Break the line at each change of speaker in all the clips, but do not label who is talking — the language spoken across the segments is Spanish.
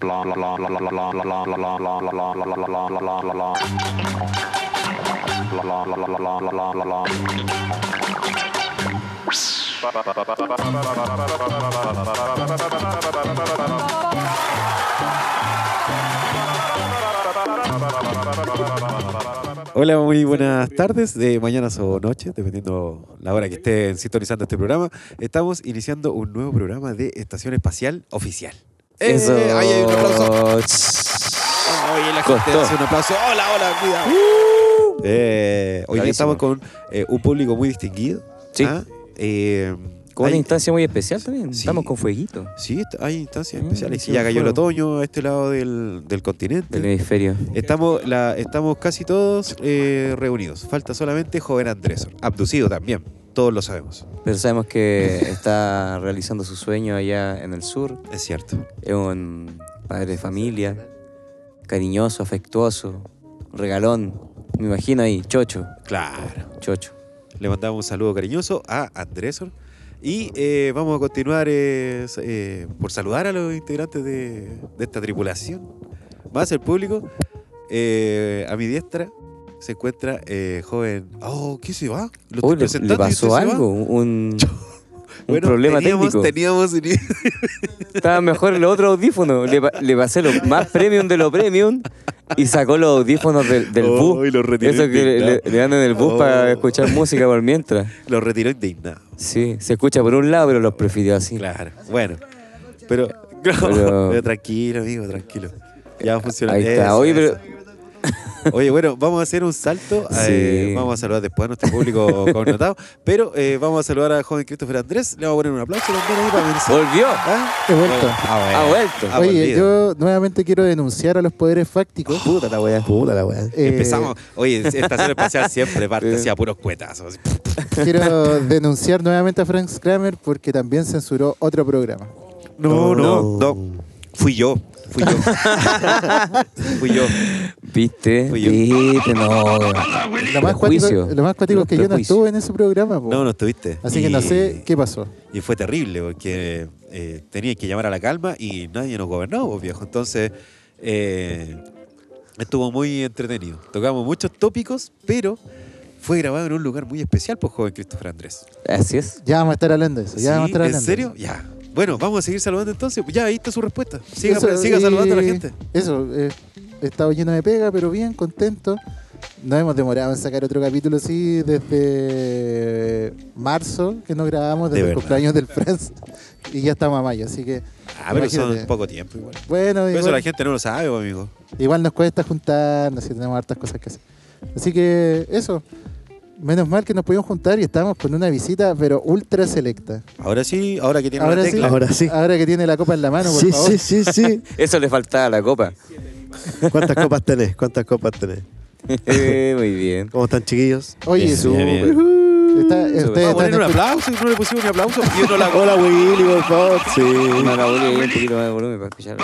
bla bla bla bla bla bla bla bla bla bla bla bla bla bla bla bla bla bla. Bla, bla, bla, bla, bla, bla, bla, bla, bla.
Hola, muy buenas tardes, eh, mañanas o noches, dependiendo la hora que estén sintonizando este programa. Estamos iniciando un nuevo programa de Estación Espacial Oficial.
¡Eh! Ahí hay un aplauso. Oye, la gente
Costó.
hace un aplauso. Hola, hola, cuidado.
Eh, hoy día
Bravísimo.
estamos con eh, un público muy distinguido.
Sí.
¿ah? Eh,
Con una
hay-
instancia muy especial también.
Sí.
Estamos con fueguito
Sí, est- hay instancias
Mm,
especiales.
sí,
ya cayó el
fuego.
otoño a este lado del, del
del
continente.
hemisferio.
Estamos, la, estamos casi todos eh, reunidos. Falta solamente joven Andrés, abducido también. Todos lo sabemos.
Pero sabemos que está realizando su sueño allá en el sur.
Es cierto.
Es un padre de familia, cariñoso, afectuoso, regalón. Me imagino ahí, chocho,
Claro.
chocho.
Le mandamos un saludo cariñoso a Andrés. Y eh, vamos a continuar eh, s- eh, por saludar a los integrantes de, de esta tripulación. Más el público. Eh, a mi diestra se encuentra eh, joven. Oh, ¿qué se va? Lo estoy
Uy, le- le,
presentando y
pasó
usted se va.
algo, un, un
Bueno,
problema
teníamos,
técnico.
Teníamos un-
Estaba mejor el otro audífono. Le, pa- le pasé lo más premium de lo premium y sacó los audífonos del, del
Oh,
bus.
y los retiró
Eso que le,
indignado.
le dan en el bus
Oh.
para escuchar música por mientras.
Lo retiró indignado.
Sí, se escucha por un lado, pero los prefirió así.
Claro. Bueno. Pero,
Pero-
pero tranquilo, amigo, tranquilo. Ya va a funcionar.
Ahí está.
Eso,
Oye,
eso.
pero
Oye, bueno, vamos a hacer un salto.
Sí.
eh, vamos a saludar después a nuestro público connotado. Pero eh, vamos a saludar al joven Christopher Andrés. Le vamos a poner un aplauso también ahí para vencer.
volvió.
¿Ah?
He vuelto.
Ha vuelto.
Ah,
Oye,
volvido.
yo nuevamente quiero denunciar a los poderes fácticos.
Puta la weá.
Puta la weá.
Empezamos. Oye, estación espacial siempre parte así a puros cuetazos. así.
Eh, Quiero denunciar nuevamente a Frank Kramer porque también censuró otro programa.
No, no, no. Fui yo. Fui yo. fui yo.
¿Viste?
Fui yo.
Viste, no.
Lo más cuático,
Prejuicio.
lo más cuático es que yo no
Prejuicio.
estuve en ese programa. po.
No, no estuviste.
Así que no
Y-
sé qué pasó.
Y fue terrible porque eh, tenía que llamar a la calma y nadie nos gobernó, pues, viejo. Entonces, eh, estuvo muy entretenido. Tocamos muchos tópicos, pero fue grabado en un lugar muy especial por joven Christopher Andrés.
Así es.
Ya vamos a estar hablando de eso. Ya
¿Sí?
vamos a estar hablando
¿En serio? Ya. Bueno, vamos a seguir saludando entonces. Ya, ahí está su respuesta. Siga,
Eso,
siga
y-
saludando a la gente.
Eso, eh, he estado lleno de pega, pero bien, contento. No hemos demorado en sacar otro capítulo así desde marzo que no grabamos,
De
desde el
verdad.
cumpleaños del Franz. Y ya estamos a mayo, así que
Ah, pero son
Imagínate.
poco tiempo igual.
bueno,
Pero eso la
igual,
gente no lo sabe, pues, amigo.
igual nos cuesta juntarnos y tenemos hartas cosas que hacer. Así que eso, menos mal que nos pudimos juntar y estamos con una visita, pero ultra selecta.
Ahora sí, ahora que tiene
Ahora
la
sí,
tecla.
Ahora sí.
Ahora que tiene la copa en la mano, por
sí,
favor.
sí, sí, sí.
Eso le faltaba a la copa.
¿Cuántas copas tenés? ¿Cuántas copas tenés?
Eh, Muy bien.
¿Cómo están, chiquillos?
Oye,
Bien, bien, bien.
súper. Está-
Vamos a
ustedes
Vamos a
están
poner un
escuchando-
aplauso y no le pusimos un aplauso. Y uno la
Hola, Willy, por favor. Sí.
Una la volví ahí un poquito más de volumen para escuchar.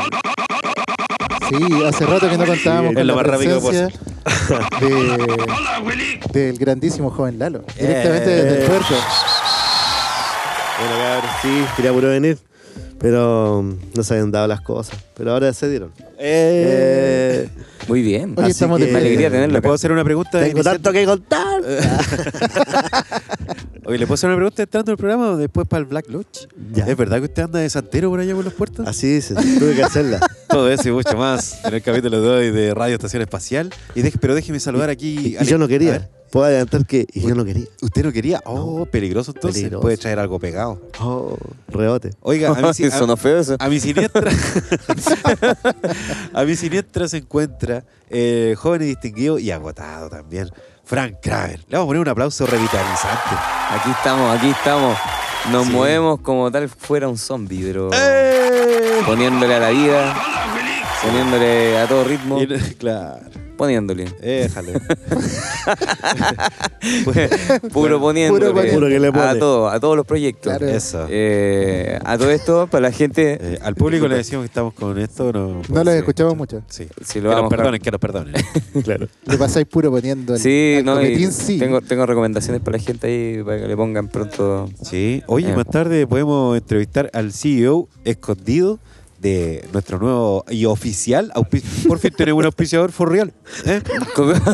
Sí, hace rato que no contábamos
es lo
con la
más rápido que
presencia de- del grandísimo joven Lalo, directamente desde el puerto.
Bueno, cabrón, sí, quería puro venir. Pero um, no se habían dado las cosas. Pero ahora se dieron. Eh,
Muy bien.
Oye,
así
estamos de
que-
Me alegría tenerlo
¿Le puedo
acá.
hacer una pregunta?
Tengo
inicial?
tanto que contar.
Oye, ¿le puedo hacer una pregunta entrando al programa o después para el Black Lodge?
Ya.
¿Es verdad que usted anda de santero por allá por las puertas?
Así dices, tuve que hacerla.
Todo eso y mucho más en el capítulo de hoy de Radio Estación Espacial. Y deje- pero déjeme saludar aquí.
Y
Ale-
yo no
A ver,
quería. eh. Puedo adelantar que y yo no quería.
¿Usted no quería? Oh, peligroso entonces.
Peligroso.
Puede traer algo pegado.
Oh, rebote.
Oiga, a mi, si- a-
Sonó feo eso.
a mi siniestra. a mi siniestra se encuentra eh, joven y distinguido y agotado también. Frank Kramer. Le vamos a poner un aplauso revitalizante.
Aquí estamos, aquí estamos. Nos movemos como tal fuera un zombie, pero
¡Eh!
¡Eh!
poniéndole a la vida, poniéndole a todo ritmo,
Y no- claro.
poniéndole.
Déjale.
Puro poniéndole.
poniéndole.
Puro que le
A
pone.
todo, a todos los proyectos.
Claro.
Eso.
Eh, a todo esto, para la gente,
Eh, al público le decimos que estamos con esto. No,
No los escuchamos mucho.
Sí.
si
Que
lo
nos
vamos
perdonen, que nos perdonen.
Claro.
Lo pasáis puro poniendo el,
Sí,
al
no, y
copetín, sí.
tengo, tengo recomendaciones para la gente ahí para que le pongan pronto.
Sí. Oye,
Eh.
más tarde podemos entrevistar al CEO E escondido de nuestro nuevo y oficial auspicio. Por fin tenemos un auspiciador for real. ¿eh?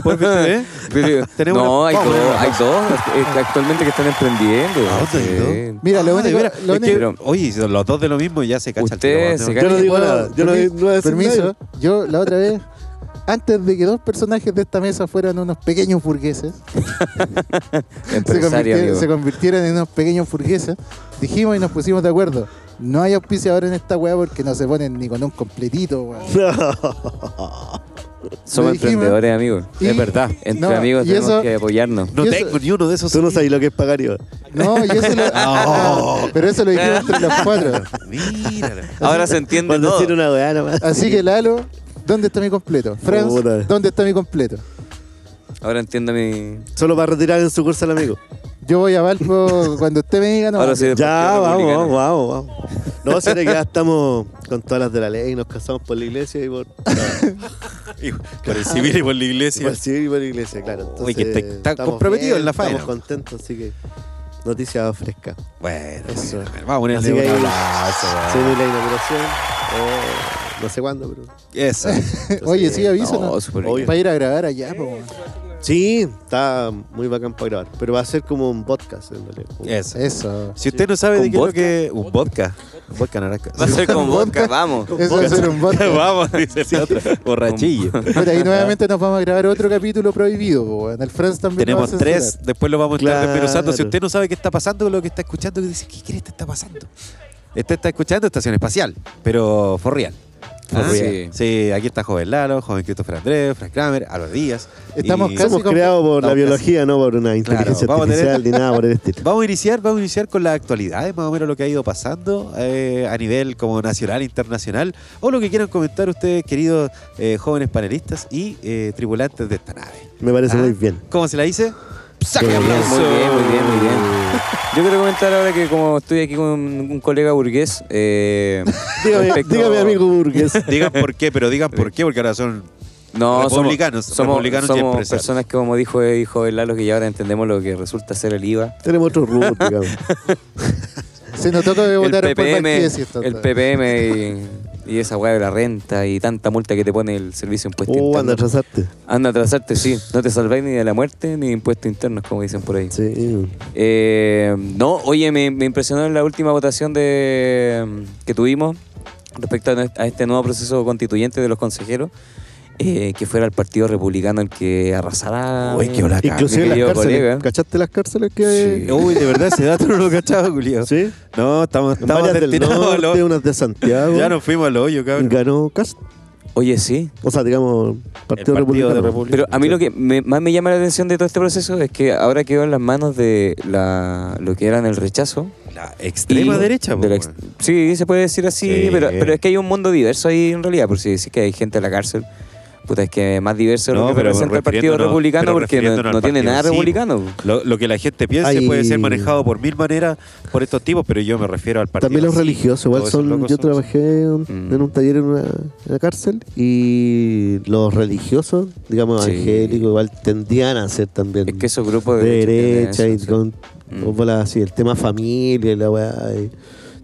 Por fin, ¿eh?
Pero-
Tenemos
no,
una-
hay,
vamos,
dos-
vamos.
hay dos eh, actualmente que están emprendiendo.
Ah, ¿dónde hay
Sí.
Mira, lo
Ah,
único-
de veras.
lo
Es que,
único-
único-
Oye, si son los dos de lo mismo ya se cacha
Ustedes
el
se
tiro,
Yo no digo
Bueno,
nada, yo no,
permi-
no voy a decir
Permiso,
nada.
yo la otra vez, antes de que dos personajes de esta mesa fueran unos pequeños burgueses, se,
Empresario,
convirtieron,
amigo.
se convirtieron en unos pequeños burgueses, dijimos y nos pusimos de acuerdo. No hay auspiciador en esta weá porque no se ponen ni con un completito, weón.
Somos
Lo dijimos.
emprendedores, amigos.
Y-
es verdad. Entre
no,
amigos
y
tenemos
eso-
que apoyarnos.
No
Y eso-
tengo ni uno de esos.
Tú no sabes lo que es pagar IVA.
No, y eso lo- pero eso lo dijimos entre los cuatro.
Mírala.
Ahora se entiende
Cuando
todo.
tiene una weá nomás.
Así que Lalo, ¿dónde está mi completo? Franz,
Puta.
¿dónde está mi completo?
Ahora entiendo mi.
Solo para retirar en su curso al amigo.
Yo voy a Valpo cuando usted me diga, no.
Ahora sí, del
Ya,
Partido
vamos,
Republicano.
vamos, vamos, vamos. No, será que ya estamos con todas las de la ley, nos casamos por la iglesia y por,
Y Por el civil y por la
y
iglesia.
por el civil y por la iglesia, claro.
Uy, que
Entonces,
te- está
estamos
comprometido en la faena.
Estamos contentos, así que noticias frescas.
Bueno,
Eso.
bueno, bueno, vamos a
Así
ponerle
que
un
ahí-
abrazo.
Se viene la inauguración, eh, no sé cuándo, pero...
Eso.
Oye, sí, aviso,
No,
¿no?
súper
Oye.
bien.
Para ir a grabar allá, po, weón.
Sí, está muy bacán para grabar, pero va a ser como un podcast en realidad. como-
Eso.
Eso.
Si usted no sabe
¿Con
de qué es lo
vodka?
que. Un vodka. Un vodka naranja.
Va a ser con vodka, vamos.
Eso es ser un bot.
Vamos, dice el otro. Borrachillo.
Pero ahí nuevamente nos vamos a grabar otro capítulo prohibido, po, weón. El Franz también. lo va a
Tenemos
censurar.
tres, después lo vamos a estar
Claro.
desmenuzando. Si usted no sabe qué está pasando con lo que está escuchando, dice, ¿qué crees que está pasando? Este está escuchando Estación Espacial, pero for real. Ah,
For
sí.
real.
sí, aquí está Joven Lalo, Joven Christopher Andrés, Frank Kramer, a los días.
Estamos casi-
Somos creados por la
Estamos
biología, no por una inteligencia
vamos a tener-
artificial ni nada por el estilo.
Vamos a iniciar, vamos a iniciar con las actualidades, más o menos lo que ha ido pasando eh, a nivel como nacional, internacional, o lo que quieran comentar ustedes, queridos eh, jóvenes panelistas y eh, tripulantes de esta nave.
Me parece
Ah.
muy bien.
¿Cómo se la dice?
Muy bien,
Muy bien, muy bien, muy bien. Yo quiero comentar ahora que como estoy aquí con un colega burgués, eh,
Dígame,
respecto-
dígame, amigo burgués.
Digan por qué, pero digan por qué, porque ahora son
No, somos-
Republicanos,
somos,
republicanos y
somos
empresarios.
personas que como dijo el hijo de Lalo que ya ahora entendemos lo que resulta ser el IVA.
Tenemos otro rubro, digamos.
Se notó que
El
votaron por
PPM,
Valdivieso, entonces.
el PPM y, y esa weá de la renta y tanta multa que te pone el servicio de impuesto
Oh,
interno.
anda a atrasarte.
Anda a atrasarte, sí. No te salváis ni de la muerte ni de impuestos internos, como dicen por ahí.
Sí.
Eh, no, oye, me, me impresionó en la última votación de, que tuvimos respecto a, nue- a este nuevo proceso constituyente de los consejeros, eh, que fuera el Partido Republicano el que arrasara.
Uy, qué hola,
Inclusive
mi
las
querido
cárceles.
colega.
¿Cachaste las cárceles que hay?
Sí.
Uy, de verdad, ese dato no lo cachaba, Julio.
Sí.
No, estamos, estamos
Varias del
destinados al
norte,
hoyo.
unas de Santiago.
Ya nos fuimos al hoyo, cabrón.
Ganó Cast.
Oye, sí.
O sea, digamos,
Partido
Partido, Republicano.
de República.
Pero a mí lo que me- más me llama la atención de todo este proceso es que ahora quedó en las manos de la, lo que eran el rechazo.
La extrema
y-
derecha,
de la
pues,
ex- Sí, se puede decir así,
Sí.
pero, pero es que hay un mundo diverso ahí en realidad, por si decís que hay gente en la cárcel. Puta, es que más diverso es
No,
lo que
pero
representa el Partido
refiriéndonos-
Republicano
pero
porque no,
refiriéndonos
no
al
tiene
partido,
nada
sí,
republicano.
Lo, lo que la gente piensa
Ay.
puede ser manejado por mil maneras por estos tipos, pero yo me refiero al partido.
También los
en sí.
religiosos, igual
Todos esos
son.
locos
Yo
son-
trabajé en-
Mm.
en un taller en una, en una cárcel y los religiosos, digamos,
Sí.
evangélicos, igual tendían a ser también
Es que esos grupos
de
de
derecha
tienen
y
eso,
con,
Mm.
con bolas así, el tema familia y la weá. y-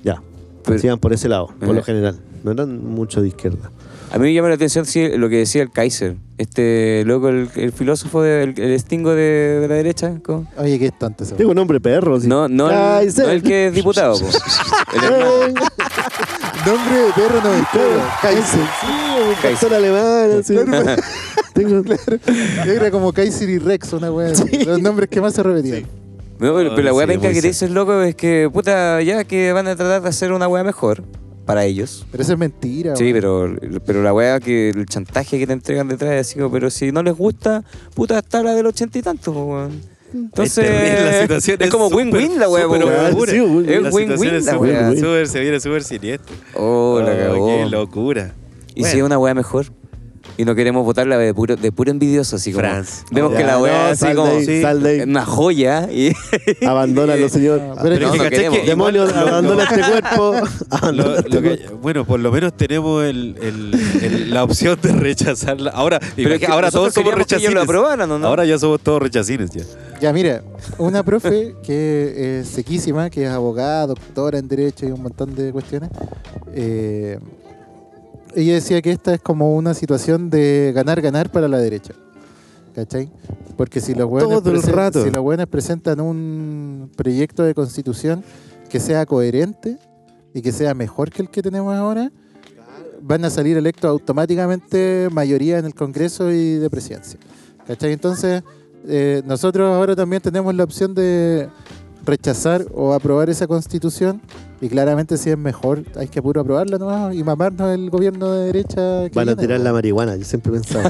Ya,
Pero- Eh.
sigan por ese lado, por
Ajá.
lo general. No eran mucho de izquierda.
sí. A mí me llama la atención sí, lo que decía el Kaiser, este luego el, el filósofo, del el estingo de, de la derecha. ¿cómo?
Oye, qué tonto ese.
Digo, nombre perro. sí.
No, no, el,
Kaiser.
no el que es diputado. po. El hermano.
Nombre de perro no
Kaiser. Sí, un pastor alemán. así. Tengo-
Era como Kaiser y Rex, una weá. Los nombres que más se repetían.
No, pero, pero la weá
Sí,
penca
muy
que
cierto.
te dices, loco, es que, puta, ya que van a tratar de hacer una weá mejor para ellos.
Pero eso es mentira.
Sí,
weón.
pero, pero la weá que el chantaje que te entregan detrás es así, como, pero si no les gusta, puta, está la del ochenta y tanto, po, weón. Entonces,
terrible, la situación
es
es
como
súper,
win-win la weá, po,
súper
weón.
oscura. Sí, win-win.
Es
La situación
win-win
es
la
súper,
weá.
win-win.
súper, se viene súper siniestro.
Oh, la cagó.
Qué locura.
Y si es una weá mejor. Y no queremos votarla de puro, de puro envidioso, así como.
Franz.
Vemos
Ya,
que la weá
no,
así
sal de
como.
ahí,
sí,
sal de ahí.
es una joya. Y,
Abandónalo, señor.
Ah,
Pero
pero
es
no,
que,
no
¿cachai
queremos.
que
Demonio,
igual-
abandona este cuerpo.
Lo-
Abandona este
lo que-
cuerpo.
bueno, por lo menos tenemos el- el- el- la opción de rechazarla. Ahora,
es que
imagina- ahora todos
nosotros
somos
queríamos que ellos
rechacines.
lo aprobaran, ¿o no?
Ahora ya somos todos rechacines. Ya.
Ya, mira, una profe que es sequísima, que es abogada, doctora en Derecho y un montón de cuestiones, eh, ella decía que esta es como una situación de ganar, ganar para la derecha. ¿Cachai? Porque si los buenos,
Todo el rato.
si los buenos presentan un proyecto de constitución que sea coherente y que sea mejor que el que tenemos ahora, van a salir electos automáticamente mayoría en el Congreso y de presidencia. ¿Cachai? Entonces, eh, nosotros ahora también tenemos la opción de rechazar o aprobar esa constitución y claramente si es mejor hay que puro aprobarla nomás y mamarnos el gobierno de derecha que
Van a
viene,
tirar
po.
la marihuana, yo siempre he pensado.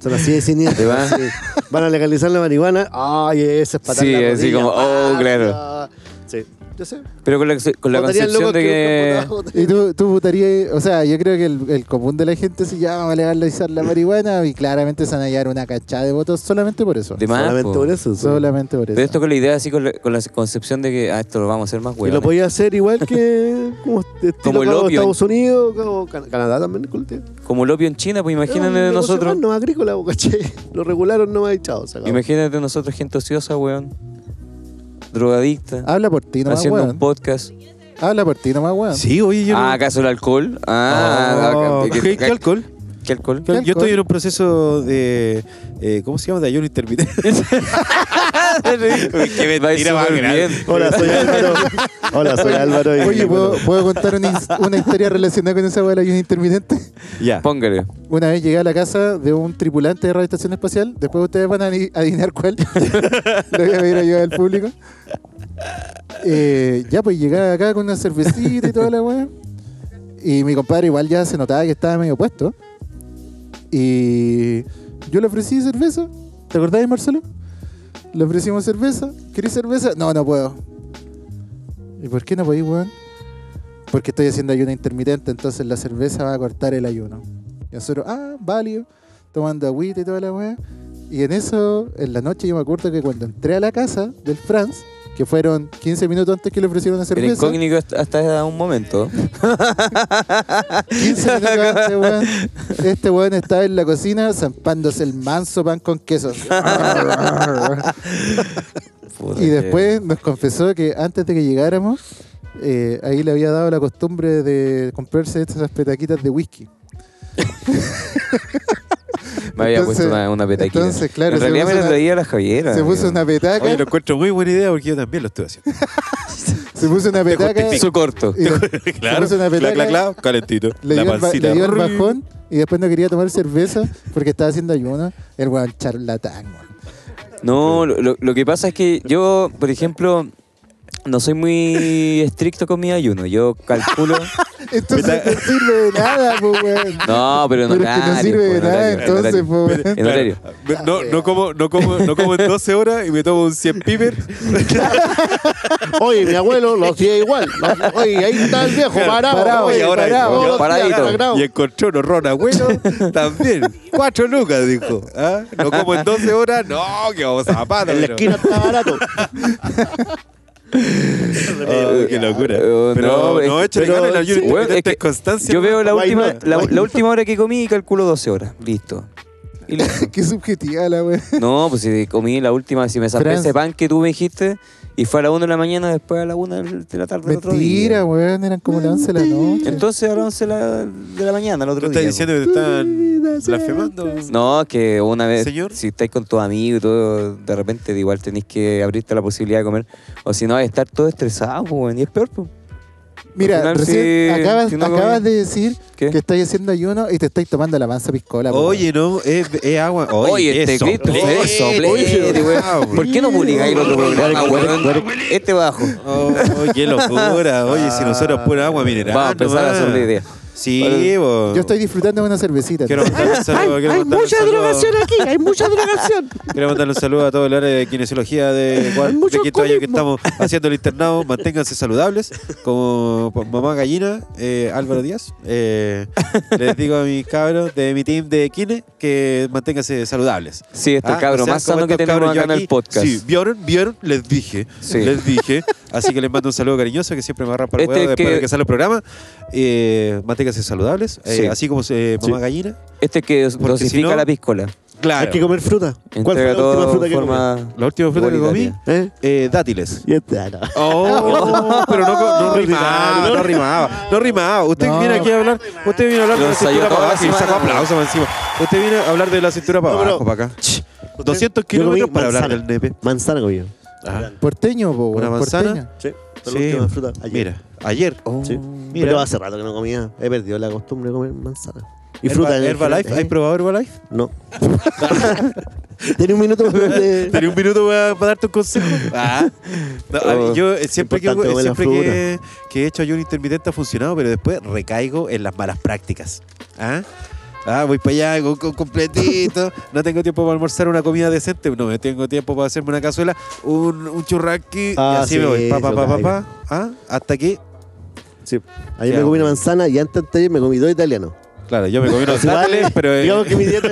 Son así de siniestros.
va?
así. Van a legalizar la marihuana. Ay, ese es para
Sí, así como, oh, claro.
Sí, yo sé.
Pero con la, con la
Votarían
concepción
locos
de que...
nunca votaron.
Y tú, tú votarías, o sea, yo creo que el, el común de la gente se llama a legalizar la marihuana y claramente se van a hallar una cachada de votos solamente por eso.
De más,
Solamente
po.
por eso.
solamente por eso.
Pero esto con la idea así, con la, con la concepción de que ah, esto lo vamos a hacer más
Y
bueno.
lo podía hacer igual que como, estilo
Como el
acá en
opio.
Estados Unidos, como Can- Canadá también. cultivo.
Como el opio en China, pues
Era un
imagínate de
negocio
nosotros.
más, No agrícola, po, ¿cachai? Lo regularon no y chao, se acabó.
Imagínate de nosotros, gente ociosa, weón. Drogadicta.
Habla por ti Ah, nomás,
haciendo un
weón.
podcast.
Habla por ti nomás, weón.
Sí, oye, yo. no-
Ah, ¿acaso el alcohol? Ah,
Oh.
Ah,
ah,
¿qué-
que-
¿Qué alcohol?
¿Qué alcohol?
¿Qué alcohol?
Yo estoy en un proceso de. eh, ¿Cómo se llama? De ayuno intermitente.
Qué mentira más grande.
Hola, soy Álvaro. Hola, soy Álvaro. y-
Oye, ¿puedo,
bueno,
puedo contar una, his- una historia relacionada con esa weá del ayuno intermitente?
ya.
Póngale.
Una vez llegué a la casa de un tripulante de Radio Estación Espacial, después ustedes van a adi- adivinar cuál. Le voy a pedir ayuda al público. Eh, ya, pues llegaba acá con una cervecita y toda la weá. Y mi compadre igual ya se notaba que estaba medio puesto. Y yo le ofrecí cerveza. ¿Te acordás, Marcelo? Le ofrecimos cerveza. ¿Querés cerveza? No, no puedo. ¿Y por qué no podís, weón? Porque estoy haciendo ayuno intermitente, entonces la cerveza va a cortar el ayuno. Y nosotros, ah, válido, tomando agüita y toda la weá. Y en eso, en la noche, yo me acuerdo que cuando entré a la casa del Franz, que fueron 15 minutos antes que le ofrecieron la
El
cerveza,
incógnito hasta- hasta un momento.
15 minutos antes, weón, este weón estaba en la cocina zampándose el manso pan con queso.
Ah,
Puta
Y
que-
después nos confesó que antes de que llegáramos, eh, ahí le había dado la costumbre de comprarse estas petaquitas de whisky.
Me había
entonces-
puesto una, una petaquita.
entonces, claro,
En
se
realidad
puso
me la
una-
traía la Javiera.
se puso
amigo.
una petaca,
Oye, lo encuentro muy buena idea porque yo también lo estoy haciendo.
se puso una petaca,
Su corto.
y le-
claro.
puso una
cla,
petaca.
cla, cla, calentito.
le,
la
dio el, ba-
pancita.
le dio el
Rrrr.
bajón y después no quería tomar cerveza porque estaba haciendo ayuno. El weón charlatán, weón.
No, lo- lo, lo que pasa es que yo, por ejemplo, no soy muy estricto con mi ayuno. Yo calculo.
Entonces no sirve de nada, po, weón.
No, pero en
Pero es que no
horario,
sirve de
pues, en
nada,
horario, en
entonces,
horario.
po, weón.
En horario.
No, no, como, no, como, no como en 12 horas y me tomo un 100 piper.
Oye, mi abuelo lo hacía igual. Lo- Oye, ahí está el viejo, parado.
parado,
oye,
y ahora-
parado,
y-
lo-
paradito.
parado.
Y encontró unos ron agüero también. Cuatro lucas, dijo. ¿Ah? No como en 12 horas. No, que vamos a zapato.
En la
pero-
esquina está barato.
Oh, qué locura.
Eh,
Pero
es
no,
que-
echa de
pero-
ganas el ayuno
sí, weón,
intermitente
es que
es constancia.
Yo veo la
Why
última,
not?
la,
Why
la
not?
última hora que comí y calculo 12 horas. Listo. Y le-
Qué subjetiva la weón.
no, pues si comí la última, si me saqué
Franz.
ese pan que tú me dijiste y fue a la 1 de la mañana, después a la 1 de la tarde del otro día.
Mentira, weón. Eran como las 11 de la noche.
Entonces a las 11 de la, de la mañana, el
¿Tú
otro
estás
día.
diciendo que te están blasfemando?
No, es que una vez,
Señor.
si estáis con tus amigos y todo, de repente igual tenéis que abrirte la posibilidad de comer. O si no, vais a estar todo estresado, po, weón, y es peor. po.
Mira,
Al final,
recién
sí,
acabas,
si no
acabas
comí.
de decir
¿Qué?
que estáis haciendo ayuno y te estáis tomando la mansa piscola. po,
Oye, no, es, es agua. Oye,
Oye, este
eso,
Cristo,
play,
es soplete,
oye, este
weón. ¿Por qué no publicáis el otro programa, weón? Este bajo.
Oh, qué locura. Oye, si nosotros pura agua mineral.
Vamos a empezar a
nomás.
hacer la idea.
Sí,
Vale.
bo.
weón. Yo estoy disfrutando de una cervecita.
Quiero mandarle un saludo. quiero mandarle un saludo-
aquí, hay mucha drogación.
Quiero mandarle un saludo a todo el área de kinesiología de, Gua- de quinto año que estamos haciendo el internado. Manténganse saludables, como pues, mamá gallina, eh, Álvaro Díaz. Eh, les digo a mis cabros de mi team de kine que manténganse saludables.
Sí, este
Ah,
cabro
o sea,
más
como
sano que
estos
tenemos
cabros yo
acá en
aquí.
el podcast.
Sí, ¿vieron? ¿Vieron? Les dije.
Sí.
Les dije. Así que les mando un saludo cariñoso que siempre me arraspa el
Este
huevo después
que-
de que sale el programa. Eh, manténganse saludables, eh,
Sí.
así como eh, mamá gallina.
Este que
Porque si
dosifica
no-
la piscola.
Claro.
Hay que comer fruta. ¿Cuál fue
Entrega
la última
todo
fruta
de
que comí?
forma...
La última fruta que comí,
Igualitaria.
¿Eh?
eh, dátiles.
Y esta, no.
Oh, pero no, co- no rimaba,
No
no rimaba, no rimaba. Usted
No.
viene aquí a hablar, usted viene a hablar
Lo
de la
ensayó
cintura
toda
para
la
abajo y
semana,
sacó
weón.
aplausos más encima. Usted viene a hablar de la cintura para
No, pero-
abajo, para acá.
Usted-
200
Yo
kilómetros
comí
para hablar
manzana.
del nepe.
Manzana comí yo.
Porteño, po,
¿Una
weón,
manzana?
porteño.
Sí. Fue la
Sí,
última fruta ayer. Oh.
Mira, ayer.
Sí.
mira.
Pero hace rato que no comía. He perdido la costumbre de comer manzana. Y
Herba-
fruta. en
Herbalife,
general.
¿has probado Herbalife?
No. Tenía un minuto para de...
¿Tenía un minuto para, para darte un consejo? Ah. No, a mí, yo eh, siempre, que,
Oh, Importante comer la
siempre que, que he hecho ayuno intermitente ha funcionado, pero después recaigo en las malas prácticas. ¿Ah? Ah, voy para allá, hago un completito. No tengo tiempo para almorzar una comida decente. No me tengo tiempo para hacerme una cazuela, un, un churrasqui.
Ah,
y así
sí,
me voy. Pa, pa,
eso
pa, pa,
caigo.
pa. Ah, Hasta que,
Sí. Ayer
Ya,
me comí
bueno.
una manzana y antes de ayer me comí dos italianos.
claro, yo me comí unos
Igual,
dátiles, pero. eh,
Digamos que mi dieta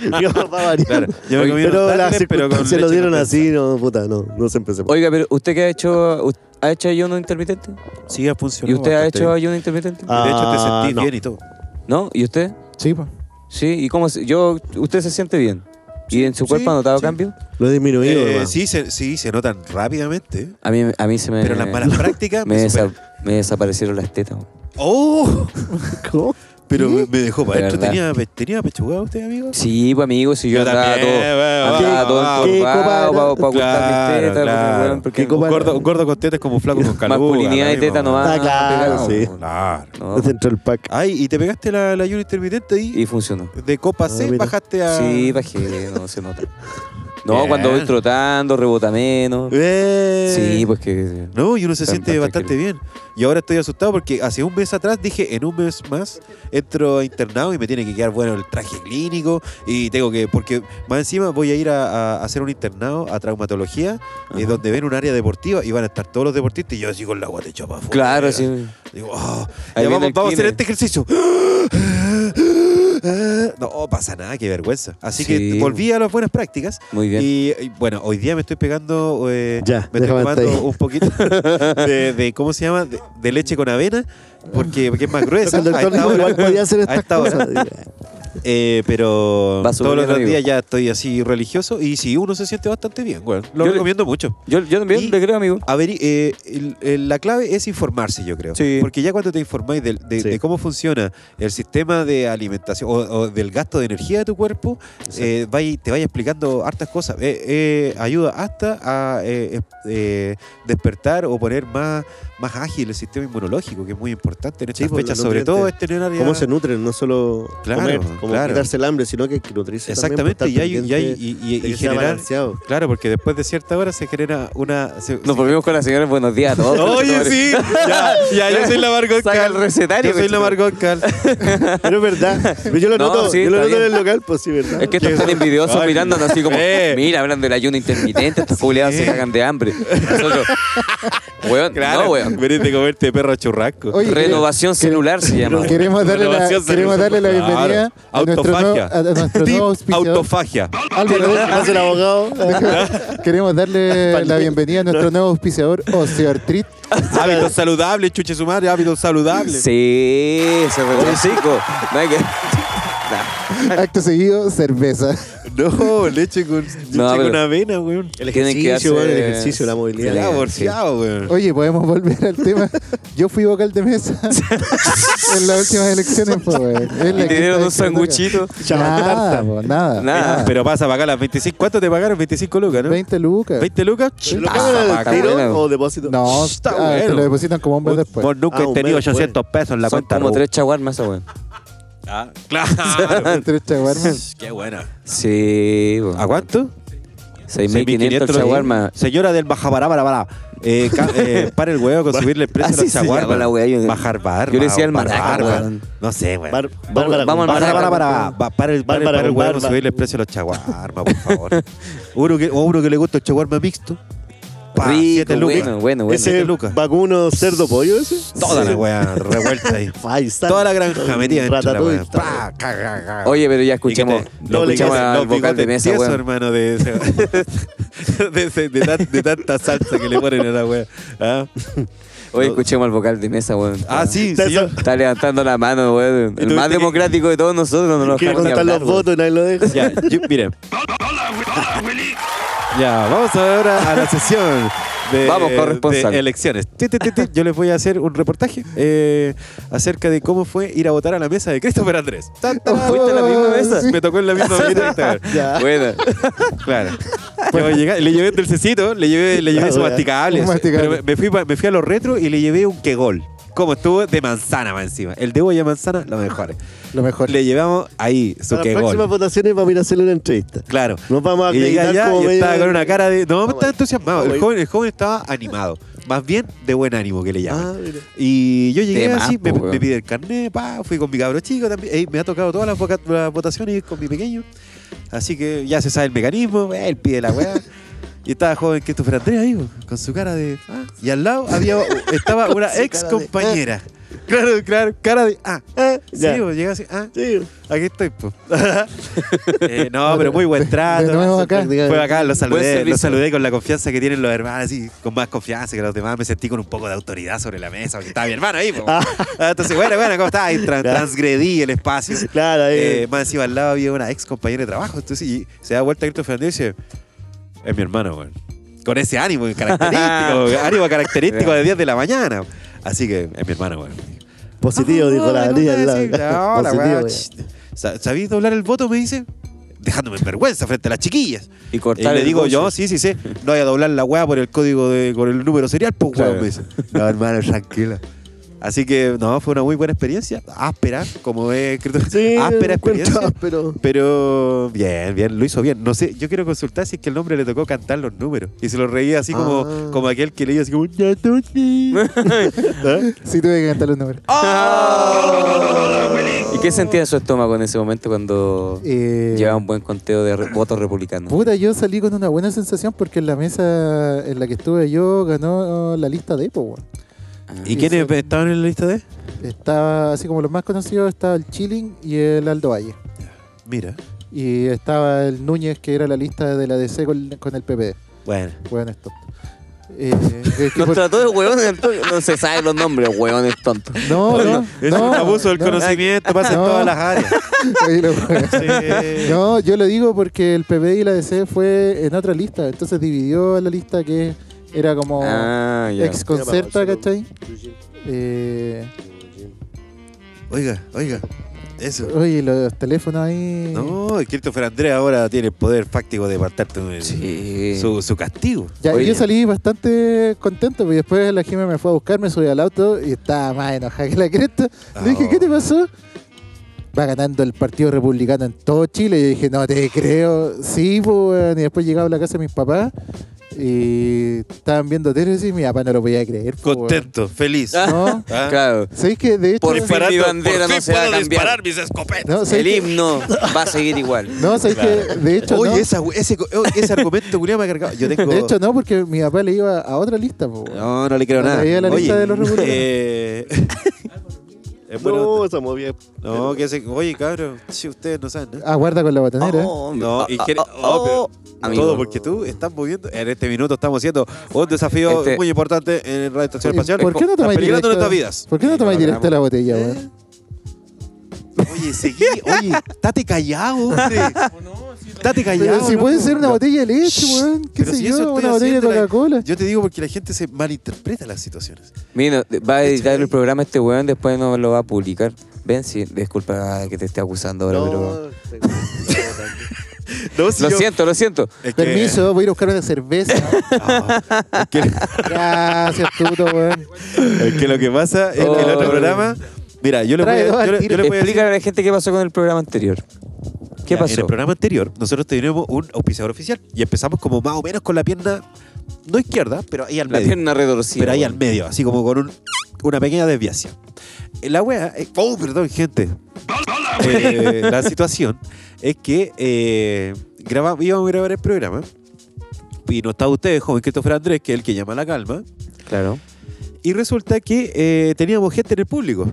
digamos, va a variar.
Claro, yo me comí
pero
unos
las
dátiles, pero con
se lo
leche
dieron
condensada.
así, no, puta, no, no siempre se puede.
Oiga, pero ¿usted qué ha hecho? ¿Us- ¿Ha hecho ayuno intermitente?
Sí, ha funcionado.
¿Y usted ha
bastante
hecho
bien.
ayuno intermitente?
Ah.
De hecho, te
Ah,
sentís
no.
bien y todo.
¿No? ¿Y usted?
Sí, po.
Sí, ¿y cómo? se- Yo, ¿Usted se siente bien? ¿Y en su cuerpo ha notado cambio?
Lo he disminuido.
Eh,
nomás.
sí, se, sí, se notan rápidamente.
A mí, a mí se me...
Pero las malas prácticas.
me,
me
desa-
superan.
me desaparecieron las tetas. güey.
¡Oh!
¿Cómo?
Pero me me dejó para
De
esto.
verdad.
¿Tenía, pe- ¿Tenía pechugada usted, amigo?
Sí, pues amigo, si yo,
Yo
andaba
también,
todo,
weón,
andaba
weón,
todo
weón.
encorvado
Qué
para
copa,
ocultar mis tetas. pues, weón, porque
porque un,
copa-
gordo, un gordo con tetas es como un flaco con calor.
masculinidad y teta nomás.
Ah, claro, sí.
weón.
Claro.
No,
No. Dentro del pack.
Ay, y te pegaste la, la ayuno intermitente y,
y funcionó.
de copa C
Ah, mira.
bajaste a.
Sí, bajé, no se nota. No,
Bien.
cuando voy trotando, rebota menos.
Eh.
Sí, pues que.
No, y uno se
Tan-
siente
tan
bastante bien. Y ahora estoy asustado porque hace un mes atrás dije, en un mes más, entro a internado y me tiene que quedar bueno el traje clínico y tengo que, porque más encima voy a ir a, a hacer un internado a traumatología, eh,
Ajá.
donde ven un área deportiva y van a estar todos los deportistas y yo así con la guata hecha para afuera.
Claro, sí.
Digo, "Oh, ya
Ahí viene
vamos,
el
vamos a hacer
kine.
este ejercicio. No, oh, pasa nada, qué vergüenza. Así
Sí.
que volví a las buenas prácticas.
Muy bien.
Y, y, bueno, hoy día me estoy pegando. eh,
Ya,
me estoy
déjame hasta
tomando
ahí.
un poquito de, de- ¿Cómo se llama? De, de leche con avena, porque, porque es más gruesa.
El doctor
a esta
dijo,
hora.
igual podía hacer
A
estas
esta hora.
cosas.
Eh, pero
Va
todos los
subiendo,
otros
amigo.
días ya estoy así religioso. Y si uno se siente bastante bien, bueno, lo
Yo le-
recomiendo mucho.
Yo, yo también
y-
le creo, amigo.
A ver, eh, el- el- la clave es informarse, yo creo.
Sí.
Porque ya cuando te informáis del- de,
Sí.
de cómo funciona el sistema de alimentación o, o del gasto de energía de tu cuerpo, eh, vai- te vaya explicando hartas cosas. Eh, eh, ayuda hasta a eh, es- eh, despertar o poner más, más ágil el sistema inmunológico, que es muy importante en estas
Sí, por
fechas,
los
sobre todo
nutrientes.
este en el área.
Cómo se nutren, no solo
Claro,
comer, como
claro.
quitarse el hambre, sino que hay que nutrirse
Exactamente, y, hay-
también, pues,
y,
estar
hay-
pendiente
y, y-
de
y
que sea
generar.
balanceado.
Claro, porque después de cierta hora se genera una. se-
Nos volvimos con la señora Buenos días a todos.
Oye, sí, ya, ya, yo soy la Margot
Saca el
Cal.
recetario.
Yo soy la
conchetumare.
Margot Cal.
Pero es verdad. Yo lo
No,
noto,
sí,
yo lo
está
noto en
bien.
el local, pues sí, ¿verdad?
Es que estos
Que
están
son-
envidiosos
Ay,
mirándonos así como,
eh.
mira, hablan del ayuno intermitente, estos culiados se cagan de hambre. Nosotros, weón, no, weón.
Venís de comerte perro a churrasco.
Oye,
Renovación celular se llama.
Queremos darle la,
Renovación
queremos darle la
celular.
bienvenida a nuestro nuevo,
Autofagia.
a a nuestro
Tip
nuevo auspiciador.
autofagia.
Álvaro,
Es el abogado.
Queremos darle la bienvenida a nuestro nuevo auspiciador, Osteoartrit.
Hábitos saludables, chuche su madre, hábitos saludables.
Sí, se recuerda chico. No hay que...
Acto seguido, cerveza.
No, leche con, leche
pero-
con avena, weón.
El
Tienen que hacer-
ejercicio, bueno, el ejercicio, la movilidad. ah,
Ya,
sí.
borseado, weón.
Oye, podemos volver al tema. Yo fui vocal de mesa en las últimas elecciones, pues, güey. Es la
Y
que
te dieron
está
un
diciendo
sanguchito.
acá. Nada, po, nada.
Nada.
Ah, Pero pasa a pagar las 25. ¿Cuánto te pagaron? 25 lucas, ¿no?
20 lucas.
20 lucas.
¿Lo
Ah,
pagan
está
al
bueno.
tiro o depósito?
No,
Está
ah, te
bueno.
lo depositan como hombre después.
Vos nunca
Ah,
he
un
tenido
mes,
800 pesos en la
Son
cuenta.
como
Ru.
tres chaguarmas esa weón.
Ah, claro.
Tres chaguarmas.
Qué buena.
Sí, weón.
¿A cuánto?
6.500 el shawarma.
Señora del Bajabarabara, eh, ca- eh, para el huevo con subirle el precio
Así
al
se llama
shawarma.
la wea, yo-
Bajar barba.
yo le decía
o
el
bar-
maraca,
barba.
weón.
No sé, güey.
Bar-
Vamos-
Bárbara
vamos al
Gómez.
maraca.
Para, para, para, para, para el, para el-
Bárbara
para el
con
huevo,
barba.
subirle el precio a los chaguarma, por favor. uno que, o uno que le gusta el chaguarma mixto. Pa, siete
Rico,
lucas.
bueno, bueno, bueno.
Ese
Lucas.
vacuno cerdo pollo ese.
Toda la
Sí.
weá revuelta ahí.
Ahí está.
Toda la granja metida dentro de la
Ratatouille.
weá. Pa, ca, ca, ca.
Oye, pero ya
Y que
escuchamos,
te-
lo
doble
escuchamos
queso,
al
los
vocal de
bigotes
mesa,
tiesos,
weón.
hermano de ese- de, de- de tan- de tanta salsa que le ponen a la wea. Ah,
Hoy escuchemos al vocal de mesa, weón.
Ah, sí, sí. yo-
Está levantando la mano, weón. El
tuviste
más
que-
democrático de todos nosotros. No nos
Quiere
dejamos ni
contar los
hablar, weón.
votos y nadie lo deja.
Ya, yo- mira. Ya, vamos ahora a la sesión de,
Vamos, corresponsal.
de elecciones. Ti, ti, ti, ti. Yo les voy a hacer un reportaje eh, acerca de cómo fue ir a votar a la mesa de Christopher Andrés. Tan, tan,
Oh,
¿Fuiste a la misma mesa?
sí.
Me tocó en la misma mesa.
Ya.
Buena.
Claro. Yo llegué- le llevé un dulcecito, le llevé, le llevé
La
su
wea.
masticable.
Un masticable.
Pero me, me fui, pa- me fui a los retros y le llevé un quegol. Como estuvo de manzana más encima. El de olla manzana, lo mejor.
Lo mejor.
Le llevamos ahí su
Para las
quegol.
próximas votaciones vamos a ir a hacerle una entrevista.
Claro.
Nos vamos a
Y llegué
acreditar
allá
como
y
medio-
estaba con una cara de. No,
Vamos
estaba
ahí.
entusiasmado.
Vamos
El
ahí.
joven, el joven estaba animado. Más bien de buen ánimo que le
Ah,
llaman.
mira.
Y yo llegué
De más,
así, me,
po, weón.
me pide el carnet, pa, fui con mi cabro chico también. Ey, me ha tocado todas las, voca- las votaciones con mi pequeño. Así que ya se sabe el mecanismo, eh, él pide la weá. Y estaba joven Christopher Andrés ahí, po, con su cara de. ah. Y al lado había, estaba una
su cara
ex
de,
compañera. Claro, claro, cara de. Ah,
Ah,
sí,
ya.
po, llega así, ah,
Sí.
aquí estoy, po. Eh, no, pero muy buen trato.
de nuevo acá.
Fue acá, lo saludé,
servicio.
lo saludé con la confianza que tienen los hermanos, así, con más confianza que los demás. Me sentí con un poco de autoridad sobre la mesa, porque estaba mi hermano ahí. po. Ah, Entonces, bueno, bueno, ¿cómo estás? Y tran-
Ya.
transgredí el espacio.
Claro, ahí.
Eh, más encima al lado había una ex compañera de trabajo. Entonces, y se da vuelta Cristo Fernández y dice: Es mi hermano, weón. Con ese ánimo característico, ánimo característico de 10 de la mañana. Así que es mi hermano, weón.
positivo,
Ah,
dijo la
¿cómo
niña al
te decís?
lado.
No, la
Positivo,
weá,
ya.
ch- sa- ¿Sabís doblar el voto? Me dice. Dejándome en vergüenza frente a las chiquillas.
Y
Y
cortar
le
el
digo
buzo.
yo, sí, sí, sí. No voy a doblar la weá por el código de, por el número serial, pues weón, me dice. No, hermano, tranquila. Así que no, fue una muy buena experiencia. Áspera, como he escrito.
Sí,
áspera
lo encuentro
experiencia.
áspero.
Pero bien, bien, lo hizo bien. No sé, yo quiero consultar si es que el hombre le tocó cantar los números. Y se lo reía así como,
Ah.
como aquel que leía así como, "Ya no sé".
Sí, tuve que cantar los números.
Ah. ¿Y qué sentía su estómago en ese momento cuando
Eh,
llevaba un buen conteo de re- votos republicanos?
Puta, yo salí con una buena sensación porque en la mesa en la que estuve yo ganó la lista de Epo, weón.
¿Y quiénes estaban en la lista de?
Estaba, así como los más conocidos, estaba el Chilling y el Aldo Valle.
Mira.
Y estaba el Núñez, que era la lista de la DC con, con el PPD.
Bueno.
Weón, esto. Eh, que- que
Nos
por-
trató de hueones, Antonio. no se sabe los nombres, hueones tontos.
no, no, no,
es un abuso del
no.
conocimiento, pasa en
No.
todas las áreas.
Ahí lo-
Sí.
No, yo lo digo porque el PPD y la DC fue en otra lista, entonces dividió la lista que era como
Ah, ya.
ex concerta, ¿cachai? Eh,
Oiga, oiga. Eso.
oye, los teléfonos ahí.
No, el Christopher Andrés ahora tiene el poder fáctico de apartarte un-
Sí.
su, su castigo.
Ya,
Oye.
yo salí bastante contento, porque después la Jimmy me fue a buscar, me subí al auto y estaba más enojada que la cresta.
Ah,
Le dije,
oh.
¿qué te pasó? Va ganando el Partido Republicano en todo Chile. Y yo dije, no te creo. Sí, pues, weón. Y después llegaba a la casa de mis papás y estaban viendo tele y mi papá no lo podía creer. pues, weón.
Contento, feliz.
No,
Ah.
Claro.
¿sabéis que de hecho...
Por fin
Disparando,
mi bandera
por fin
no se va a
puedo
cambiar.
disparar mis escopetas.
no, ¿sabéis
El
que-
himno va a seguir igual.
No, ¿sabéis que de hecho
Oye,
no?
esa- ese, oh, ese argumento, Julián, me ha cargado. Yo tengo...
De hecho no, porque mi papá le iba a otra lista, pues, weón.
no, no le creo
No
nada.
traía la lista
Oye,
de los regulares.
eh, es bueno.
No, esa movida.
No, que se... Oye, cabrón, si ustedes no saben, ¿eh?
Aguarda Ah, con la botanera.
Ah,
No, y que- oh, pero-
Amigo.
todo porque tú estás moviendo. En este minuto estamos haciendo un desafío
Este-
muy importante en Radio Estación
Oye,
Espacial.
¿Por qué no
Estás
tomáis
peligrando
directo,
nuestras vidas.
¿Por qué no tomáis directo la botella, weón?
Oye, seguí. Oye, estate callado, hombre. Estate callado.
Pero si
loco.
puede ser una botella de leche,
Shh,
weón. ¿Qué
pero
sé
si eso
yo?
estoy
Una botella de
haciendo, la-
Coca-Cola.
Yo te digo porque la gente se malinterpreta las situaciones.
Mira, va a editar el programa este weón, después no lo va a publicar. Ven, sí, disculpa que te esté acusando ahora, pero.
No, seguro.
No, si
Lo
yo-
siento, lo siento.
Es que-
Permiso, voy a ir a buscar una cerveza.
Ah, es que-
Gracias, puto, weón.
Es que lo que pasa es que el
Oh.
otro programa. Mira, yo le voy a,
Trae dos
yo le-
al
yo
tiro.
le voy a decir.
Explícale a la gente qué pasó con el programa anterior. ¿Qué
Ya, En el
pasó?
programa anterior, nosotros teníamos un auspiciador oficial y empezamos como más o menos con la pierna, no izquierda, pero ahí al
La
medio.
pierna redorcida.
pero ahí
weón.
al medio, así como con un- una pequeña desviación. Eh, La wea. eh, oh, perdón, gente. Eh, la situación es que eh, graba- íbamos a grabar el programa y no estaba usted, joven Christopher Andrés, que es el que llama a la calma.
Claro.
Y resulta que eh, teníamos gente en el público.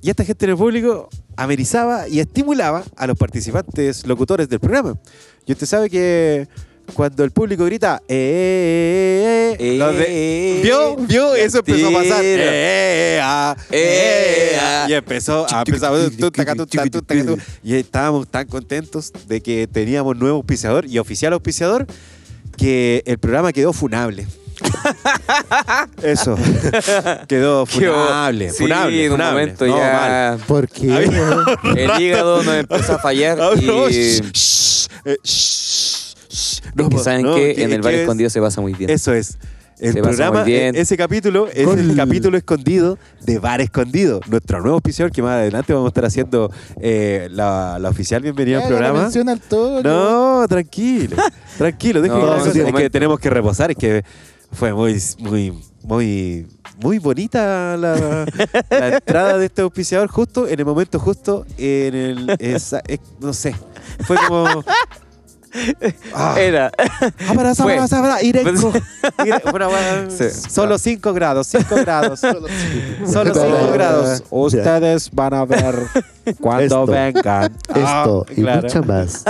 Y esta gente en el público amenizaba y estimulaba a los participantes locutores del programa. Y usted sabe que cuando el público grita, "Eh, eh, eh, eh", los de- ¿vio? ¿Vio? Eso empezó a pasar.
Mentira.
"Eh, eh, ah, eh, eh, ah". Y empezó a empezar a- tu, taca, tu, ta, tu, taca, tu. Y estábamos tan contentos de que teníamos nuevo auspiciador y oficial auspiciador que el programa quedó funable. Eso. Quedó funable.
Sí,
funable.
en un
funable.
momento
No, mal.
ya
¿Por qué? weón?
el hígado nos empezó a fallar
Ah, no,
y...
shh, shh, eh, shh, shh.
Es que
No,
saben
no,
que
que-
en el
que
bar
es-
escondido se pasa muy bien.
Eso es. El
Se pasa
programa,
muy bien.
e- ese capítulo es
Gol.
el capítulo escondido de Bar Escondido. Nuestro nuevo oficial que más adelante vamos a estar haciendo eh, la, la oficial bienvenida
Ya,
al
la
programa.
menciona al toque.
No, tranquilo. tranquilo, dejen
No,
que la
en
cosa-
su
es que
momento.
tenemos que reposar. Es que fue muy, muy, muy, muy bonita la, la entrada de este auspiciador justo en el momento justo en el. esa- eh, no sé. Fue como. Ah.
Era.
Ah, para esa
Fue. Pues,
para esa- para- Irenco. Ire- una hueá-
Sí.
Solo 5 grados, 5 grados. Solo 5
Ya.
grados. Ustedes van a ver cuando
Esto.
vengan.
Esto
Ah,
y
claro.
mucha más.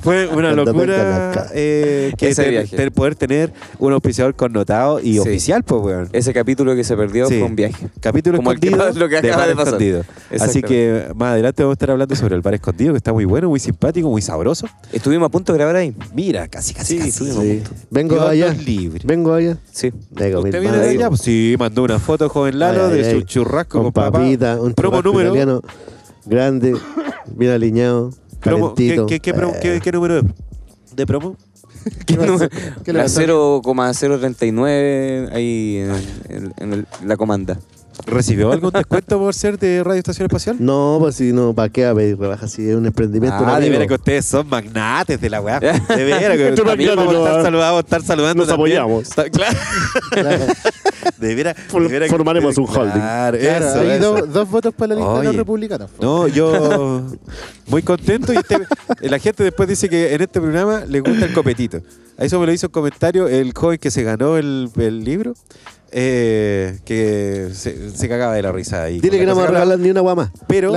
Fue una
Cuando vengan
locura
acá.
eh, que
Ese
ten-
viaje.
ten- poder tener un auspiciador connotado y
Sí.
oficial, pues, weón.
Ese capítulo que se perdió
Sí.
fue un viaje.
Capítulo
Como el que-
escondido.
lo que
de
acaba
bar
de pasar.
escondido. Así que más adelante vamos a estar hablando sobre el bar escondido, que está muy bueno, muy simpático, muy sabroso.
Estuvimos a punto de grabar ahí.
Mira, casi, casi,
Sí,
casi.
estuvimos
Sí. Vengo
Dios
allá.
nos libre.
Vengo allá.
Sí.
Vengo, mi
¿Usted viene
hermano.
de allá? pues, Sí, mandó una foto, joven Lalo,
Ay, ay,
de su
ay.
churrasco
Con
con papá.
papita, un
promo
churrasco
número.
italiano grande, bien aliñado,
Promo- ¿qué,
calentito.
qué- qué promo-
Eh,
qué- qué número de, de promo?
¿Qué le pasó? ¿Qué le
La
pasó?
0,039 ahí en, en- en el- la comanda.
¿Recibió algún descuento por ser de Radio Estación Espacial?
No, pues si no, ¿para qué a pedir rebajas si es un emprendimiento? un
Ah, de
amigo.
veras que ustedes son magnates de la weá. De veras que
Estos
también
magnates
vamos a
no,
estar
ah.
saludando, vamos a estar saludando.
Nos
también.
apoyamos.
Está- claro. De veras. de
For-
veras que
formaremos
ustedes-
un holding.
Claro,
Claro,
eso,
hay
eso.
Dos, dos votos para la lista de los
Oye.
republicanos.
No, yo muy contento y este- la gente después dice que en este programa le gusta el copetito. A eso me lo hizo un comentario el joven que se ganó el, el libro, eh, que se, se cagaba de la risa ahí.
Dile que
Con
no me
la cosa hablaba.
regalan ni una guama.
Pero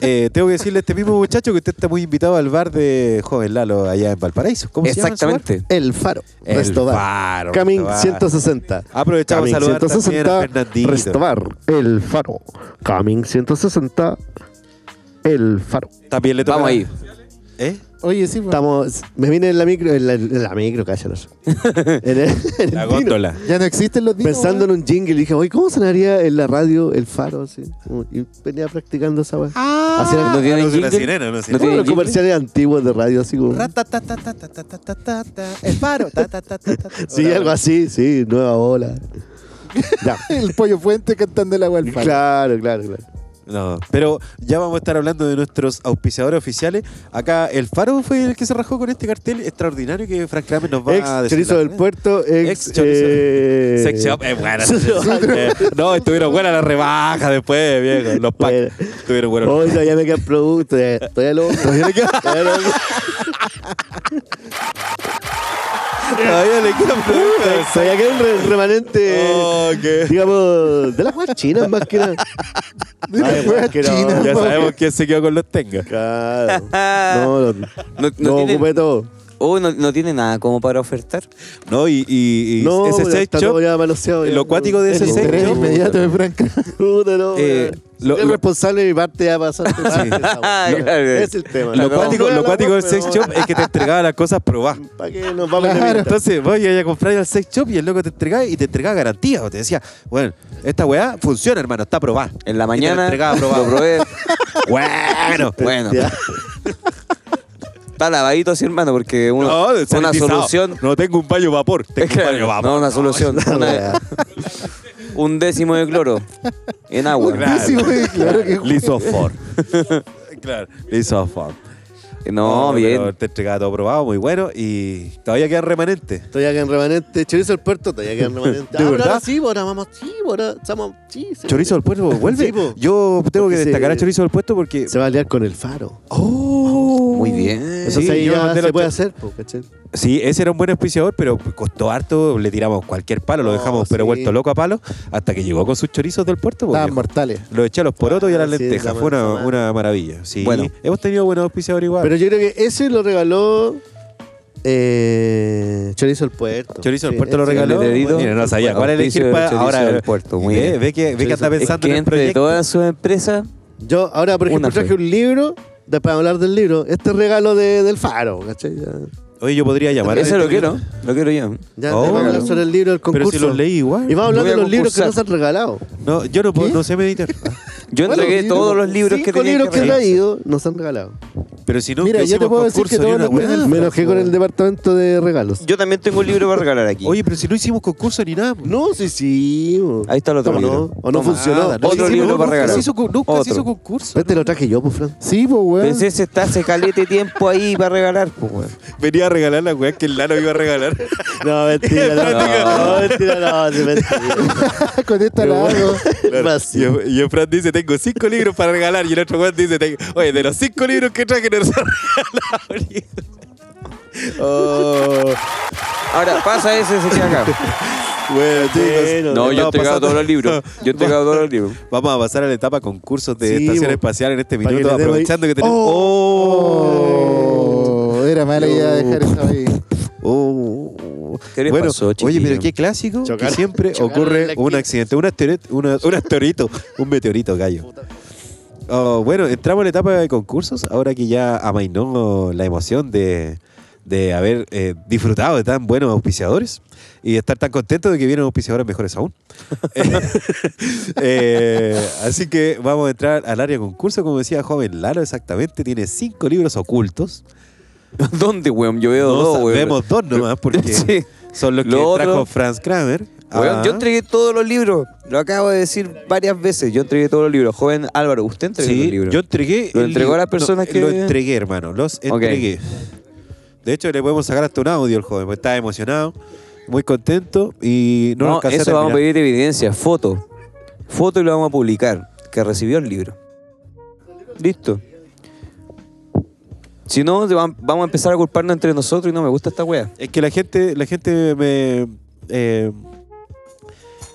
eh, tengo que decirle a este mismo muchacho que usted está muy invitado al bar de Joven Lalo allá en Valparaíso. ¿Cómo
Exactamente.
El Faro.
se llama? su bar? El
Restobar.
Faro,
Camin
Restobar.
160.
Aprovechamos a
Camin
saludar también a
160.
Fernandito.
Restobar. El Faro. Camin 160. El Faro.
También le toca-
Vamos ahí.
¿Eh?
Oye, sí, bueno,
Estamos. Me vine en la micro. En la, en la micro, cállanos. en el, en el
La
Dino.
góndola.
ya no existen los dinos.
Pensando en un jingle, dije, oye, ¿cómo sonaría en la radio el faro? Así? Y venía practicando esa weá. Así eran
¿No tienen
no, si
jingle?
una Ah, sirena, una
¿No
sirena.
todos
tienen
los
jingle?
comerciales antiguos de radio, así como.
weón. El faro. ta, ta, ta, ta, ta.
Eh,
Sí, algo así, sí, nueva ola. ya.
El pollo fuente cantando el agua al faro.
Claro, claro, claro.
No, pero ya vamos a estar hablando de nuestros auspiciadores oficiales. Acá el Faro fue el que se rajó con este cartel extraordinario que Frank Kramer nos va a
Ex
decir.
chorizo
la-
del puerto, ex.
Ex chorizo.
eh,
Sex shop, eh, buena. Eh, no, estuvieron buenas las rebajas después, viejo. Los packs
Bueno.
estuvieron buenos.
Hoy todavía Oh, me quedan productos, eh, todavía lo. Todavía me queda- todavía lo-
Todavía le quedan productos.
todavía queda un re- remanente,
Oh, qué-
digamos, de las weas chinas más que nada.
De las
Ay,
weas
más que no.
chinas,
Ya
po.
sabemos quién se quedó con los tengas.
pues. Claro. No, no,
No,
no
no, tiene,
ocupé todo.
oh, no, no tiene nada como para ofertar.
No, y, y- y
No,
ese
pero
sex
está
shop,
todo ya manoseado. ya.
lo cuático de
El
ese
Es
sex
interés
shop-
inmediato de Frank.
Puta, no,
Eh,
weón.
lo-
es
lo-
responsable de mi parte ya pasar.
Ah, claro.
es el tema.
lo
La cagó.
cuático, lo cuático del sex shop eh, es que te entregaba las cosas probadas.
¿Para qué nos vamos a
Claro.
Entonces vos ibas a comprar al sex shop y el loco te entregaba y te entregaba garantías. O te decía, bueno, esta weá funciona, hermano, está probada.
En la
Y te la
mañana
entregaba
lo
probada.
probé.
bueno,
Bueno,
Ya.
está lavadito así, hermano, porque uno,
No,
una
sanitizado.
solución.
No tengo un baño vapor, tengo un baño vapor.
no, una solución. una- un décimo de cloro en agua.
Claro.
Sí, güey, claro que
Lisofor. claro, lisofor.
No,
pero
bien.
Te entregaba todo probado, muy bueno y todavía quedan remanentes.
Todavía que en remanente. Chorizo del puerto, todavía que en remanente.
¿De
pero
verdad?
ahora sí, ahora vamos. Sí, ahora estamos. Sí, sí.
Chorizo del Puerto vuelve.
Sí, po.
Yo tengo que
Porque se-
destacar a Chorizo del Puerto porque.
Se va a liar con el faro.
¡Oh!
Muy bien.
Eso
Sí,
sí,
yo
ya
mandé
se
los
puede
cho-
hacer, po, ¿cachai?
Sí, ese era un buen auspiciador, pero costó harto, le tiramos cualquier palo, lo
No,
dejamos pero
sí.
vuelto loco a palo, hasta que llegó con sus chorizos del puerto. pues,
Estaban
viejo.
Ah, mortales.
Lo eché a los porotos y a las
Ah, sí,
lentejas,
la
fue una,
manzana.
una maravilla. Sí,
Bueno.
hemos tenido buenos auspiciadores igual.
Pero yo creo que ese lo regaló Eh, Chorizo el Puerto.
Chorizo del
Sí,
Puerto lo
ese
regaló.
ganó.
dedito.
Mira, no sabía cuál
Auspicio
elegir
del
para
Chorizo
ahora.
del Puerto, muy
Ve-
bien.
Ve que, ve que está
Chorizo-
Es
pensando
que
en el
entre
proyecto.
todas sus empresas,
Yo, ahora, por
Una
ejemplo, traje
fue.
un libro. De, para hablar del libro, este regalo de- del faro, ¿cachai? Ya,
Oye, yo podría llamar. a
eso
este-
lo quiero, lo quiero yo.
ya
Oh.
vamos a hablar sobre el libro del concurso.
Pero si los leí igual.
Y vamos a hablar
Voy a
de los libros que
concursar.
nos han regalado.
No, yo no, puedo,
¿Qué?
no sé meditar.
Yo
Bueno,
entregué
sí,
todos
como
los libros que
Cinco
tenía
libros que he
revisar.
traído nos han regalado.
Pero si no,
Mira, yo te
hicimos
puedo decir
concurso,
que
ni
todos
una hueá.
los- Ah,
Me enojé con el departamento de regalos.
Yo también tengo un libro para regalar aquí.
Oye, pero si no hicimos concurso ni nada.
No, sí, sí. bo.
Ahí está el otro
¿O no?
libro.
¿O no
Toma.
Ah, funcionó?
Nada, no
Otro
hicimos-
libro para
nunca
regalar.
se hizo con- Nunca se
Otro.
hizo concurso.
Este lo traje yo, pues, Fran.
Sí, pues, weón.
Pensé se está hace calete tiempo ahí para regalar, pues, weón.
Venía a regalar la weá que el Lano iba a regalar.
No, mentira, no. No, mentira, no, sí, mentira.
Con este esta la hago.
Y,
Vacío.
el- y el Fran dice, tengo cinco libros para regalar. Y el otro Juan dice, tengo- oye, de los cinco libros que traje, no se han regalado ni uno". Oh,
Ahora, pasa ese, se queda acá.
bueno,
No,
chicos.
yo he
estamos
entregado
pasando-
todos los libros. Yo he entregado todos los libros.
Vamos a pasar a la etapa concursos de
Sí,
estación
bo.
espacial en este
Para que
minuto,
le demos ahí.
aprovechando que tenemos... ¡Oh!
Oh, era mala idea dejar eso ahí.
Oh.
¿Qué les
bueno,
pasó,
oye,
chiquillo?
pero qué clásico
Chocaron-
que siempre
chocaron en
ocurre
la
un
esquina.
accidente, un, asteroid- una- un asteroidito, un meteorito, gallo. Oh, bueno, entramos en la etapa de concursos, ahora que ya amainó la emoción de, de haber eh, disfrutado de tan buenos auspiciadores y de estar tan contento de que vienen auspiciadores mejores aún. Eh, así que vamos a entrar al área de concurso, como decía joven Lalo, exactamente, tiene cinco libros ocultos.
¿Dónde, weón? Yo veo
No
dos, weón.
sabemos dos nomás, porque
Sí.
son los que
Lo otro-
trajo Franz Kramer.
Weón,
Ah.
yo entregué todos los libros. Lo acabo de decir varias veces. Yo entregué todos los libros. Joven Álvaro, usted entregó
Sí,
los libros.
yo entregué.
¿Lo
el
entregó
libro.
a las personas
No,
que-
Lo entregué, hermano. Los entregué. De hecho, le podemos sacar hasta un audio al joven, porque estaba emocionado, muy contento y no, lo
No,
alcancé
eso vamos a
terminar.
pedir evidencia, foto. Foto y lo vamos a publicar, que recibió el libro. Listo. Si no, te van- vamos a empezar a culparnos entre nosotros y no me gusta esta wea.
Es que la gente, la gente me. eh,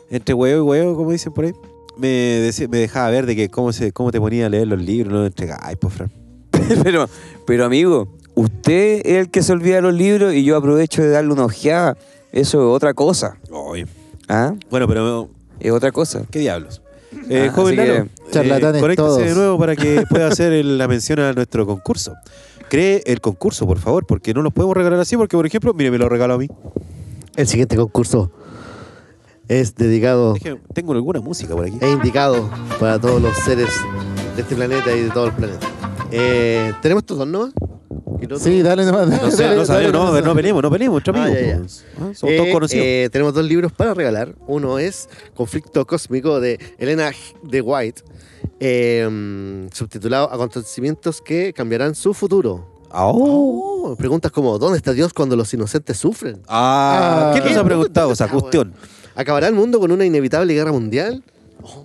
entre huevo y huevo, como dicen por ahí, me, decía- me dejaba ver de que cómo, se, cómo te ponía a leer los libros, no los entregaba. Ay, pues, Fran.
pero, pero amigo, usted es el que se olvida de los libros y yo aprovecho de darle una ojeada. Eso es otra cosa.
Ay.
¿Ah?
Bueno, pero
Es otra cosa.
¿Qué diablos? Eh,
Ah,
joven
así que-
Lalo,
Charlatanes
eh, conéctese
todos.
de nuevo para que pueda hacer el- la mención a nuestro concurso. Cree el concurso, por favor, porque no los podemos regalar así, porque, por ejemplo, mire, me lo regaló a mí.
El siguiente concurso es dedicado
Deje- Tengo alguna música por aquí.
e indicado para todos los seres de este planeta y de todo el planeta. Eh, ¿Tenemos estos dos, no? ¿Y los
Sí,
otros?
dale nomás. Dale,
No, sé,
dale,
no, sabemos,
dale,
no,
dale.
no peleemos, no peleemos, entre
Ah,
amigos.
ya, ya.
pues. Ah, Somos todos
Eh,
conocidos.
eh, tenemos dos libros para regalar. Uno es Conflicto Cósmico de Elena H- de White, eh, mm, subtitulado Acontecimientos que cambiarán su futuro.
Ah, oh.
Oh, preguntas como ¿Dónde está Dios cuando los inocentes sufren?
Ah,
Ah.
¿quién nos ha
¿Qué?
preguntado esa
Ah, bueno.
cuestión?
¿Acabará el mundo con una inevitable guerra mundial?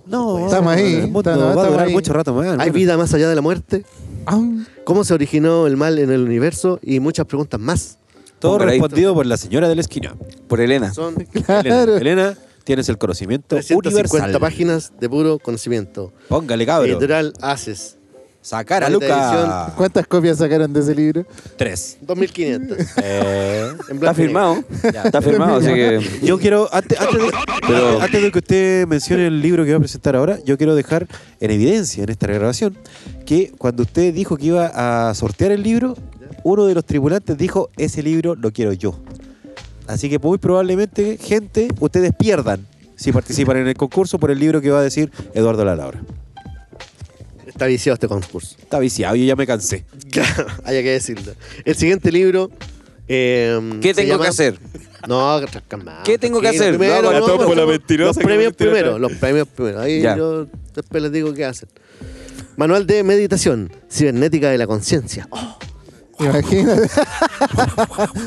No,
Estamos ahí,
el mundo
estamos-
va a
estamos
durar
ahí.
mucho rato más.
¿Hay
hermano.
vida más allá de la muerte?
Am.
¿Cómo se originó el mal en el universo? Y muchas preguntas más.
Todo
Por ahí.
respondido por la señora de la esquina.
Por Elena.
Son
Claro.
Elena, Elena, tienes el conocimiento
350
universal.
páginas Eh, de puro conocimiento.
Póngale, cabrón.
Editorial ACES,
Sacar a
Bonita
Luca.
¿Cuántas copias sacaron de ese libro?
Tres.
2500. En
Está
blanco y negro.
firmado. Está firmado, así que.
Eh, Yo quiero, antes, antes de,
Pero-
antes de que usted mencione el libro que va a presentar ahora, yo quiero dejar en evidencia en esta grabación que cuando usted dijo que iba a sortear el libro, uno de los tripulantes dijo, ese libro lo quiero yo. Así que muy probablemente, gente, ustedes pierdan si participan en el concurso por el libro que va a decir Eduardo Lalaura.
Está viciado este concurso.
Está viciado, yo ya me cansé.
Claro, haya que decirlo. El siguiente libro. eh,
¿Qué
se
tengo
llama-
que hacer?
No, tra- calma.
¿Qué tengo que
tranquilo,
hacer?
primero,
No,
no,
la topo,
pues,
la
los-
mentirosa
Los
que me
premios
tiraste.
primero, los premios primero. Ahí
Ya.
yo después les digo qué hacen. Manual de meditación, cibernética de la conciencia. Oh,
Imagínate.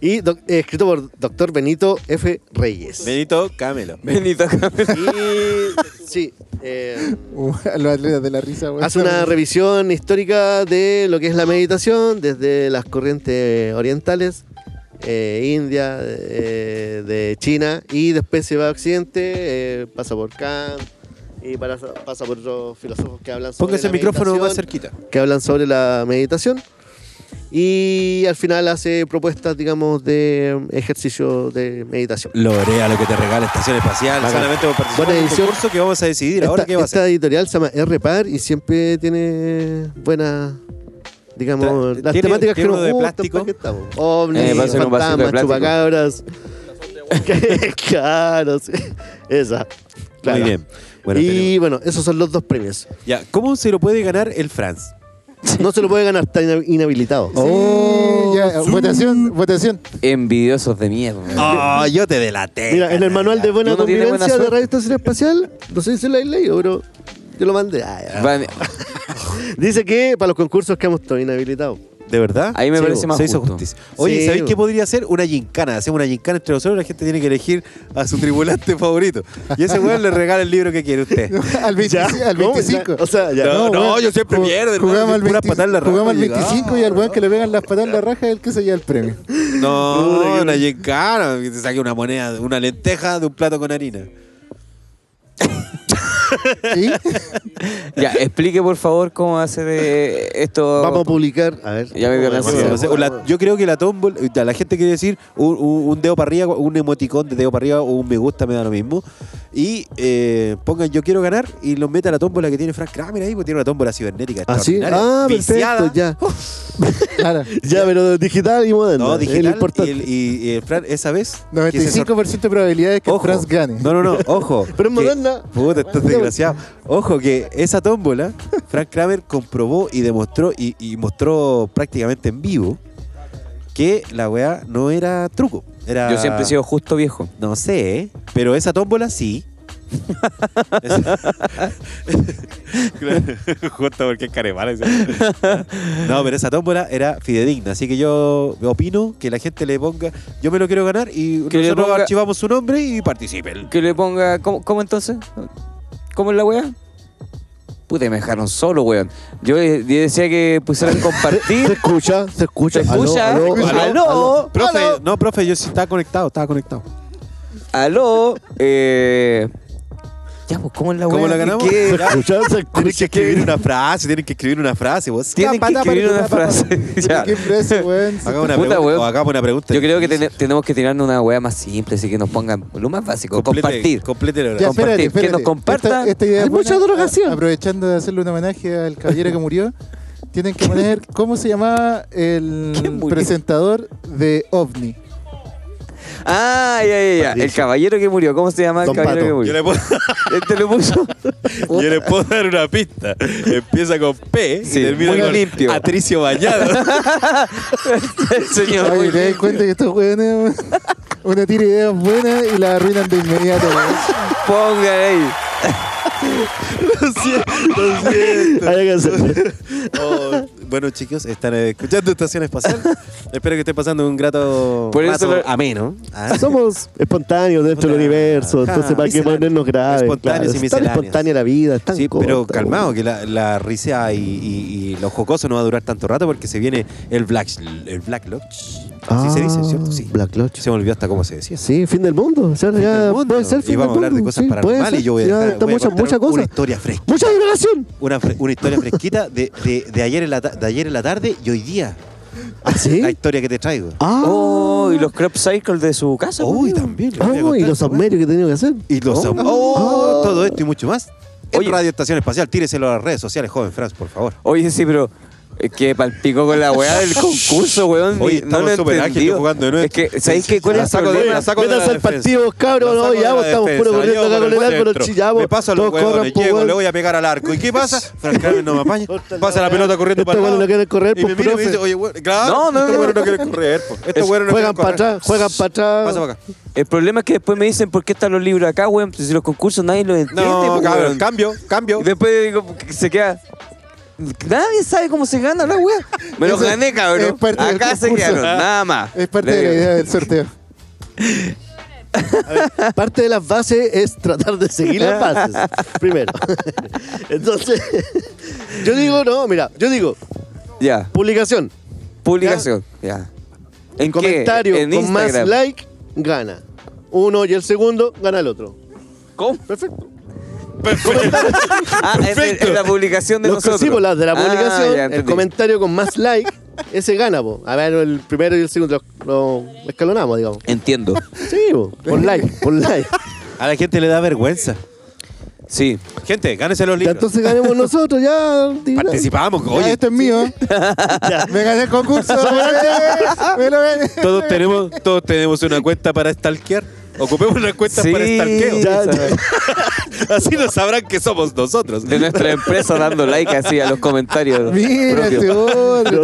Y doc- eh, escrito por doctor Benito F. Reyes.
Benito Camelo.
Benito Camelo.
Y sí, eh,
Uh, Los atletas de la risa, güey.
hace una revisión histórica de lo que es la meditación desde las corrientes orientales, eh, India, eh, de China, y después se va a Occidente, eh, pasa por Kant y para- pasa por otros filósofos que hablan sobre
Póngase el
la
micrófono más
meditación,
cerquita.
que hablan sobre la meditación. y al final hace propuestas, digamos, de ejercicio de meditación.
Lorea lo que te regala Estación Espacial.
Bacán.
Solamente por participar
Buena
en un
edición.
concurso que vamos a decidir ahora
esta,
qué va a
esta
ser.
editorial se llama R-Par y siempre tiene buenas, digamos,
Tra-
las
tiene-
temáticas que
tiene
nos
uno de
gustan.
plástico.
¿para qué estamos?
Eh,
Ovnis,
va a ser un vasito de
fantasmas,
plástico.
chupacabras. claro, sí. Esa. claro.
Muy bien. Bueno,
y
tenemos-
bueno, esos son los dos premios.
ya, ¿cómo se lo puede ganar el Franz?
No se lo puede ganar, está inha- inhabilitado.
Oh, ya, votación, votación.
Envidiosos de mierda. Ah,
Oh, yo te delaté.
Mira, en el manual de buena
Uno tiene buena
convivencia de
suerte.
Radio Estación Espacial, no sé si lo habéis leído, pero yo lo mandé. Ah, ya.
Va-
Dice que para los concursos que hemos estado inhabilitados.
¿De verdad?
Ahí me
Sí,
parece
bo,
más
Se hizo
justo.
justicia. Oye,
Sí,
¿sabéis
bo.
qué podría ser? Una gincana. Hacemos una gincana entre nosotros la gente tiene que elegir a su tripulante favorito. Y ese weón le regala el libro que quiere usted.
Al, 25, al
¿Cómo?
25.
O sea, ya.
No, no,
weón,
yo siempre
ju-
pierdo, hermano,
Jugamos al
pura
25,
patada en la raja,
jugamos al
llegaba,
25 y al weón que le pegan las patadas en la raja es el que se lleva el premio.
No, una gincana. Que te saque una moneda, una lenteja de un plato con harina.
¿Y?
ya, explique por favor cómo hacer eh, esto.
Vamos a publicar. A ver.
Ya me dio la
Sí,
ansiedad.
no sé, o la- yo creo que la tómbola, ya, la gente quiere decir un, un- un dedo para arriba, un emoticón de dedo para arriba o un me gusta, me da lo mismo. Y eh, pongan yo quiero ganar y los meta a la tómbola que tiene Frank Kramer ahí, porque tiene una tómbola cibernética.
¿Ah, sí?
extraordinaria,
Ah,
viciada.
perfecto, ya.
Claro.
Ya, pero digital y moderno.
No,
Es lo
digital. Y,
importante.
el, y- y el Fran, esa vez. que se
95% de probabilidades que
Ojo.
Franz gane.
No, no, no, ojo.
Pero es
que-
moderna.
Puta, estás desgraciado. Ojo que esa tómbola, Frank Kramer comprobó y demostró y, y mostró prácticamente en vivo que la weá no era truco. Era,
Yo siempre he sido justo viejo.
No sé, pero esa tómbola sí. Justo porque es caremala. No, pero esa tómbola era fidedigna. Así que yo opino que la gente le ponga. Yo me lo quiero ganar y
Que le
nosotros
ponga-
archivamos su nombre y participen.
Que le ponga. ¿Cómo, cómo entonces? ¿Cómo es la weá? Puta, y me dejaron solo, weón. Yo eh, decía que pusieran
Se
compartir.
escucha, se escucha.
¿Se escucha?
Aló, aló,
¿Aló?
aló, aló.
Profe, no, profe, yo sí estaba conectado, estaba conectado.
Aló. Eh, ya, pues, ¿cómo es la weá?
¿Cómo la ganamos?
¿Qué?
Se escucha,
Tienen
se
que
escucha.
escribir una frase, tienen que escribir una frase. Vos.
Tienen que escribir una frase. Ya.
¿Qué precio, weón?
Hagamos
Puta,
una, pregunta,
weón.
o hagamos una pregunta.
Yo creo que
difícil.
tene- tenemos que tirarnos una weá más simple, así que nos pongan lo más básico,
Complete-
compartir.
Complete la oración.
Ya, espérate,
Compartir, que
espérate.
nos compartan.
Esta, esta idea
Hay
es buena.
mucha drogación.
A- Aprovechando de hacerle un homenaje al caballero que murió, tienen que poner cómo se llamaba
¿Quién
el
murió?
presentador de OVNI.
Ah, ya, ya, ya. El caballero que murió. ¿Cómo se llama el
Don
caballero
Pato.
que murió?
Yo le puedo-
Este lo puso.
Yo le puedo dar una pista. Empieza con P
Sí,
y termina
muy
con
limpio.
Atricio Bañado.
el señor.
Oye,
muy
te das
limpio.
cuenta que estos weones una tira de ideas buenas y la arruinan de inmediato. weón.
Ponga ahí.
Hay que hacer.
Oh, bueno, chicos, están eh, escuchando Estación Espacial. Espero que estén pasando un grato
Por eso
rato
lo-
ameno. Ah,
Somos espontáneos dentro del
Puta,
universo,
ajá,
entonces para que
misceláneos.
ponernos graves.
Espontáneos
claro.
y
Es tan
misceláneos.
espontánea la vida, es tan
Sí, pero
corta,
calmado,
güey.
que la, la risa y, y- y lo jocoso no va a durar tanto rato porque se viene el Black, el black Lodge. Así se dice,
Ah,
¿cierto? Sí.
Black Lodge.
Se me olvidó hasta cómo se decía.
Sí, fin del mundo. O sea, ya
Del mundo.
puede ser
y
fin
vamos a
del
hablar de
mundo,
cosas
sí, puede
paranormales.
ser.
Yo voy a,
Ya
dejar-
está
voy a
mucha,
contar
mucha
una
cosa.
historia fresca.
Mucha divagación.
Una, fre- una historia fresquita de, de- de ayer en la ta- de ayer en la tarde y hoy día.
¿Ah, sí?
La historia que te traigo.
Ah,
Oh, y los crop cycles de su casa.
Uy,
pues.
también. les
Ah,
voy a contar
y los
esa weá.
submarios que he tenido que hacer.
Y los
Oh.
am- Oh,
Ah.
todo esto y mucho más. En
Oye.
Radio Estación Espacial, tíreselo a las redes sociales, joven Franz, por favor.
Oye, sí, pero. Es que palpicó con la weá del concurso, weón.
Oye,
Oye, no lo
estamos
he
súper ágiles
entendido.
jugando de nuevo.
Es que, ¿sabéis qué? ¿Cuál
La
es el
saco de-
problema?
la saco de
Métanse
la
al
defensa.
partido, cabros.
La
No,
saco de
ya
la
vos estamos
defensa,
puro
la
corriendo
llevo
acá
por
con el árbol,
centro.
chillamos.
Me paso a los huevones,
pues,
llego, le voy a pegar al arco. ¿Y qué pasa? Frank Kramer no me apaña. Pasa la pelota corriendo
Estos
para
hueones
el
no
lado.
quieren correr,
Y me
pues,
mira y me
profe.
dice, oye, hue- claro,
No, no,
estos
no.
hueones no quieren correr, po. Estos
Es-
hueones no
Juegan
quieren
para
correr.
atrás, juegan para atrás.
Pasa para acá.
El problema es que después me dicen por qué están los libros acá, weón. Si los concursos nadie los entiende,
No,
pues,
cabrón,
weón.
cambio, cambio.
Y después digo, se queda. Nadie sabe cómo se gana la weá. Me lo
Eso
gané,
es
cabrón.
parte del
Acá se
concurso.
quedaron, nada más.
Es parte de la idea del sorteo.
Parte de las bases es tratar de seguir las bases. Primero. Entonces, yo digo, no, mira, yo digo,
Ya,
publicación,
publicación. Ya. ¿En qué?
comentario
En
con más
Instagram.
like, gana. Uno y el segundo, gana el otro.
¿Cómo?
Perfecto.
Ah, es de- es la publicación de
Los
nosotros.
cosíbolas pues, de la
Ah, ya
publicación, el
entendí.
comentario con más like, ese gana, po. A ver, el primero y el segundo lo, lo escalonamos, digamos.
Entiendo.
Sí, po. Por like, por like.
A la gente le da vergüenza.
Sí.
Gente, gánense los
Ya,
libros.
entonces ganemos nosotros, ya.
Participamos,
Ya,
oye.
este es mío. Me gané el concurso. me lo gané, me lo gané.
Todos tenemos, todos tenemos una cuenta para stalkear. Ocupemos una cuenta
Sí,
para stalkeo.
ya, ya.
Así nos sabrán que somos nosotros.
De nuestra empresa dando like así a los comentarios.
Mira
propios.
este otro.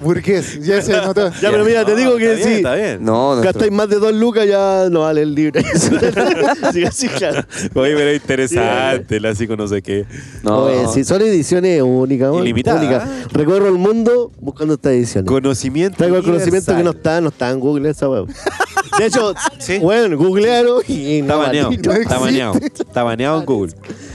Burgués, ya se notó.
Ya, pero mira, te
No,
digo que
está bien,
sí.
Está bien.
No, nuestro-
Gastáis más de dos lucas, ya no vale el libre. sí, así, claro.
Oye, pero interesante, la así no sé qué.
no,
Oye,
no.
si son ediciones únicas, bueno,
Ilimitadas.
únicas. Recorro el mundo buscando estas ediciones.
Conocimiento.
Traigo el conocimiento que no
universal.
está, no está en Google esa weón. De hecho,
Sí.
bueno, googlearon y
Está
no
baneado,
valió.
está baneado, está baneado en Google.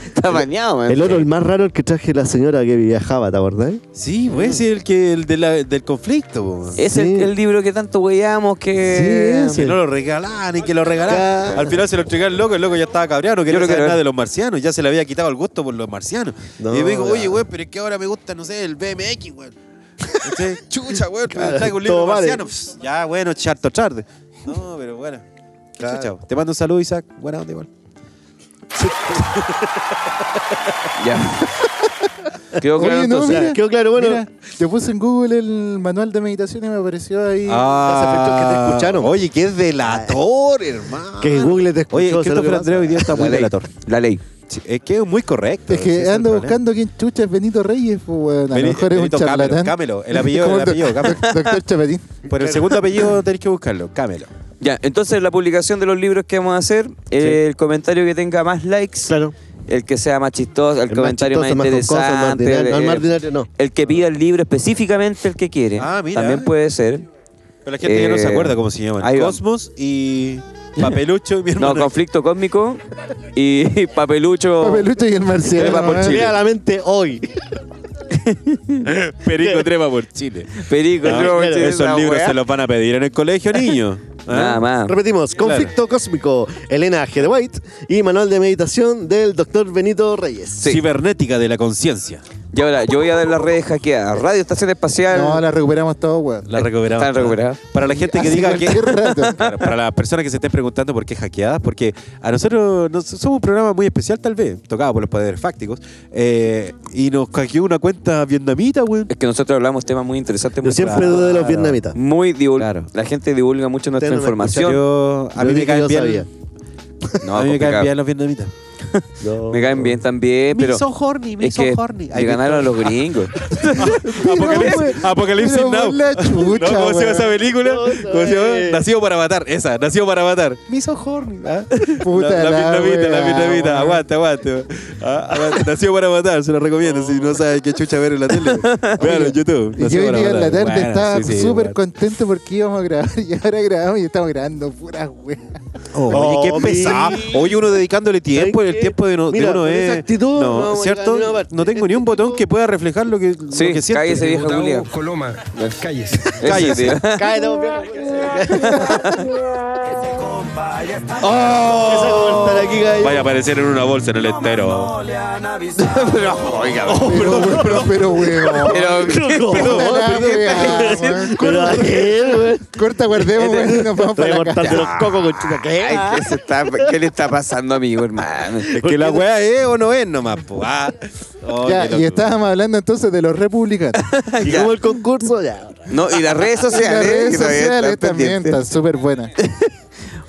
Está bañado, man.
El otro, el más raro, el que traje la señora que viajaba, ¿te acordás?
Sí, güey, ese es el, que, el de la- del conflicto. po.
Es
Sí.
el, el libro que tanto weyamos que.
Sí,
Que no lo regalaban y que lo regalaban.
Claro.
Al final se lo entregaron el loco, el loco ya estaba cabreado, no quería
Yo lo
saber
quiero
nada
ver.
de los marcianos, ya se le había quitado el gusto por los marcianos.
No,
y me dijo, oye,
ya.
güey, pero es que ahora me gusta, no sé, el BMX, güey. Entonces, Chucha, güey, pero
Claro,
traigo un libro
todo
de
vale.
marcianos. Pss, Ya, bueno, charto tarde. No, pero bueno. Chao, chao. Te mando un saludo, Isaac. Buena onda igual.
Ya. Quedó claro
Oye, no,
entonces.
mira.
Quedó claro, bueno.
Mira, yo puse en Google el manual de meditación y me apareció ahí.
Ah,
efectos que te escucharon.
Oye, que es delator, hermano.
Que Google te escuchó.
Ah. Oye,
¿sabes lo
Christopher
que
Andreu hoy día está muy
La ley.
delator.
La ley.
Sí, Es que es muy correcto.
Es
ese
que
el
ando
problema.
buscando quién chucha es Benito Reyes, pues, weón. A lo
Beni-
mejor es un
Benito Camelo,
charlatán.
Camelo, el apellido,
Como
el
doc-
apellido, Camelo.
doc- Doctor Chapetín.
Por el segundo apellido tenés que buscarlo, Camelo.
Ya, entonces la publicación de los libros que vamos a hacer, el comentario que tenga más likes,
Claro.
el que sea más chistoso, el,
más
comentario más,
chistoso, más
interesante,
jocoso, más ordinario. No, el
el,
más ordinario no.
el que pida el libro específicamente el que quiere.
Ah, mira.
También puede ser.
Pero la gente ya no se
Eh,
acuerda cómo se llaman.
ahí va.
Cosmos y Papelucho y mi
No,
hermano.
conflicto cósmico y, y
Oh.
papelucho.
Papelucho y el marciano.
Crema por
weón.
Chile.
Lea la mente hoy.
Perico Trema por Chile.
Perico,
Ah,
yo,
claro,
che,
esos
la
libros
weá.
se los van a pedir en el colegio, niño. ¿Ah?
Nada más.
Repetimos,
Claro.
conflicto cósmico, Elena G. de White y manual de meditación del doctor Benito Reyes.
Sí.
Cibernética de la conciencia.
Y ahora, yo voy a dar las redes hackeadas. Radio Estación Espacial.
No, la recuperamos todo, weón.
La recuperamos.
Están recuperadas.
Para la gente que
Hace
diga que.
cualquier rato.
Claro, para las personas que se estén preguntando por qué hackeadas, porque a nosotros nos- somos un programa muy especial, tal vez, tocado por los poderes fácticos, eh, y nos hackeó una cuenta vietnamita, güey.
Es que nosotros hablamos temas muy interesantes.
Yo
muy-
siempre dudo de los
Claro.
vietnamitas.
Muy divul-
Claro.
La gente divulga mucho nuestra
Usted no me
información.
Yo, a
Yo
mí
dije
me
que
caen
yo
bien.
sabía.
No,
a mí me caen
complicado.
bien los vietnamitas.
Me caen bien también, pero
horny,
es que le ganaron a los gringos.
Apocalipsis, Apocalipsis
Pero,
Now.
weón, la chucha,
¿No? ¿Cómo se llama
weón.
esa película?
No
¿Cómo se
sé.
llama? Nacido para matar, esa, nacido para matar.
Miso horny. ¿ah? Puta
la, la vietnamita, la
weá,
vietnamita,
weón.
aguante, aguante. Ah, aguante. Nació para matar, se lo recomiendo. Si no sabe qué chucha ver en la tele, vean en YouTube.
Y
Nació
yo hoy
para
día en la
matar.
tarde
Bueno,
estaba
sí, sí,
súper
bueno.
contento porque íbamos a grabar y ahora grabamos y estamos grabando puras weas.
Oye,
Oh,
qué pesado.
mi-
Oye, uno dedicándole tiempo,
¿Sabes
el
qué?
tiempo de, no, de
Mira,
uno
con
es.
esa actitud no
no,
vamos a
¿cierto?
llegar a ninguna parte.
No tengo ni un botón que pueda reflejar lo que, lo
Sí,
que siento.
cállese vieja culia.
Coloma, calles.
Cállese.
Cae, no, mira. Esa
Oh.
como estar aquí, gallo.
Vaya a aparecer en una bolsa en el estero.
Pero, pero, pero, weón.
Pero
Puta
¿Cómo?
la weá, weón.
Pero a ver, güey.
Corta, guardemos, weón, y nos vamos para la
Remortando
casa.
los cocos con chuta. ¿Qué?
Ay, ¿qué, se está- qué le está pasando a mi hermano?
Es que la weá es o no es nomás, po. Ah. Oh,
Ya,
qué
y
loco.
estábamos hablando entonces de los republicanos.
¿Y
Ya.
como el concurso? Ya.
No, y las redes
Y las
sociales.
redes
que todavía están
sociales también
pendientes.
están súper buenas.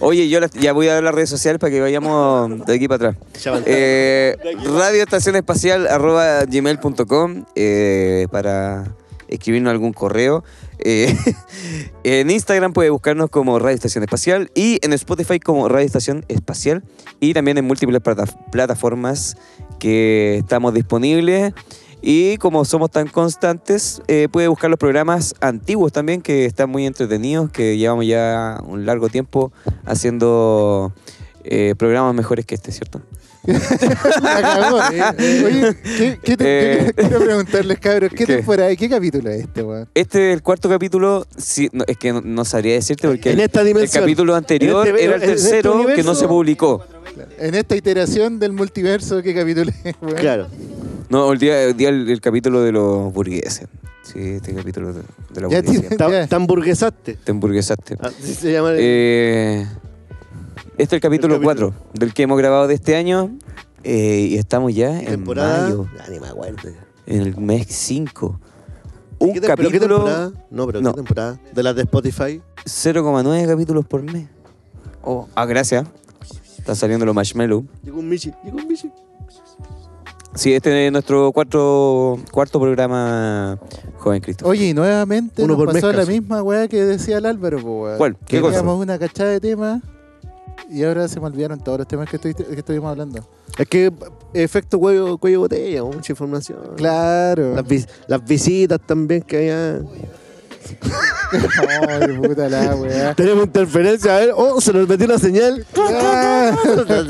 Oye, yo las- ya voy a dar las redes sociales para que vayamos de aquí para atrás.
Ya van.
Eh, radio Estación Espacial arroba gmail.com eh, para escribirnos algún correo. Eh, en Instagram puede buscarnos como Radio Estación Espacial y en Spotify como Radio Estación Espacial y también en múltiples plata- plataformas que estamos disponibles. Y como somos tan constantes, eh, puede buscar los programas antiguos también, que están muy entretenidos, que llevamos ya un largo tiempo haciendo eh, programas mejores que este, ¿cierto?
La cagó. ¿eh? Oye, ¿qué, qué te-
Eh.
quiero preguntarles, cabros, ¿qué,
¿Qué?
temporada y qué capítulo es este, weón?
Este es el cuarto capítulo, sí, no, es que no, no sabría decirte porque
En esta
el
dimensión.
capítulo anterior
En este-
era el
en este
tercero que no
universo.
se publicó.
En esta iteración del multiverso, ¿qué capítulo es, weón?
¿eh?
Claro.
No, el día, el, día- el- el capítulo de los burgueses. Sí, este capítulo de, de la
Ya
burguesía.
tiene-
Ta-
Ya.
Te hamburguesaste.
Te hamburguesaste.
Así se llama.
Eh, este es el capítulo
Ah, El capítulo.
4 del que hemos grabado de este año. eh, y estamos ya en
temporada.
mayo,
Ah, ni me acuerdo.
en el mes 5.
¿Y
Un
qué tem- pero qué
capítulo,
temporada? No, pero
No.
¿qué temporada? De las de Spotify.
0,9 capítulos por mes. Oh, ah, gracias. Está saliendo los marshmallow.
Llegó un Michi, llegó un Michi.
Sí, este es nuestro cuarto, cuarto programa Joven Cristo.
Oye, y nuevamente
Uno
nos
por
pasó
mes,
la
casi.
misma weá que decía el Álvaro, po, weá.
¿Cuál? ¿Qué
Que
cosa?
Teníamos una cachada de temas y ahora se me olvidaron todos los temas que, estuviste- que estuvimos hablando.
Es que efecto cuello, cuello botella, mucha información.
Claro.
Las, vis- las visitas también que había.
Ay, puta la weá.
Tenemos interferencia, a ver. Oh, se nos metió la señal.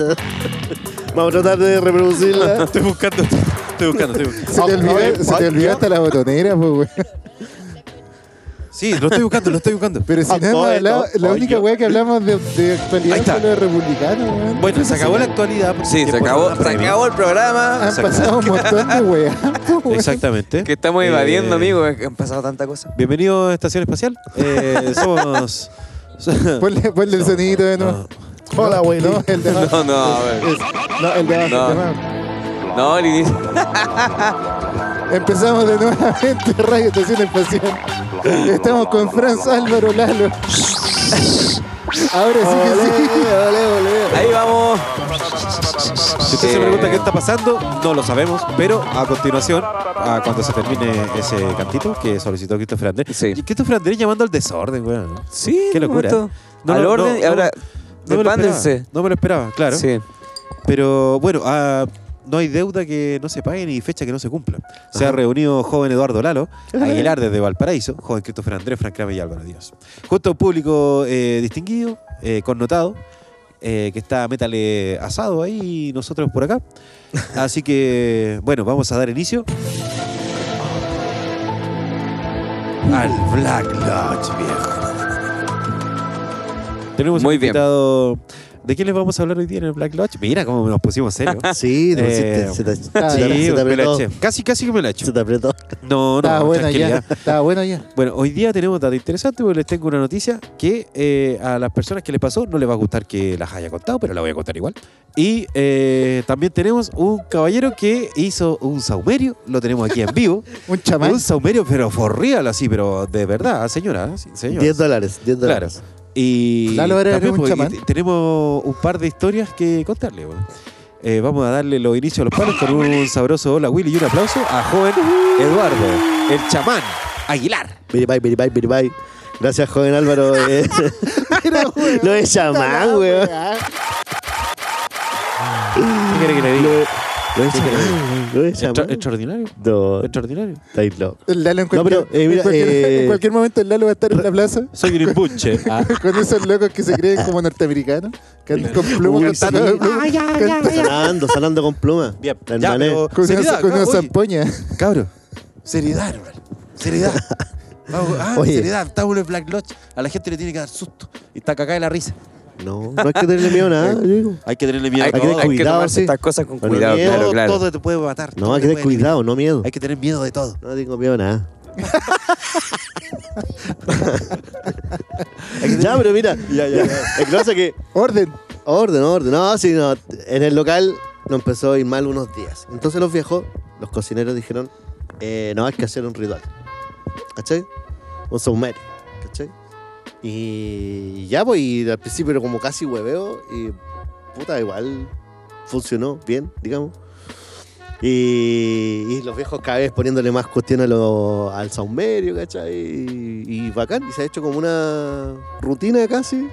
Vamos a tratar de reproducirla.
Estoy buscando, estoy buscando, estoy buscando.
Se te olvidó, se te olvidó hasta la botonera, po, weá.
Sí, lo estoy buscando, lo estoy buscando.
Pero si
Ah,
no hemos
todo
hablado,
esto.
la
Ay,
única
yo-
weá que hablamos de, de actualidad
Ahí está.
fue lo de republicano, weón.
Bueno, se acabó la actualidad. porque
Sí, se
tiempo
acabó,
no da
se
para mí.
acabó el programa.
Ah,
Han pasado un montón de weá, po, weón.
Exactamente.
Que estamos
pues, Eh,
evadiendo, amigo. que Han pasado tanta cosa.
Bienvenido a Estación Espacial. Eh, somos. ah,
Ponle, ponle el sonidito de nuevo. Hola, güey. No, el de
No, no, a ver.
Es- no, el de abajo, el de
No.
abajo.
No, el inicio.
Empezamos de nuevamente Radio Estación Espacial. Estamos con Franz Álvaro Lalo. Ahora sí que sí.
Ahí vamos.
Si usted se pregunta qué está pasando, no lo sabemos, pero a continuación, a cuando se termine ese cantito que solicitó Christopher Andrés.
Sí.
Y Christopher Andrés llamando al desorden, weón.
Sí,
Qué locura. No,
Al
no,
orden,
no,
y ahora,
No me, lo esperaba,
depándense.
no me lo esperaba, claro.
Sí.
Pero bueno, ah, no hay deuda que no se pague ni fecha que no se cumpla. Se ha reunido joven Eduardo Lalo, Aguilar desde Valparaíso, joven Christopher Andrés, Frank Kramer y Álvaro Díaz. Junto a un público eh, distinguido, eh, connotado, eh, que está métale asado ahí y nosotros por acá. Así que, bueno, vamos a dar inicio al Black Lodge, viejo. Tenemos
Muy
un
bien.
invitado. ¿De quién les vamos a hablar hoy día en el Black Lodge? Mira cómo nos pusimos serios.
Sí, no,
Eh,
sí, te- se te, se te-
Ah,
se te
Sí, me la
apretó.
eché. Casi, casi que me la eché.
Se te apretó.
No,
Estaba
no,
Ah, bueno ya.
tranquilidad.
Estaba bueno ya.
Bueno, hoy día tenemos dato interesante porque les tengo una noticia que eh, a las personas que le pasó no les va a gustar que las haya contado, pero la voy a contar igual. Y eh, también tenemos un caballero que hizo un saumerio, lo tenemos aquí en vivo.
Un chamán.
un saumerio, pero for real, así, pero de verdad, señora. sí, señora.
10 dólares, 10
Claro.
dólares.
Y
Lalo era
también,
un
pues,
chamán.
y te- tenemos un par de historias que contarle. bueno. Eh, vamos a darle los inicios a los palos con un sabroso hola Willy y un aplauso a joven Eduardo, el chamán Aguilar.
Bye, bye, bye, bye, bye, bye. Gracias, joven Álvaro. eh. Lo de chamán, weón.
¿Qué quiere que le diga?
Lo lo de chamán. Lo de
Extra-
chamán.
extraordinario,
No,
extraordinario.
estáis locos.
El Lalo en
No,
cualquier,
pero, eh, mira,
en, cualquier,
eh,
en cualquier momento el Lalo va a estar en la plaza.
Soy un impunche. Ah.
Con esos locos que se creen como norteamericanos, que andan con plumas,
Uy,
con
sí.
tacos de plumas,
Sanando, sanando con pluma.
Bien,
La
ya,
hermané.
pero-
con
Seriedad,
una, con una
oye.
zampoña.
Cabro, seriedad, hermano. Seriedad. Vamos, ah,
Oye.
seriedad, estamos en Black Lodge. A la gente le tiene que dar susto. Y está cagada de la risa.
No, no hay que tenerle miedo a nada, yo digo.
Hay que tenerle miedo
Hay,
a
que-
todo.
hay que
cuidado,
tomarse
sí.
estas cosas con
Pero
cuidado,
miedo,
claro, claro.
Todo te puede matar.
No,
todo
hay que
te
tener
puede quitar.
cuidado, no miedo.
Hay que tener miedo de todo.
No tengo miedo a nada. ya, pero mira. Lo que pasa es que.
Orden.
Orden, orden. No, sí, no. En el local no empezó a ir mal unos días. Entonces los viejos, los cocineros dijeron: eh, No, hay que hacer un ritual. ¿Cachai? Un saumerio. ¿Cachai? Y ya, pues, y al principio era como casi hueveo. Y puta, igual funcionó bien, digamos. Y, y los viejos cada vez poniéndole más cuestión a lo- al saumerio, ¿cachai? Y, y bacán, y se ha hecho como una rutina casi.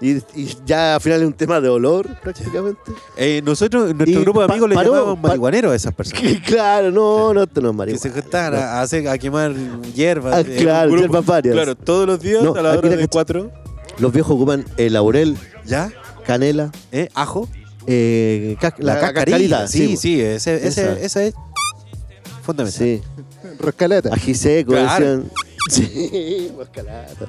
Y, y ya al final es un tema de olor prácticamente.
Eh, nosotros, nuestro
Y
grupo de
pa-
amigos le
paró,
llamábamos
pa-
marihuaneros a esas personas.
Que claro, no, no, esto no es
Que
marihuana.
se juntaban a, a hacer, a quemar hierbas.
Ah,
en un
claro,
grupo.
hierbas varias.
Claro, todos los días
No,
a la
aquí
hora
la
de
cacha-
4.
Los viejos ocupan eh, laurel,
¿Ya?
canela,
¿Eh? ¿Ajo?
eh, cas- la, cascarita.
Sí, sí,
po.
ese, ese,
Esa.
esa es fundamental.
Sí.
Roscalata.
pues. Ají seco,
Claro.
decían. Sí, guascalata.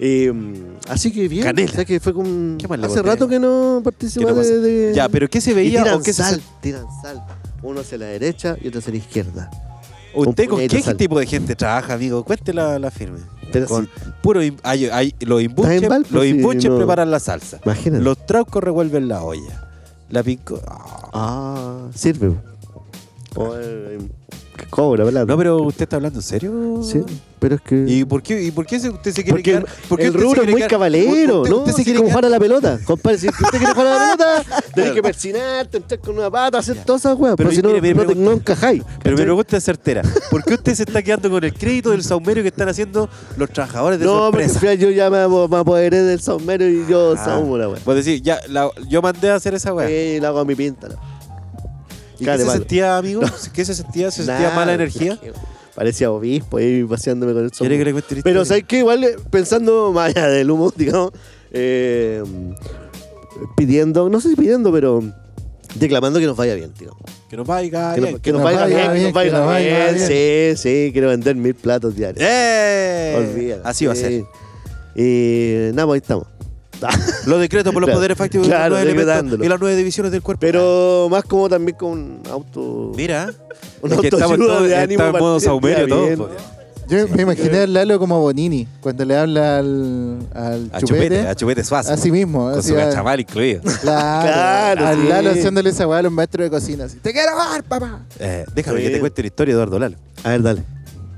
Y, mm, así que bien.
Canela.
o sea que fue como.
¿Qué más le
Hace
boté?
rato que no
¿Qué
participaba
no pasa?
de, de-
Ya, pero ¿qué se
Y
veía
tiran
o qué se
sal, tiran sal. Uno hacia la derecha y otro hacia la izquierda.
¿Usted
Un
con
puñetito
qué
sal.
tipo de gente trabaja, amigo? Cuente la, la firme.
Pero
con
sí,
puro im- hay- hay- los
Está
imbuches,
en Valpo,
los
sí,
imbuches
no.
preparan la salsa.
imagínate.
Los traucos revuelven la olla. La pico. ah.
Ah, sirve. O, eh, que cobra, ¿verdad?
No, pero usted está hablando en serio.
Sí, pero es que...
¿Y por qué, y por qué se- usted se quiere
Porque
quedar? ¿Por qué
el
usted se
rubro es
quiere
muy
quedar-
caballero,
usted-
¿no?
usted se quiere
si quiere
quedar-
jugar a la pelota, compadre, si usted quiere jugar a la pelota, tenés que persinarte, entrar con una pata, hacer todas esas weas,
Pero
pero si no,
mire, mire,
no, te-
pregunta-
no encajáis.
Pero mi
¿cachai?
pregunta es certera. ¿Por qué usted se está quedando con el crédito del saumerio que están haciendo los trabajadores de
No, porque al
sorpresa?
final yo ya me, ap- me apoderé del sombrero y yo
Ah.
saumo la wea.
Pues decir, ya, la- yo mandé a hacer esa weá.
Y la hago a mi pinta. la-
¿Y
cara
qué
de
se
malo.
sentía, amigo? ¿Qué se sentía? ¿Se sentía
Nada,
mala energía?
porque Parecía obispo ahí paseándome con el
¿Quiere
sombrero.
que le cuente la
Pero
historia?
¿sabes qué? Igual eh, pensando más allá del humo, digamos, eh, pidiendo, no sé si pidiendo, pero declamando que nos vaya bien, digamos.
Que nos vaya,
Que, no-
Ah, bien.
que nos vaya bien, que nos vaya bien. Sí, sí, quiero vender mil platos diarios.
¡Eh!
Olvídalo.
Así va a
Sí.
ser.
Y nada, pues ahí estamos.
Los decretos por los
Claro,
poderes fácticos
claro,
de los nueve elementos
decretándolo.
y las nueve divisiones del cuerpo.
Pero más como también con auto.
Mira,
un
es que estamos
autoayuda
todos-
de
está
ánimo
en modo
para el día
saumerio
bien.
todo, pues.
Yo me imaginé a Lalo como Bonini, cuando le habla al, al
A
chupete,
chupete, a chupete suazo.
Así mismo.
Con
así
su
a-
cachamal incluido.
Claro,
Claro,
al
sí.
Lalo haciéndole esa weá a los maestros de cocina. así, Te quiero ver, papá.
Eh, déjame
Sí.
que te cuente la historia, Eduardo Lalo.
A ver, dale.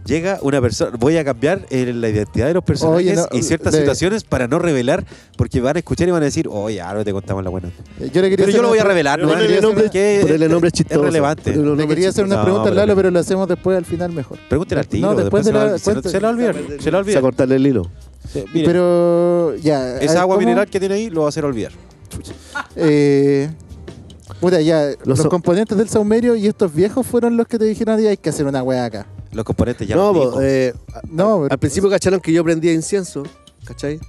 Llega una persona, voy a cambiar eh, la identidad de los personajes
Oye, no,
y ciertas
de-
situaciones para no revelar, porque van a escuchar y van a decir, oye, ahora te contamos la buena.
Yo le quería
Pero
hacer
yo
una
lo voy a
pre-
revelar,
le
¿no?
quería
Ponele
hacer
nombre,
una-
que
ponele
es-
nombre
es
chistoso.
relevante.
Ponele
Le
nombre
quería hacer
No,
una pregunta al
pero-
Lalo, pero lo hacemos después al final mejor.
Pregúntale al
No,
tiro.
después
se
de
la-
la-
se, la-
cuenta-
se la va a olvidar. Se la va a
Se
olvidar.
a cortarle el hilo.
Eh, mire,
Pero ya.
esa agua
¿cómo?
mineral que tiene ahí lo va a hacer olvidar.
Eh, puta, ya. Los,
so-
componentes del saumerio y estos viejos fueron los que te dijeron, "Oye, hay que hacer una weá acá.
Los componentes ya
no,
los
pues,
dijo.
eh,
No,
Al principio
pues,
cacharon que yo prendía incienso, ¿cachai?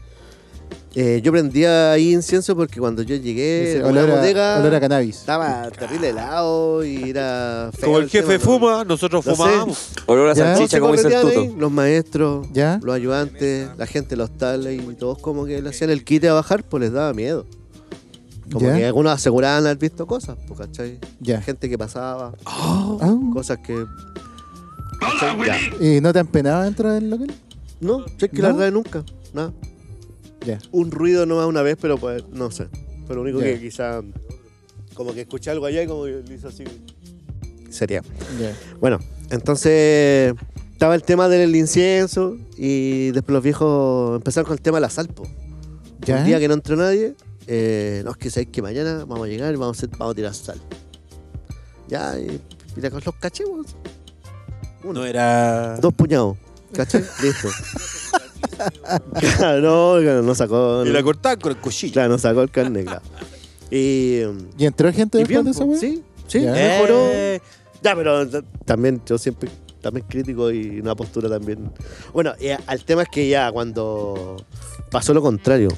Eh, yo prendía ahí incienso porque cuando yo llegué
Ese
ah, eh, a la
olor a-
bodega
olor a cannabis.
estaba terrible helado y era feo
Como el jefe
tema, ¿no?
fuma, nosotros
No sé.
fumamos.
Olor a
Ya.
Los
salchicha,
chicos
como dice el
prendían
tuto.
ahí, Los maestros,
¿Ya?
los ayudantes, la gente de los tales y todos como que le hacían el quite a bajar, pues les daba miedo. Como
¿Ya?
que algunos aseguraban haber visto cosas, pues, ¿cachai?
ya.
Gente que pasaba,
Ah,
cosas que... ¿cachai? Ya.
¿Y no te han penado dentro del local?
No, si es que la
¿No?
verdad nunca, nada.
Ya.
un ruido nomás una vez, pero pues no sé. Pero lo único
Ya.
que quizá como que escuché algo allá y como que le hizo así. Sería.
Ya.
Bueno, entonces estaba el tema del incienso y después los viejos empezaron con el tema de la salpo. Un día
¿Ya?
que no entró nadie, eh, no, es que sabéis que mañana vamos a llegar y vamos a, hacer- vamos a tirar sal. Ya, y, y la- los cachemos.
No era.
Dos puñados. ¿Cachai? Listo. Claro, no, claro, no sacó.
Y
no-
la cortaban con el cuchillo.
Claro, no sacó el carne, claro. Y. um,
¿Y entró gente
y
después
bien,
de esa
po,
weá?
Sí, sí,
Ya.
mejoró.
Eh,
Ya, pero t- también yo siempre también crítico y una postura también. Bueno, y a- al tema es que ya cuando pasó lo contrario,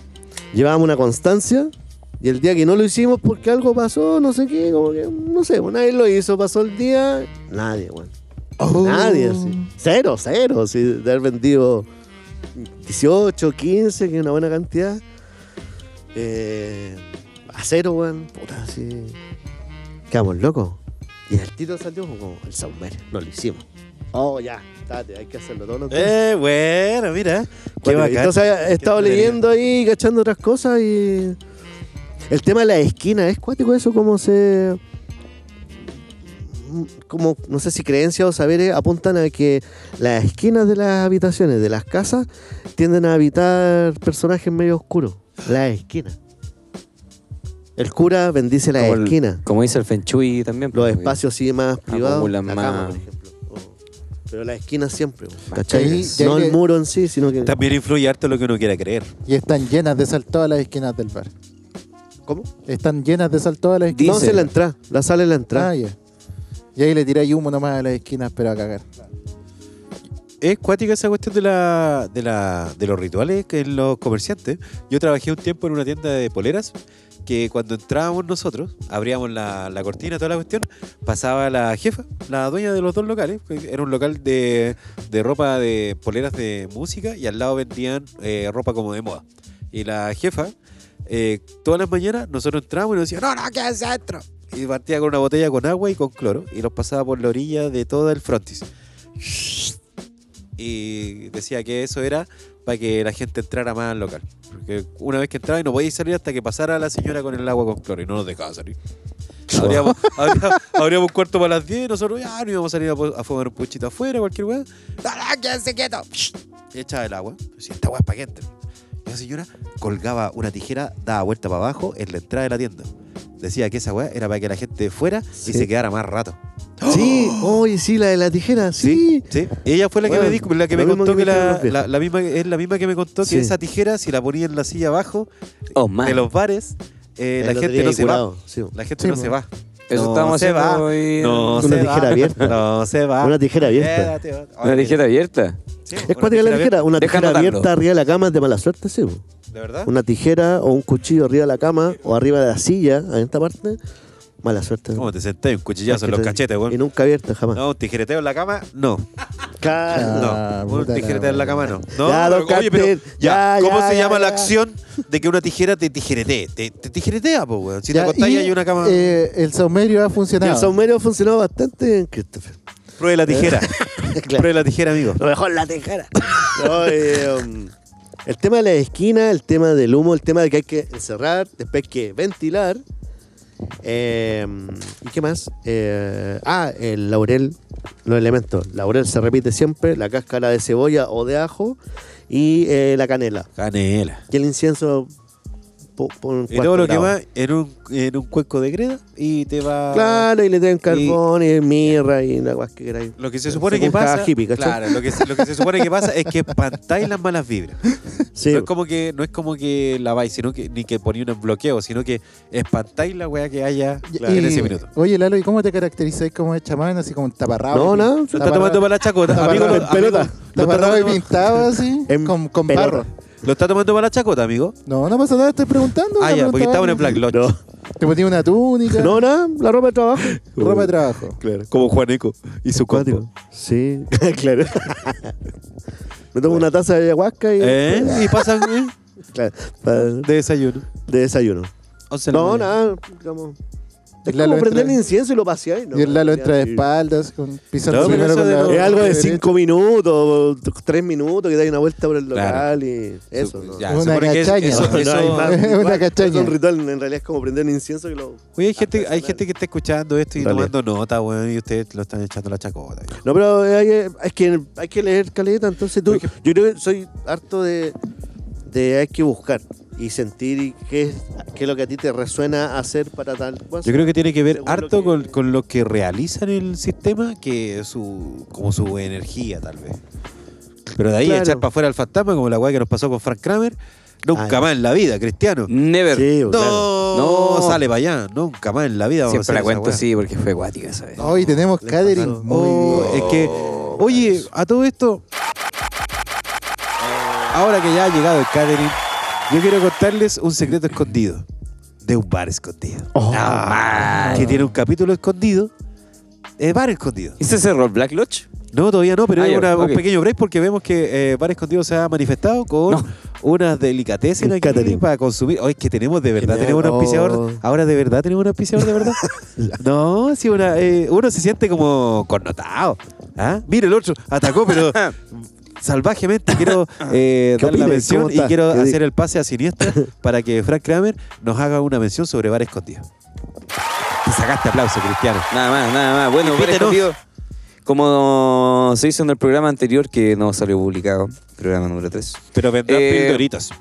llevábamos una constancia y el día que no lo hicimos porque algo pasó, no sé qué, como que, no sé, bueno, nadie lo hizo, pasó el día, nadie, bueno.
Oh.
Nadie, así. Cero, cero, sí, de haber vendido 18, 15, que es una buena cantidad. Eh, a cero, weón. Puta, así. Quedamos locos. Y el tiro salió como el saumer. No lo hicimos. Oh, ya, date, hay que hacerlo todos los días.
eh, bueno, mira. Qué
Bueno,
bacán.
Entonces he estado
Qué
leyendo ahí, cachando otras cosas y. El tema de la esquina, ¿es cuático eso? Como se. Como, no sé si creencias o saberes apuntan a que las esquinas de las habitaciones, de las casas, tienden a habitar personajes medio oscuros. Las esquinas. El cura bendice las
Como el-
esquinas.
Como dice el Fenchui también.
Los
pues,
espacios sí más privados. La
Acumulan
cama,
más.
por ejemplo. O- pero las esquinas siempre.
Ahí-
¿Cachai?
y ahí
No
le-
el muro en sí, sino que.
También influye harto lo que uno quiera creer.
Y están llenas de sal todas las esquinas del bar.
¿Cómo?
Están llenas de sal todas las esquinas.
Vamos en la entrada, la sala es la entrada.
Ah, ya. Y ahí le tiráis humo nomás a las esquinas, pero a cagar.
Es cuática esa cuestión de, la, de, la, de los rituales que en los comerciantes. Yo trabajé un tiempo en una tienda de poleras que cuando entrábamos nosotros, abríamos la, la cortina, toda la cuestión, pasaba la jefa, la dueña de los dos locales, que era un local de, de ropa de poleras de música y al lado vendían eh, ropa como de moda. Y la jefa, eh, todas las mañanas nosotros entrábamos y nos decía, no, no, quédense adentro. Y partía con una botella con agua y con cloro y los pasaba por la orilla de todo el frontis. Y decía que eso era para que la gente entrara más al local. Porque una vez que entraba y no podía salir hasta que pasara la señora con el agua con cloro y no nos dejaba salir. Abríamos, abríamos, abríamos cuarto para las 10 y nosotros ya no íbamos a salir a, po- a fumar un puchito afuera, cualquier weá. ¡No, no, quédense quietos! Y echaba el agua. Si esta weá es para que entren. Y la señora colgaba una tijera, daba vuelta para abajo en la entrada de la tienda. Decía que esa weá era para que la gente fuera y se quedara más rato.
Sí, oye, sí, la de la tijera,
Oh,
sí.
Sí, ella fue la que
Bueno,
me dijo, la que
lo
me
mismo
contó
que
que
me dijeron
la,
los viejos.
la- la misma es la misma que me contó que
Sí.
esa tijera si la ponía en la silla abajo
Oh, man.
de los bares eh,
Ahí
la
lo
gente
tenía
no
ahí
se va,
curado, sí.
la gente
Sí,
no
po.
se va,
Eso
No
estábamos
se
haciendo
va.
hoy.
no
Una
se
tijera
va,
abierta.
no se va,
Una tijera abierta.
Quédate, va.
Una tijera abierta.
Sí,
Es cuática la tijera, una
Deja
tijera
anotarlo.
abierta arriba de la cama es de mala suerte, sí. po.
de verdad,
Una tijera o un cuchillo arriba de la cama o arriba de la silla, en esta parte, mala suerte.
cómo te sentás un cuchillazo en los
Te-
cachetes,
Y
weón.
nunca abierta jamás.
No, un tijereteo en la cama, no.
Claro.
Ah,
no, un
puta la
tijereteo en la cama no. No,
Ya,
pero-
don Carter,
oye, pero ya,
ya,
¿cómo
ya,
se
ya,
llama la
ya.
acción de que una tijera te tijeretee? Te, te tijeretea, pues, weón. Si
Ya,
te acostás y
y,
hay una cama,
eh, el saumerio ha
Y
funcionado.
el saumerio ha funcionado bastante en Christopher.
pruebe la tijera. Pruebe la tijera, amigo.
Lo mejor la tijera. No, eh, um, el tema de la esquina, el tema del humo, el tema de que hay que encerrar, después que ventilar. Eh, ¿Y qué más? Eh, ah, el laurel, los elementos. Laurel se repite siempre, la cáscara de cebolla o de ajo y eh, la canela.
Canela.
Y el incienso. po- por un
Y
cuarto
todo lo que
grado.
va en un, en un cuenco de greda y te va.
Claro, y le traen carbón y, mirra y la guas que queráis.
Lo que se supone
Según
que
cada
pasa.
hippie, ¿cachai?
claro, lo que, se- lo que se supone que pasa es que espantáis las malas vibras.
Sí.
No es como que, no es como que laváis, sino que, ni que ponéis un bloqueo, sino que espantáis la weá que haya
Y-
en
y-
ese minuto.
Oye, Lalo, ¿y cómo te caracterizáis como chamán? Así como taparrado. así?
No, no, se
Lo está
Taparrado-
tomando para la chacota.
Está
Amigo,
parado
lo,
en
pelota.
amigo, lo está
Taparrado y
tomando-
pintado así,
En
con, con
pelota.
barro.
lo está tomando para la chacota, amigo.
No, no pasa nada, estoy preguntando.
Ah,
una
ya, porque
pregunta
estaba en el Black
básica.
Lodge.
No,
Te ponía una túnica,
no, no, la ropa de trabajo.
ropa de trabajo.
Claro.
Como Juaneco y su combo.
Sí, claro. Me tomo una taza de ayahuasca y.
¿Eh? Y pasan eh,
Claro, para- de
de desayuno.
desayuno.
Once de la
No,
mañana.
nada, digamos. Es
El Lalo
como prender el
entra-
incienso y lo paseáis. ¿no?
y el Lalo
Ya,
entra de
sí.
espaldas, con, pisando
No, pero
primero
eso
con
de
la
lo-
Es algo de
derecha.
5 minutos, 3 minutos, que dais una vuelta por el local
Claro.
y. Eso. ¿no?
Ya,
Una
supone que es-
cachaña.
eso-
No,
No,
eso-
hay más
Es
ritual,
una cachaña.
Es un ritual, en realidad es como prender un incienso y lo.
Oye, hay gente, hay
personal.
gente que está escuchando esto y
Dale.
tomando nota, weón, y ustedes lo están echando la chacota. ya.
No, pero eh, hay, hay que, hay que leer caleta, entonces tú,
Hay que-
yo creo que soy harto de, de hay que buscar y sentir y qué es, qué es lo que a ti te resuena hacer para tal cosa.
Yo creo que tiene que ver
Según lo
harto
que-
con, con lo que realizan el sistema que su como su energía, tal vez. Pero de ahí
Claro.
echar para afuera al fantasma, como la weá que nos pasó con Frank Kramer, nunca
Ay.
más en la vida, Cristiano.
Never.
Sí,
Ah, No,
claro.
No.
sale para allá, nunca más en la vida. vamos a
Siempre la
hacer esa
cuento
weá.
así porque fue guática esa vez.
Hoy tenemos
Le
catering.
pasaron.
Muy
Oh,
bien.
es que, oye, a todo esto, ahora que ya ha llegado el catering, yo quiero contarles un secreto escondido de un bar escondido. Ah, que tiene un capítulo escondido. eh, bar escondido.
¿Y se cerró ¿Este el Black Lodge?
No, todavía no, pero
Ah,
hay
ya,
una-
ok.
un pequeño break porque vemos que eh, Bar Escondido se ha manifestado con
No.
unas delicatessen
Un
aquí
catering.
para consumir. Oye, es que tenemos de verdad,
Genial.
tenemos un auspiciador.
Oh.
Ahora de verdad tenemos un auspiciador, de verdad. no, sí, una, eh, uno se siente como connotado. ¿Ah? Mira, el otro atacó, pero salvajemente quiero eh,
¿Qué
dar la
opinas?
mención
¿Cómo
y
está?
quiero
¿Qué di-
hacer el pase a Siniestra para que Frank Kramer nos haga una mención sobre Bar Escondido. Te sacaste aplauso, Cristiano.
Nada más, nada más. Bueno, por
Invítenos.
escondido. Como se hizo en el programa anterior que no salió publicado, programa número 3.
Pero vendrán
Eh,
pildoritos.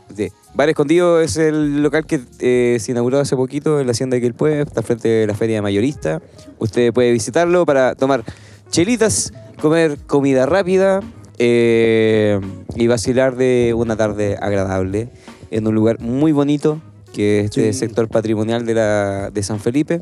Bar Escondido es el local que eh, se inauguró hace poquito en la hacienda de Quilpue, está frente de la feria mayorista. Usted puede visitarlo para tomar chelitas, comer comida rápida eh, y vacilar de una tarde agradable en un lugar muy bonito que es el sector patrimonial de, la, de San Felipe,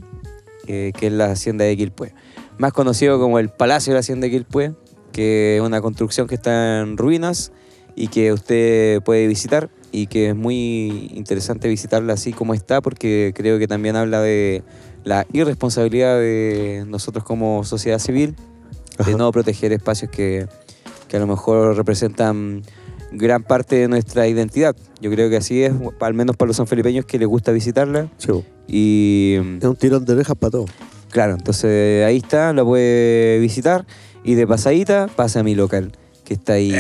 eh, que es la hacienda de Quilpue. Más conocido como el Palacio de la Hacienda de Quilpue, que es una construcción que está en ruinas y que usted puede visitar y que es muy interesante visitarla así como está porque creo que también habla de la irresponsabilidad de nosotros como sociedad civil de no proteger espacios que, que a lo mejor representan gran parte de nuestra identidad. Yo creo que así es, al menos para los sanfelipeños que les gusta visitarla.
Sí,
Y
es un tirón de orejas para todo.
Claro, entonces ahí está, lo puede visitar. Y de pasadita pasa a mi local, que está ahí.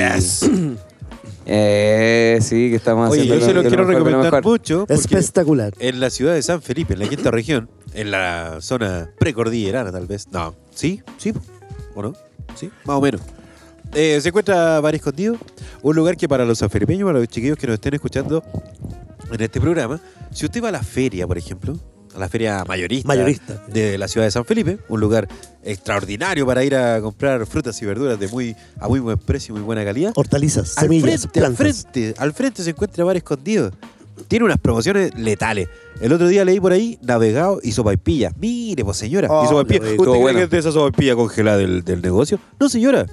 Eh, sí, que estamos
Oye,
haciendo.
yo se lo
de
quiero
mejor, de
recomendar
mejor.
mucho. porque-
Espectacular.
En la ciudad de San Felipe, en la quinta región, en la zona precordillerana tal vez. No, sí, sí, o no, sí, más o menos. Eh, se encuentra Bar Escondido, un lugar que para los sanfelipeños, para los chiquillos que nos estén escuchando en este programa, si usted va a la feria, por ejemplo, a la feria mayorista,
Mayorista.
de la ciudad de San Felipe, un lugar extraordinario para ir a comprar frutas y verduras de muy a muy buen precio y muy buena calidad.
Hortalizas,
Al
semillas,
frente, al
plantas.
frente, al frente se encuentra Bar Escondido. Tiene unas promociones letales. El otro día leí por ahí navegado y sopaipilla. Mire, pues señora,
Oh,
y sopaipilla.
lo vi,
¿Usted
estuvo
cree
bueno.
que es de esa sopaipilla congelada del, del negocio? No, señora.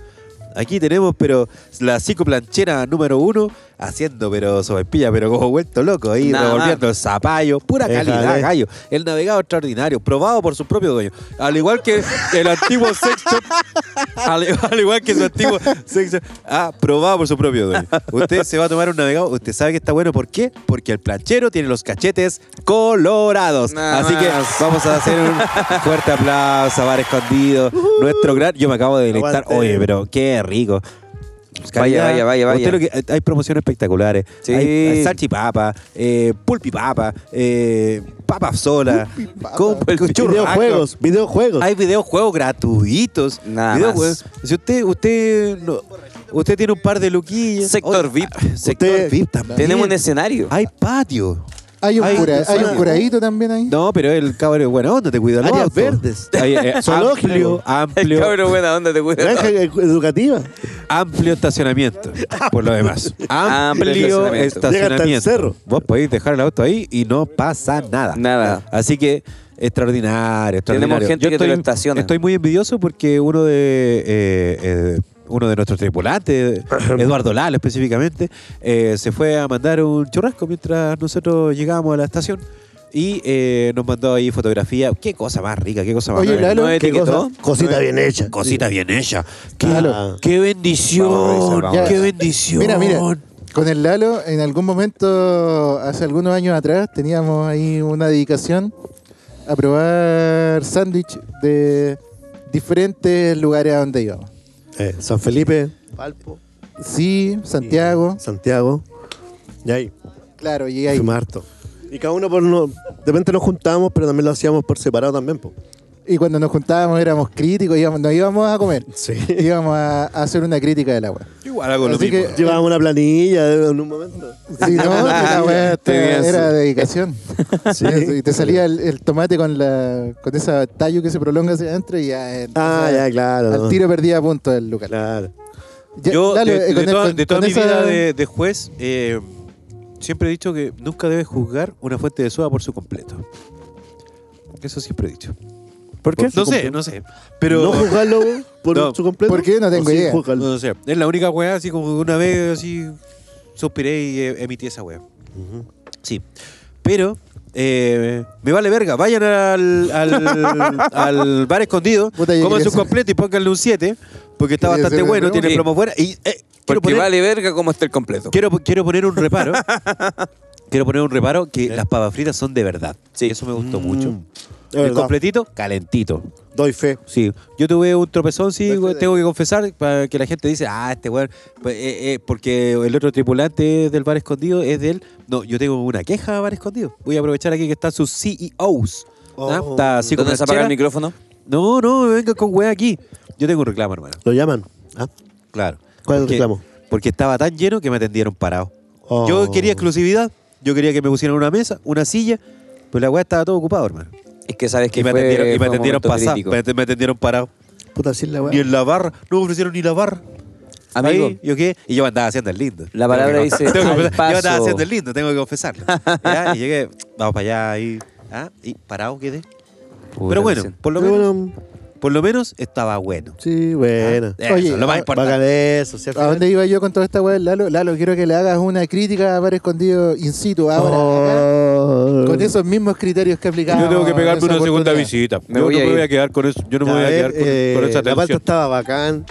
Aquí tenemos, pero la psicoplanchera número uno haciendo, pero sopaipilla, pero como vuelto loco ahí,
Nada
revolviendo el zapallo. Pura
Déjale.
calidad, gallo. El navegado extraordinario, probado por su propio dueño. Al igual que el antiguo sex shop al, al igual que su antiguo sexo. Ah, probado por su propio dueño. Usted se va a tomar un navegado. Usted sabe que está bueno. ¿Por qué? Porque el planchero tiene los cachetes colorados.
Nada
Así que
más.
vamos a hacer un fuerte aplauso, bar escondido. Nuestro gran. Yo me acabo de deleitar.
Aguante.
Oye, pero qué rico.
Vaya, vaya, vaya, vaya.
Usted lo que- hay- hay promociones espectaculares.
Sí.
Hay, hay salchipapa, eh, pulpipapa, eh, papa sola, con, con churrasco.
Videojuegos, videojuegos.
Hay videojuegos gratuitos.
Nada
videojuegos. Si usted, usted, no- usted tiene un par de luquillas.
Sector
Oye,
VIP.
ah, Sector
Usted-
VIP también.
Tenemos un escenario.
Hay patio.
Hay un,
Hay
cura- hay un
zona.
curadito también ahí.
No, pero el cabrón es buena onda, te cuida los
Áreas
autos.
verdes.
Hay, eh, amplio,
Zoológico.
El
amplio,
cabrón buena onda te cuida.
Granja educativa.
amplio estacionamiento. Por lo demás.
Amplio
Amplio
estacionamiento.
Llega hasta el
estacionamiento.
cerro.
Vos podéis dejar el auto ahí y no pasa nada.
Nada.
Así que extraordinario, extraordinario.
gente que te lo estaciona.
Estoy muy envidioso porque uno de eh, eh, uno de nuestros tripulantes, Eduardo Lalo específicamente, eh, se fue a mandar un churrasco mientras nosotros llegábamos a la estación. Y eh, nos mandó ahí fotografía. Qué cosa más rica, qué cosa más
Oye,
rica.
Lalo,
No
¿qué
etiquetó.
cosa? Cosita bien hecha.
Cosita bien hecha. Ah. Qué,
Lalo.
qué bendición.
Vamos a revisar, vamos
a
qué
revisar.
bendición.
Mira, mira, con el Lalo, en algún momento, hace algunos años atrás, teníamos ahí una dedicación a probar sándwich de diferentes lugares a donde íbamos.
Eh, San Felipe,
Palpo,
Sí, Santiago,
Santiago. Y ahí,
claro, y ahí.
fuimos harto. Y cada uno por no, de repente nos juntábamos, pero también lo hacíamos por separado también, po.
Y cuando nos juntábamos éramos críticos, íbamos, no íbamos a comer,
Sí.
íbamos a, a hacer una crítica del agua.
Igual hago
Así que-
Llevábamos una planilla eh, en un momento.
Sí, no, la weá
Te vi
era,
así.
era dedicación.
Sí.
Y te salía el, el tomate con la con esa tallo que se prolonga hacia adentro y ya. eh,
Ah,
o sea,
ya, claro.
Al
no.
tiro perdía punto el local.
Claro.
Ya,
Yo,
dale,
de,
eh,
de
con el-
toda,
con-
de toda
con
mi
esa-
vida de, de juez, eh, siempre he dicho que nunca debes juzgar una fuente de soda por su completo. Eso siempre he dicho.
¿Por qué?
No sé, no sé. Pero.
¿No juzgarlo vos, por
No.
su completo?
¿Por qué? No
¿O
tengo
sí
idea.
juzgarlo?
No sé. Es la única weá, así como una vez así suspiré y eh, emití esa weá. Sí. Pero, eh, me vale verga. Vayan al, al, al bar escondido,
Puta, yo
coman
quería
su
hacer-
completo y pónganle un 7, porque está
Quería
bastante
hacer una
bueno, tiene
pregunta.
promos buenas. Y, eh, quiero
Porque
poner-
vale verga cómo está el completo.
Quiero, quiero poner un reparo. quiero poner un reparo
¿Eh?
que las papas fritas son de verdad.
Sí.
Eso me gustó
Mm.
mucho.
Es
El
verdad.
completito, calentito.
Doy fe.
Sí. Yo tuve un tropezón, sí,
Perfecto.
we- tengo que confesar, para que la gente dice, ah, este weón, pues, eh, eh, porque el otro tripulante del bar escondido es del... No, yo tengo una queja a bar escondido. Voy a aprovechar aquí que están sus CEOs. ¿ah?
Oh.
Está Cico
¿Dónde se apaga el
Franchella.
micrófono?
No, no, me venga con wea aquí. Yo tengo un reclamo, hermano.
Lo llaman. ¿Ah?
Claro.
¿Cuál es el
Porque-
reclamo?
Porque estaba tan lleno que me atendieron parado.
Oh.
Yo quería exclusividad, yo quería que me pusieran una mesa, una silla, pero la weá estaba todo ocupado, hermano.
Es que sabes que
Y me
fue,
atendieron, y me
fue un
atendieron
momento
pasado,
crítico.
me, at- me atendieron parado.
Puta, sí, la
Ni
weá.
en la barra, no me ofrecieron ni la barra.
Amigo.
Ahí, ¿yo qué? Y yo andaba haciendo el lindo.
La palabra
Tengo que
dice,
confesar- tengo que
al
confesar, Yo andaba
paso.
haciendo el lindo, tengo que confesarlo. Ya, Y llegué, vamos para allá y, ah, y parado quedé.
Puta
Pero bueno,
cuestión.
por lo,
Pero
menos,
bueno,
por lo menos estaba bueno.
sí, bueno.
Eso,
Oye,
lo más
a-
importante.
Bacán eso, ¿sí? al
¿A
final.
dónde iba yo con toda esta weá, Lalo? Lalo, quiero que le hagas una crítica a Bar Escondido in situ ahora. acá,
Oh.
con esos mismos criterios que aplicamos. en esa oportunidad.
visita.
Me Yo voy no a me ir. voy a
quedar con eso. Yo
A ver, eh, La palta estaba bacán,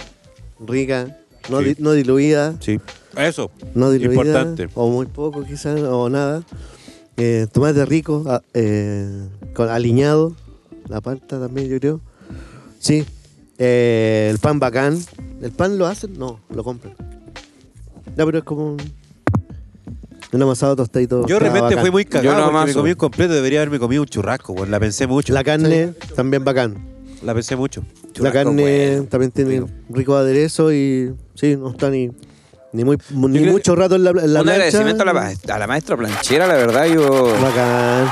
rica, no,
Sí.
di- no diluida.
Sí. Eso.
No diluida.
Importante.
O muy poco quizás, o nada. Eh, tomate rico,
ah,
a- eh, con aliñado. La palta también, yo creo. Sí.
Eh, el pan bacán. ¿El pan lo hacen? No, lo compran. Ya, pero es como un, un amasado tostadito.
Yo
Ah,
realmente
bacán.
fui muy
Yo no
cagado porque me
amaso.
comí un completo. Debería haberme comido un churrasco, weón. La pensé mucho.
La carne también bacán.
La pensé mucho.
la carne también tiene rico. aderezo y sí, no está ni, ni, muy, ni
creo
mucho rato en la, en la
Un
plancha.
agradecimiento a la, ma- a la maestra planchera, la verdad, yo,
Bacán.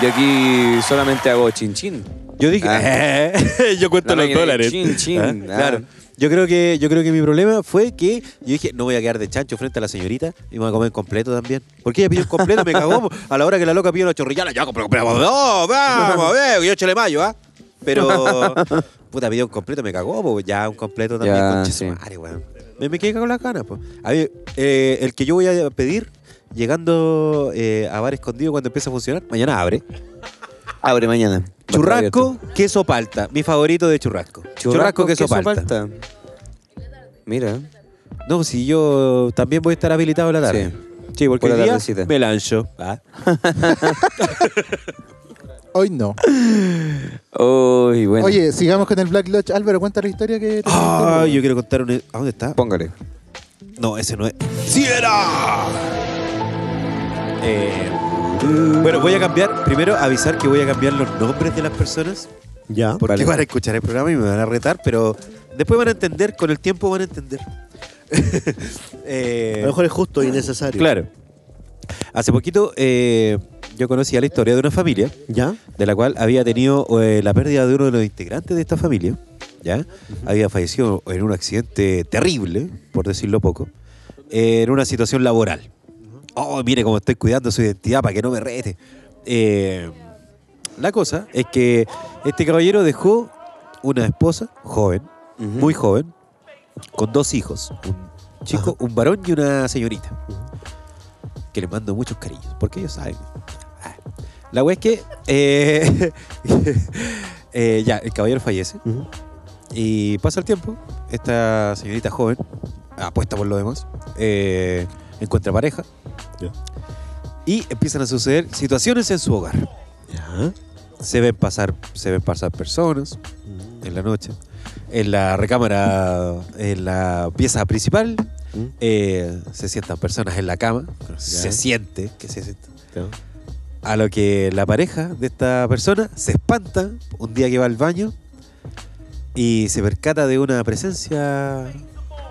yo aquí solamente hago chin chin.
Yo dije,
Ah.
yo cuento
La
los
máquina de
dólares.
chin, chin.
Ah,
Ah.
Claro. Yo creo que yo creo que mi problema fue que yo dije, no voy a quedar de chancho frente a la señorita y me voy a comer completo también. Porque ella pidió un completo, me cagó. po. A la hora que la loca pidió una chorrillana, ya compré, compramos dos, vamos, a ver, yo échale mayo, ¿ah? Pero, puta, pidió un completo, me cagó, pues ya un completo también,
Ya,
concha
sí.
su madre, weón. Me, me quedé con las ganas, pues. A ver, eh, el que yo voy a pedir, llegando eh, a bar escondido cuando empiece a funcionar, mañana abre.
Abre mañana.
Churrasco, queso palta. Mi favorito de churrasco. Churrasco, queso, palta.
Mira,
No, si yo también voy a estar habilitado en la tarde.
Sí.
Sí, porque
Por
hoy
la
día
tardecita.
me lanzo. Ah.
Hoy no.
uy, bueno.
Oye, sigamos con el Black Lodge. Álvaro, cuenta la historia que... te-
Ah, yo quiero contar un... ¿A dónde está?
póngale.
No, ese no es. ¡Sí era! Eh, bueno, voy a cambiar... Primero, avisar que voy a cambiar los nombres de las personas. ¿ah?
Ya.
Porque
Vale.
van a escuchar el programa y me van a retar, pero... Después van a entender, con el tiempo van a entender. Eh,
A lo mejor es justo y necesario.
Claro. Hace poquito eh, yo conocía la historia de una familia
¿Ya?
de la cual había tenido eh, la pérdida de uno de los integrantes de esta familia. ¿ya? Había fallecido en un accidente terrible, por decirlo poco, eh, en una situación laboral. Oh, mire cómo estoy cuidando su identidad para que no me rete. Eh, la cosa es que este caballero dejó una esposa joven, muy joven, con dos hijos, un chico, un varón y una señorita, que le mando muchos cariños, porque ellos saben. Ah. La wea es que eh, eh, ya, el caballero fallece
Ujú.
y pasa el tiempo, esta señorita joven, apuesta por lo demás, eh, encuentra pareja y empiezan a suceder situaciones en su hogar
Ya.
se ven pasar se ven pasar personas en la noche en la recámara en la pieza principal
Mm.
eh, se sientan personas en la cama se siente que se sientan a lo que la pareja de esta persona se espanta un día que va al baño y se percata de una presencia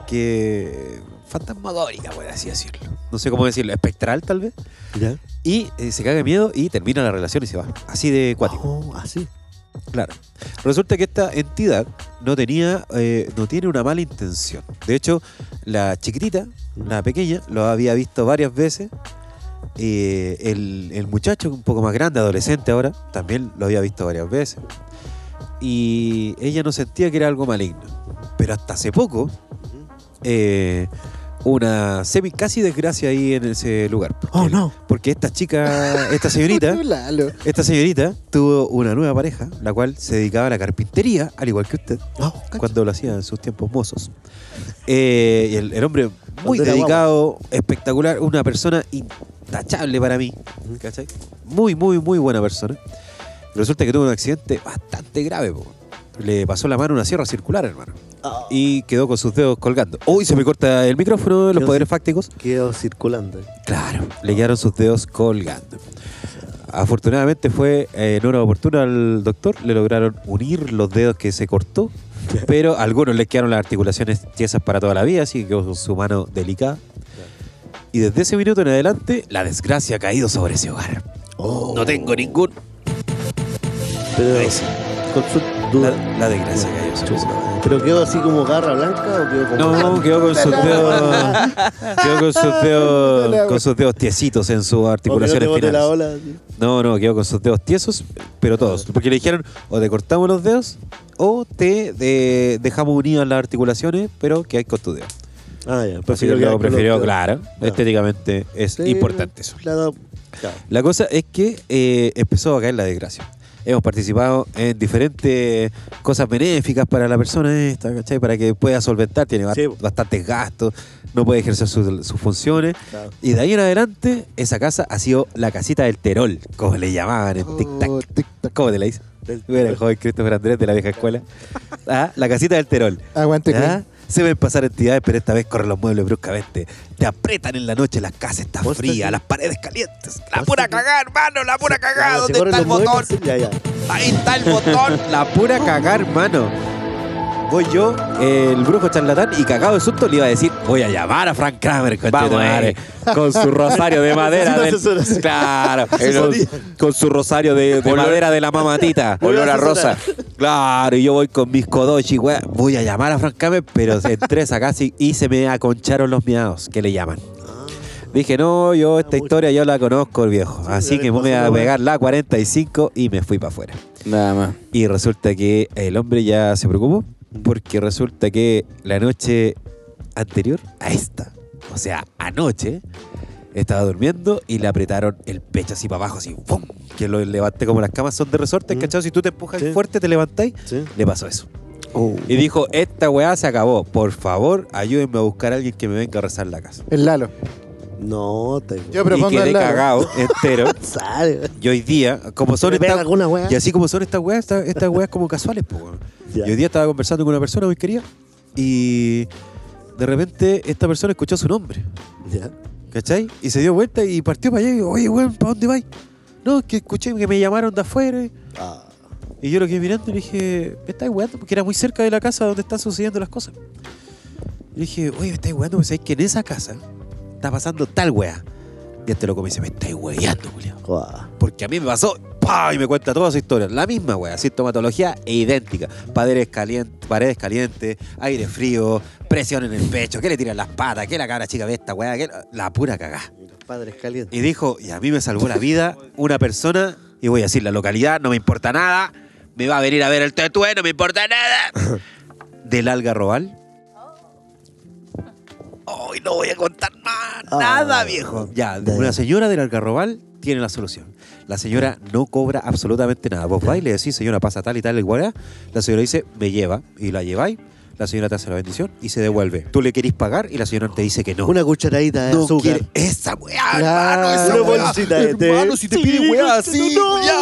que fantasmagórica por así decirlo no sé cómo decirlo espectral tal vez
¿Ya?
y eh, se caga de miedo y termina la relación y se va así de cuático
Oh, así.
Claro. Resulta que esta entidad no tenía, eh, no tiene una mala intención. De hecho, la chiquitita, la pequeña, lo había visto varias veces. Eh, el, el muchacho, un poco más grande, adolescente ahora, también lo había visto varias veces. Y ella no sentía que era algo maligno. Pero hasta hace poco, eh, una semi casi desgracia ahí en ese lugar.
Oh, no.
Porque esta chica, esta señorita.
Lalo.
Esta señorita tuvo una nueva pareja, la cual se dedicaba a la carpintería, al igual que usted,
Oh, cacha.
cuando lo hacía en sus tiempos mozos. Eh, y el, el hombre muy
Cuando era
dedicado, espectacular, una persona intachable para mí. ¿cachai? Muy, muy, muy buena persona. Resulta que tuvo un accidente bastante grave. po. Le pasó la mano una sierra circular, hermano.
Ah.
Y quedó con sus dedos colgando. Uy, se me corta el micrófono de los
Yo
poderes
sí.
fácticos.
Quedó circulando.
Claro, le quedaron sus dedos colgando. Afortunadamente fue eh, en hora oportuna al doctor, le lograron unir los dedos que se cortó, pero a algunos les quedaron las articulaciones tiesas para toda la vida, así que quedó con su mano delicada. Y desde ese minuto en adelante, la desgracia ha caído sobre ese hogar. Oh, No tengo ningún...
Pero, con su
La,
duda.
la desgracia ha caído sobre ese hogar.
¿Pero quedó así como garra blanca o quedó como.?
No, quedó con sus dedos... Quedó con sus dedos, con sus dedos tiesitos en sus articulaciones
o que no te bote
finales.
la ola. así.
No, no, quedó con sus dedos tiesos, pero todos.
Ah.
Porque le dijeron, o te cortamos los dedos, o te eh, dejamos unidas las articulaciones, pero que hay con tus dedos.
Ah, ya.
Así que el lado
quedar con los
preferido,
dedos.
claro,
Ya.
estéticamente es
Sí,
importante eso.
claro, claro.
La cosa es que eh, empezó a caer la desgracia. Hemos participado en diferentes cosas benéficas para la persona esta, ¿cachai? Para que pueda solventar, tiene ba-
Sí, po.
bastantes gastos, no puede ejercer sus, sus funciones.
Claro.
Y de ahí en adelante, esa casa ha sido la casita del terol, como le llamaban en Tic Tac.
Oh, tic-tac.
¿Cómo te la dice? Era el joven Christopher Andrés de la vieja escuela. Ah, la casita del Terol.
Aguante, Queen.
¿Ah? Se ven pasar entidades, pero esta vez corren los muebles bruscamente. Te apretan en la noche, la casa está
Posta
fría,
que-
las paredes calientes. La
Posta
pura
que-
cagar, hermano, la pura cagar.
Se
¿Dónde
corren
está el
los
botón?
muebles, Ya, ya.
Ahí está el botón. La pura cagar, mano. Voy yo, el brujo charlatán, y cagado de susto le iba a decir, voy a llamar a Frank Kramer, conche
Vamos,
tu madre".
eh, con su rosario de madera.
Necesito
del-
asesoración.
claro, el-
con su rosario de, de
Olor-
madera de la mamatita.
olor a rosa.
Claro, y yo voy con mis kodoshi, weá. Voy a llamar a Frank Kramer, pero se entré esa casa y- y se me aconcharon los miados, que le llaman.
Ah.
Dije, no, yo esta historia yo la conozco, el viejo. Así
ya
Ah, que
les
me voy
pasó
a
la weá.
pegar la 45 y me fui para afuera.
Nada más.
Y resulta que el hombre ya se preocupó
Mm.
porque resulta que la noche anterior a esta, o sea, anoche, estaba durmiendo y le apretaron el pecho así para abajo, así, ¡pum! Que lo levanté como las camas son de resorte,
Mm.
¿cachado? Si tú te empujas
Sí. Oh.
fuerte, te levantáis,
Sí.
le pasó eso. Y dijo, esta weá se acabó, por favor, ayúdenme a buscar a alguien que me venga a rezar la casa.
El Lalo.
No, te.
Yo
Y
propongo
quedé
el Lalo.
cagado entero.
Sale.
Y hoy día, como son
¿Le pegan
estas...
alguna weá?
Y así como son estas weas, estas, estas weas como casuales, po, weón.
Ya.
Y hoy día estaba conversando con una persona muy querida y de repente esta persona escuchó su nombre,
Ya.
¿cachai? Y se dio vuelta y partió para allá y digo, oye, weón, ¿para dónde vais? No, es que escuché que me llamaron de afuera.
Ah,
Y yo lo quedé mirando y le dije, ¿me estáis weando? Porque era muy cerca de la casa donde están sucediendo las cosas. Y le dije, oye, ¿me estáis weando? Porque sabéis que en esa casa está pasando tal wea. Y este loco me dice, me estáis weando, Julián.
guau.
Porque a mí me pasó, ¡pah! y me cuenta toda su historia. La misma, wea, sintomatología e idéntica. Paredes calientes, paredes calientes, aire frío, presión en el pecho, que le tiran las patas, que la cara chica ve esta wea, que la pura cagá.
Los padres calientes.
Y dijo, y a mí me salvó la vida una persona, y voy a decir la localidad, no me importa nada, me va a venir a ver el tatué, no me importa nada. Del Algarrobal. Hoy no voy a contar más, nada, viejo. Ah, Ya, una señora del Algarrobal tiene la solución. La señora no cobra absolutamente nada. Vos vais y le decís, señora, pasa tal y tal, igual. ¿eh?". La señora dice, me lleva, y la lleváis. La señora te hace la bendición y se devuelve. Tú le querís pagar y la señora te dice que no.
Una cucharadita de
No
azúcar.
quiere- esa weá,
Claro.
hermano, esa
Una
weá.
bolsita de té.
Hermano, si te
Sí,
pide weá así,
no,
ya,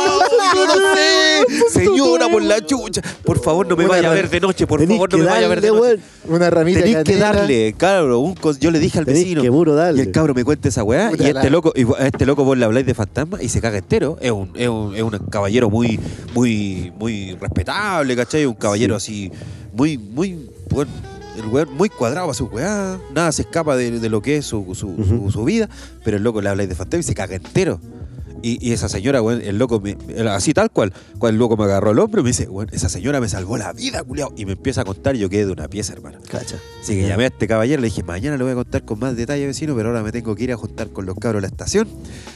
yo no sé. Señora, por la chucha. Por favor, no me
Una
vaya a
ra-
ver de noche, por
Tenís
favor, no
que
me vaya a ver
darle,
de noche.
weón.
Una ramita
Tenés que
canela.
darle, claro, un cos- yo le dije al
Tenés
vecino.
que puro darle.
Y el cabro me cuenta esa weá,
Puta
y
la-
este loco, y a este loco vos le habláis de fantasma y se caga entero. Es un, es un, es un caballero muy, muy, muy respetable, ¿cachai? Un caballero así, muy, muy, bueno, el weón muy cuadrado a su weá, nada se escapa de, de lo que es su, su, su- su vida, pero el loco le habláis de fantasma y se caga entero. Y, y esa señora, weón, el loco, me- el- así tal cual, cuando el loco me agarró el hombro, me dice, weón, esa señora me salvó la vida, culiao. Y me empieza a contar, yo quedé de una pieza, hermano.
Cacha.
Así que llamé a este caballero, le dije, mañana le voy a contar con más detalle, vecino, pero ahora me tengo que ir a juntar con los cabros a la estación.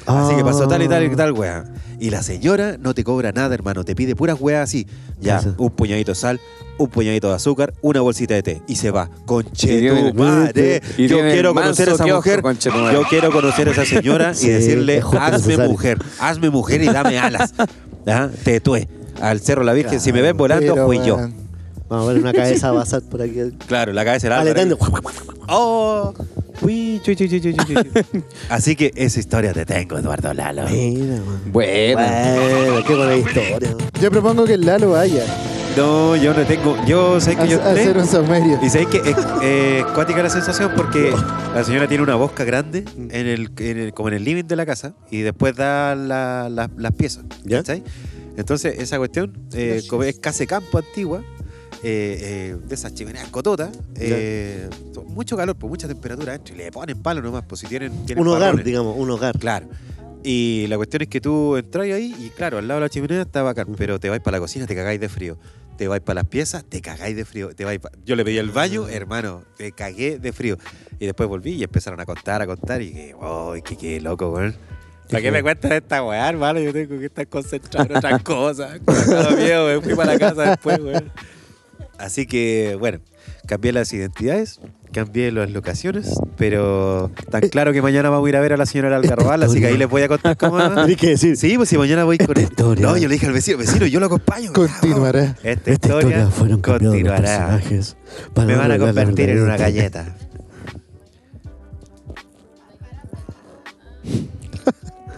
Así que pasó tal y tal y tal, weá. Y la señora no te cobra nada, hermano, te pide puras weas así. Ya,
Eso.
un puñadito de sal, un puñadito de azúcar, una bolsita de té. Y se va.
Y tiene-
Conche tu madre.
y
Yo
tiene
quiero
manso
conocer a esa
kiosco,
mujer.
conche tu madre.
Yo quiero conocer a esa señora y
Sí,
decirle,
es justo
hazme
necesario".
mujer, hazme mujer y dame alas. Ajá, Te tué. Al cerro la Virgen, si me ven volando,
Pero,
fui yo.
weón.
Ah, Vamos a ver una cabeza basada por aquí.
Claro, la cabeza
Ah,
del Álvaro.
Aletando.
¡Oh! Uy, chui, chui, chui, chui, chui, chui. Así que esa historia te tengo, Eduardo Lalo.
Mira, man.
Bueno.
eh.
Bueno, qué buena historia.
Yo propongo que el Lalo vaya
No, yo no tengo. Yo sé
a,
que yo
a hacer un saumerio.
Y sé que es eh, es cuática la sensación porque la señora tiene una bosca grande
Mm.
en el, en el- como en el living de la casa y después da la- la- las piezas.
¿Ya?
¿cachai? Entonces, esa cuestión eh, como es casi campo antigua, eh, eh, de esas chimeneas cototas, eh, son mucho calor, pues mucha temperatura adentro y le ponen palo nomás, pues si tienen. tienen
Un hogar,
palones.
digamos, un hogar.
Claro. Y la cuestión es que tú entras ahí y claro, al lado de la chimenea está bacán, pero te vais para la cocina, te cagáis de frío. Te vais para las piezas, te cagáis de frío. Te vais pa- Yo le pedí el baño, hermano, te cagué de frío. Y después volví y empezaron a contar, a contar y que, ¡ay, qué, qué loco, weón! ¿Para qué me cuentas de esta weá, hermano? Yo tengo que estar concentrado en otras cosas. Cagado miedo, me fui para la casa después, weón. Así que, bueno, cambié las identidades, cambié las locaciones, pero tan claro que mañana vamos a ir a ver a la señora Algarrobal, así que ahí les voy a contar cómo va.
Tienes que decir.
Ah. Sí, pues si mañana voy con él.
historia.
No, yo le dije al vecino, vecino, yo lo acompaño.
Continuará.
Esta,
Esta historia
historia,
fueron cambiados los
continuará.
personajes. para
Me van a
revelar la
convertir en una
verdadera
galleta.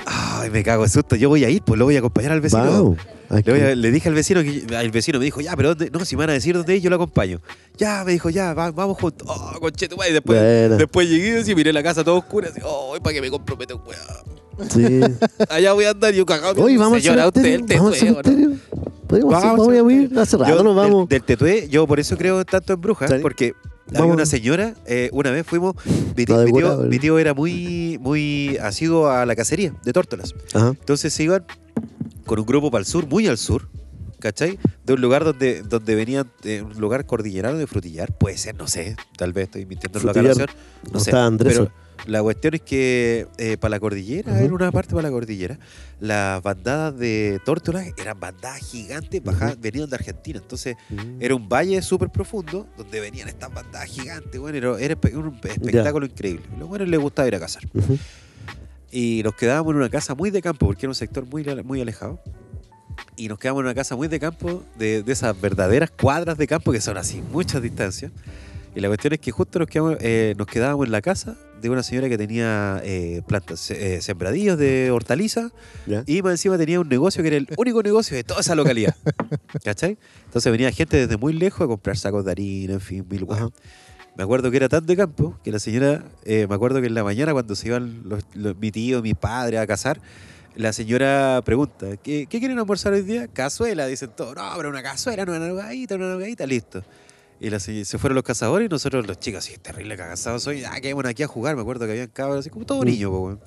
Ay, me cago de susto. Yo voy a ir, pues lo voy a acompañar al vecino.
Wow. Ay,
Le, voy a-
qué-
le dije al vecino que el vecino me dijo, ya, pero ¿dónde- no, si me van a decir dónde es, yo lo acompaño. Ya, me dijo, ya, va- vamos juntos. Oh, conchetumare. Y después,
Bueno.
después llegué y miré la casa toda oscura, así, oh, para que me comprometa un weón.
Sí.
Allá voy a andar yo cagado.
Hoy vamos al
Señora, usted
cementerio.
el tetué,
Vamos al
¿o no?
cementerio. Podemos
Vamos
ir,
al
vamos pues a
cementerio.
ir. Hace rato
Yo,
nos vamos.
Del, del tetué, yo por eso creo tanto en brujas,
¿Sabes?
porque había
Vamos.
una señora, eh, una vez fuimos, mi, ti-
La
mi tío,
decorada, ¿verdad?
mi tío era muy, muy asiduo a la cacería de tórtolas.
Ajá.
Entonces se iban con un grupo para el sur, muy al sur, ¿cachai? De un lugar donde, donde venían, de un lugar cordillerano de frutillar, puede ser, no sé, tal vez estoy mintiendo en la
Frutillar.
canción, no,
No
sé.
estaba Andreso.
pero la cuestión es que eh, para la cordillera,
Ujú.
era una parte para la cordillera, las bandadas de tórtolas eran bandadas gigantes, bajadas, venían de Argentina, entonces era un valle súper profundo donde venían estas bandadas gigantes, bueno, era, era espe- un espectáculo increíble. A los buenos les gustaba ir a cazar.
Ujú.
Y nos quedábamos en una casa muy de campo, porque era un sector muy, ale- muy alejado. Y nos quedábamos en una casa muy de campo, de, de esas verdaderas cuadras de campo que son así, muchas distancias. Y la cuestión es que justo nos, quedamos, eh, nos quedábamos en la casa de una señora que tenía eh, plantas, eh, sembradillos de hortaliza
Ya.
y más encima tenía un negocio que era el único negocio de toda esa localidad. ¿Cachai? Entonces venía gente desde muy lejos a comprar sacos de harina, en fin, mil weas.
Ajá.
Me acuerdo que era tan de campo que la señora, eh, me acuerdo que en la mañana cuando se iban los, los- mi tío, mi padre a cazar, la señora pregunta, ¿qué, qué quieren almorzar hoy día? Cazuela, dicen todos. No, pero una cazuela, no una nogadita, una nogadita, listo. Y la se se fueron los cazadores y nosotros los chicos, así, terrible cagazados soy, ah, quedémonos aquí a jugar, me acuerdo que habían cabros, así como todo niño, po, weón.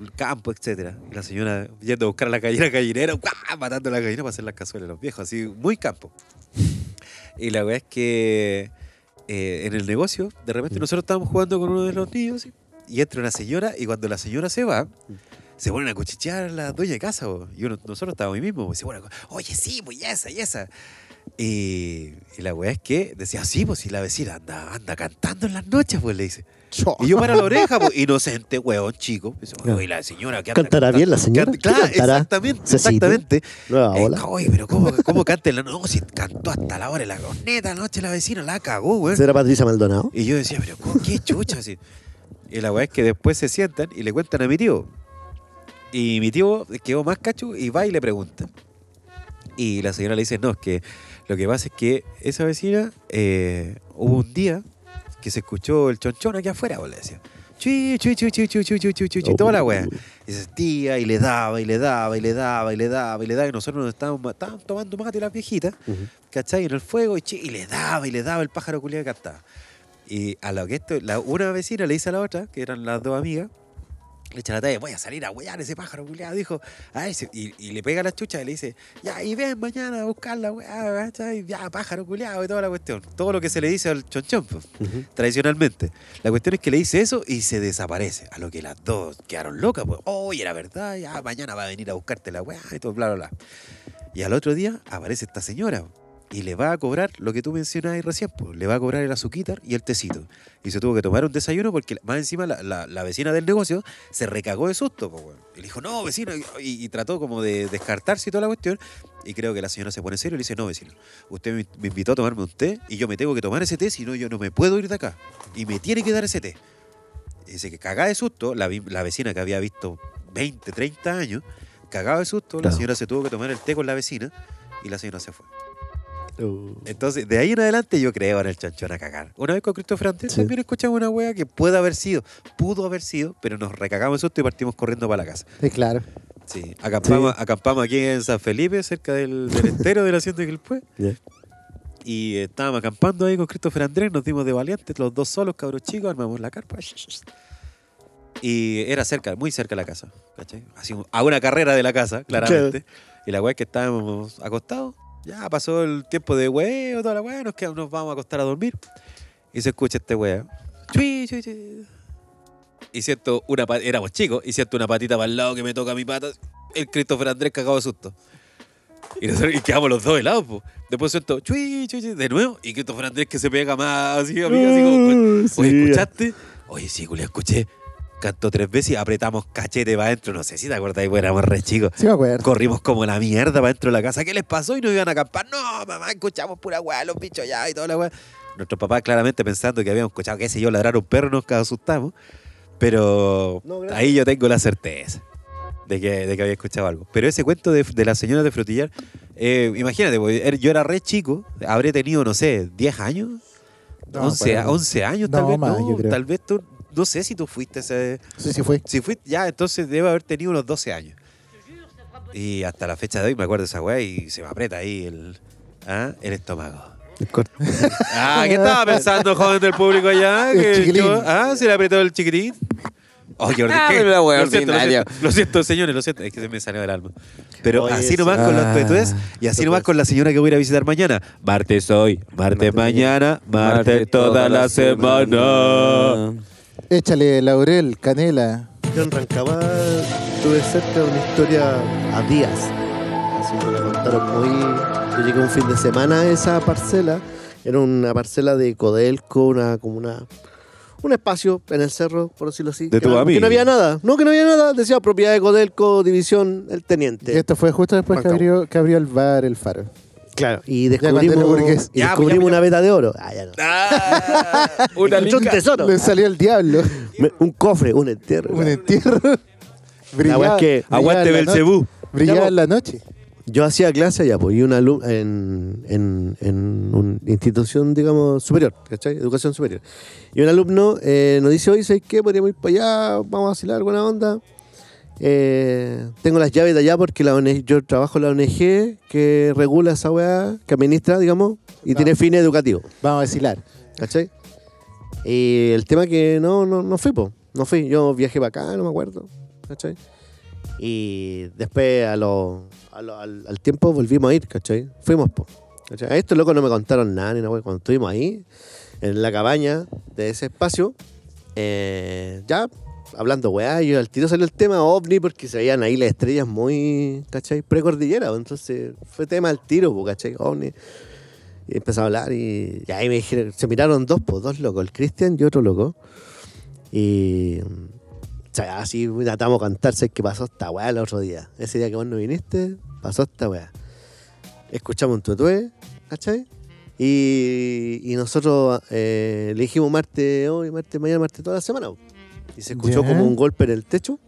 El campo, etcétera. Y la señora yendo a buscar a la gallina gallinera, ¡guau! matando a la gallina para hacer las cazuelas, los viejos, así, muy campo. Y la verdad es que eh, en el negocio, de repente nosotros estábamos jugando con uno de los niños y- y entra una señora y cuando la señora se va, se ponen a cuchichear a la dueña de casa. po. Y uno- nosotros estábamos ahí mismo. po. Y se ponen a cu- Oye, sí, pues y esa, y esa. Y, y la weá es que decía, sí, pues si la vecina anda, anda cantando en las noches, pues le dice. Y yo para la oreja, pues, inocente, weón, chico. Dice, Oye, la señora que anda
¿Cantará
cantando-
bien la señora?
Canta-
¿Qué
Claro,
cantará?
exactamente,
¿Cecito?
exactamente.
Nueva
Eh,
ola.
oye, pero ¿cómo, cómo canta en la noche? No, si cantó hasta la hora de la corneta, la noche la vecina la cagó, weón.
¿Será Patricia Maldonado?
Y yo decía, pero ¿con qué chucha? Así. Y la weá es que después se sientan y le cuentan a mi tío. Y mi tío quedó más cacho y va y le pregunta. Y la señora le dice, no, es que lo que pasa es que esa vecina eh, hubo un día que se escuchó el chonchón aquí afuera, pues, le decía. Chui, chui, chui, chui, chui, chui, chui, chui, chui, toda la weá. Y se sentía y le daba, y le daba, y le daba, y le daba, y le daba. Y nosotros nos estábamos, ma- estaban tomando mate las viejitas,
Ujú.
¿cachai? En el fuego, y, chi- y le daba, y le daba el pájaro culiado que cantaba. Y a lo que esto, la, una vecina le dice a la otra, que eran las dos amigas, le echa la talla, voy a salir a huear ese pájaro culiado, dijo, "Ay", se- y, y le pega la chucha y le dice, ya, y ven mañana a buscar la hueá, ¿cachai? ya, pájaro culiado y toda la cuestión. Todo lo que se le dice al chonchón, pues, tradicionalmente. La cuestión es que le dice eso y se desaparece, a lo que las dos quedaron locas, pues, oh, y era verdad, ya, mañana va a venir a buscarte la hueá y todo, bla, bla, bla. Y al otro día aparece esta señora y le va a cobrar lo que tú mencionabas recién, pues, le va a cobrar el azuquitar y el tecito. Y se tuvo que tomar un desayuno porque más encima la, la- la vecina del negocio se recagó de susto. pues, weón. Y le dijo, no, vecino, y, y trató como de descartarse y toda la cuestión. Y creo que la señora se pone serio y le dice, no, vecino, usted me, me invitó a tomarme un té y yo me tengo que tomar ese té, si no, yo no me puedo ir de acá. Y me tiene que dar ese té. Y dice que cagada de susto, la, vi- la vecina que había visto 20, 30 años, cagada de susto, la
Claro.
señora se tuvo que tomar el té con la vecina y la señora se fue. Entonces, de ahí en adelante yo creo en el chanchón a cagar. Una vez con Christopher Antes
Sí.
también escuchamos una wea que puede haber sido, pudo haber sido, pero nos recagamos de susto y partimos corriendo para la casa.
Sí, claro.
Sí, acampamos, acampamos aquí en San Felipe, cerca del, del estero de la hacienda de Quilpué.
Ya.
Y eh, estábamos acampando ahí con Christopher Andrés, nos dimos de valientes, los dos solos, cabros chicos, armamos la carpa. Y era cerca, muy cerca de la casa, ¿cachai? Así, a una carrera de la casa, claramente. Y la weá es que estábamos acostados, ya pasó el tiempo de huevo, toda la weá, nos, quedamos- nos vamos a acostar a dormir. Y se escucha este weá. Chui, chui, chui. Y siento una pa- éramos chicos, y siento una patita para el lado que me toca mi pata. El Christopher Andrés cagado de susto. Y, nosotros, y quedamos los dos helados, po. Después siento, chui, chui, chui, de nuevo. Y Christopher Andrés que se pega más así, amiga, así como.
Mm,
Oye, ¿escuchaste? Oye, sí, Julia, escuché. Cantó tres veces y apretamos cachete para adentro. No sé si te acordás, güey, éramos re chicos.
Sí me acuerdo.
Corrimos como la mierda para dentro de la casa. ¿Qué les pasó? Y nos iban a acampar. No, mamá, escuchamos pura weá, los bichos ya y toda la weá. Nuestro papá claramente pensando que habíamos escuchado, qué sé yo, ladrar un perro, nos asustamos. Pero
No, gracias.
ahí yo tengo la certeza. de que, de que había escuchado algo. Pero ese cuento de, de las señoras de Frutillar, eh, imagínate, pues, er- yo era re chico, habré tenido, no sé, 10 años,
No,
11,
para-
11 años tal
No,
vez,
más,
no,
yo creo.
tal vez tú, no sé si tú fuiste ese...
Sí, sí fue.
Si fuiste, ya, entonces debe haber tenido unos 12 años. Y hasta la fecha de hoy me acuerdo de esa weá y se me aprieta ahí el, ah, el estómago. Ah, ¿qué estaba pensando, joven del público allá?
El
Que
chiquilín.
yo- ah, se le apretó el chiquitín. Oh, qué ordi-
Ah,
qué-
pero la weá
lo, siento, lo,
ordinaria.
siento, lo siento, señores, lo siento. Es que se me salió del alma. Pero
Oye,
así
sí.
nomás con
Ah.
los tuetués y así nomás con la señora que voy a ir a visitar mañana. Martes hoy, martes mañana, martes toda la semana.
Échale laurel, canela.
Yo en Rancagua estuve cerca de una historia a días. Así me la contaron muy. Yo llegué un fin de semana a esa parcela. Era una parcela de Codelco, una como una. Un espacio en el cerro, por decirlo así.
De
que
tu
no- Que
amigo.
no había nada. No, que no había nada. Decía propiedad de Codelco, división, el
Y
teniente.
esto fue justo después que
Marcamos.
abrió, que abrió el bar, el faro.
Claro. Y
cuando era
descubrimos,
burgués.
y
Ya,
descubrimos
pues, ya,
una veta de oro. Ah, ya no.
Ah.
Una
Encontré un
linca.
tesoro.
Le salió el diablo.
Me- un cofre, un entierro.
Un entierro. Brillaba,
es que
brillaba
Aguante
en la noche.
Belcebú.
Brillaba
Ya,
en la noche.
Yo hacía clase allá, pues, y una alu- en, en, en una institución, digamos, superior, ¿cachai? Educación superior. Y un alumno eh, nos dice, oye, ¿sabes qué? Podríamos ir para allá, vamos a vacilar, buena onda. Eh, tengo las llaves de allá porque la ONG yo trabajo en la ONG que regula esa weá, que administra, digamos, y
Ah.
tiene fines educativos.
Vamos a vacilar.
¿Cachai? Y el tema que no, no, no fui, po. No fui. Yo viajé para acá, no me acuerdo. ¿Cachai? Y después a lo- a lo- al, al tiempo volvimos a ir, ¿cachai? Fuimos, po. ¿Cachai? A estos locos no me contaron nada ni nada, güey. Cuando estuvimos ahí, en la cabaña de ese espacio, eh, ya hablando, weá, yo al tiro salió el tema ovni porque se veían ahí las estrellas muy, ¿cachai? Precordillera, po. entonces fue tema al tiro, po, ¿cachai? Ovni. Y empecé a hablar y, y ahí me dijeron, se miraron dos, pues, dos locos, el Cristian y otro loco. Y mm, o sea, así tratamos de cantarse que pasó esta weá el otro día. Ese día que vos no viniste, pasó esta weá. Escuchamos un tutué, ¿cachai? Y, y nosotros eh, le dijimos martes, hoy, martes, mañana, martes, toda la semana. po. Y se escuchó
Ya.
como un golpe en el techo.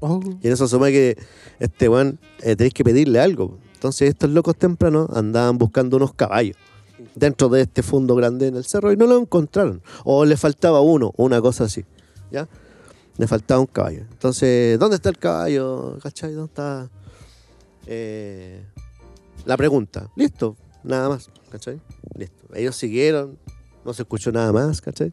Oh.
Y en eso asoma que este weón eh, tenéis que pedirle algo. Entonces estos locos temprano andaban buscando unos caballos dentro de este fondo grande en el cerro y no lo encontraron. O le faltaba uno, una cosa así. ¿Ya? Le faltaba un caballo. Entonces, ¿dónde está el caballo? ¿Cachai? ¿Dónde está? eh, la pregunta. Listo, nada más. ¿Cachai? Listo. Ellos siguieron, no se escuchó nada más, ¿cachai?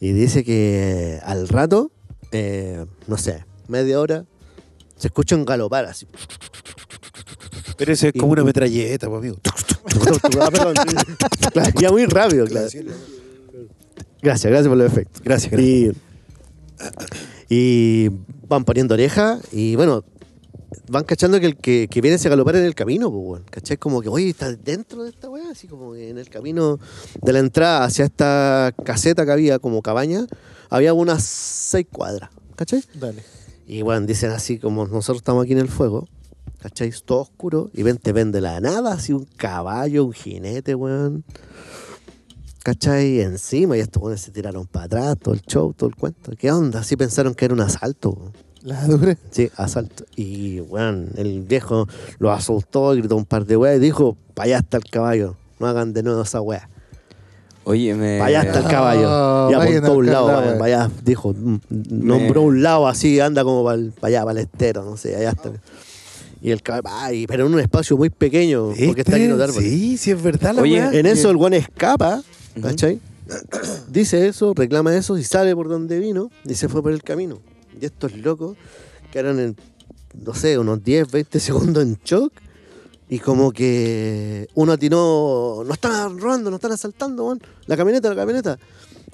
Y dice que al rato, eh, no sé, media hora, se escucha un galopar así.
Pero eso es como una metralleta, pues, amigo.
Ah, perdón. Claro, ya muy rápido, claro. Gracias, gracias por los efectos.
Gracias, gracias.
Y, y van poniendo oreja y bueno, van cachando que el que, que viene se galopar en el camino, pues, weón. ¿Cachai? Como que, oye, está dentro de esta weá, así como que en el camino de la entrada hacia esta caseta que había como cabaña, había unas seis cuadras, ¿cachai?
Dale.
Y bueno, dicen así como nosotros estamos aquí en el fuego, ¿cachai? Todo oscuro. Y ven, te ven de la nada, así un caballo, un jinete, weón. ¿Cachai? Encima, y estos weones se tiraron para atrás, todo el show, todo el cuento. ¿Qué onda? Así pensaron que era un asalto, weón.
La dura.
Sí, asalto. Y bueno, el viejo lo asustó, gritó un par de weas y dijo, para allá está el caballo, no hagan de nuevo esa wea.
Oye, me.
Para allá está el caballo.
Ah,
Y
vayan
apuntó
a
un lado,
buscar la
weón,
wea.
para allá, eh, dijo, mm, nombró un lado así, anda como para allá, para el estero, no sé, allá está. Y el caballo, ay, pero en un espacio muy pequeño, porque está lleno de árboles.
Sí, sí, es verdad la
Oye,
weá.
En eso el guan escapa, ¿cachai? Dice eso, reclama eso y sale por donde vino y se fue por el camino. Y estos locos quedaron en, no sé, unos 10, 20 segundos en shock. Y como que uno atinó, no están robando, no están asaltando, weón. La camioneta, la camioneta.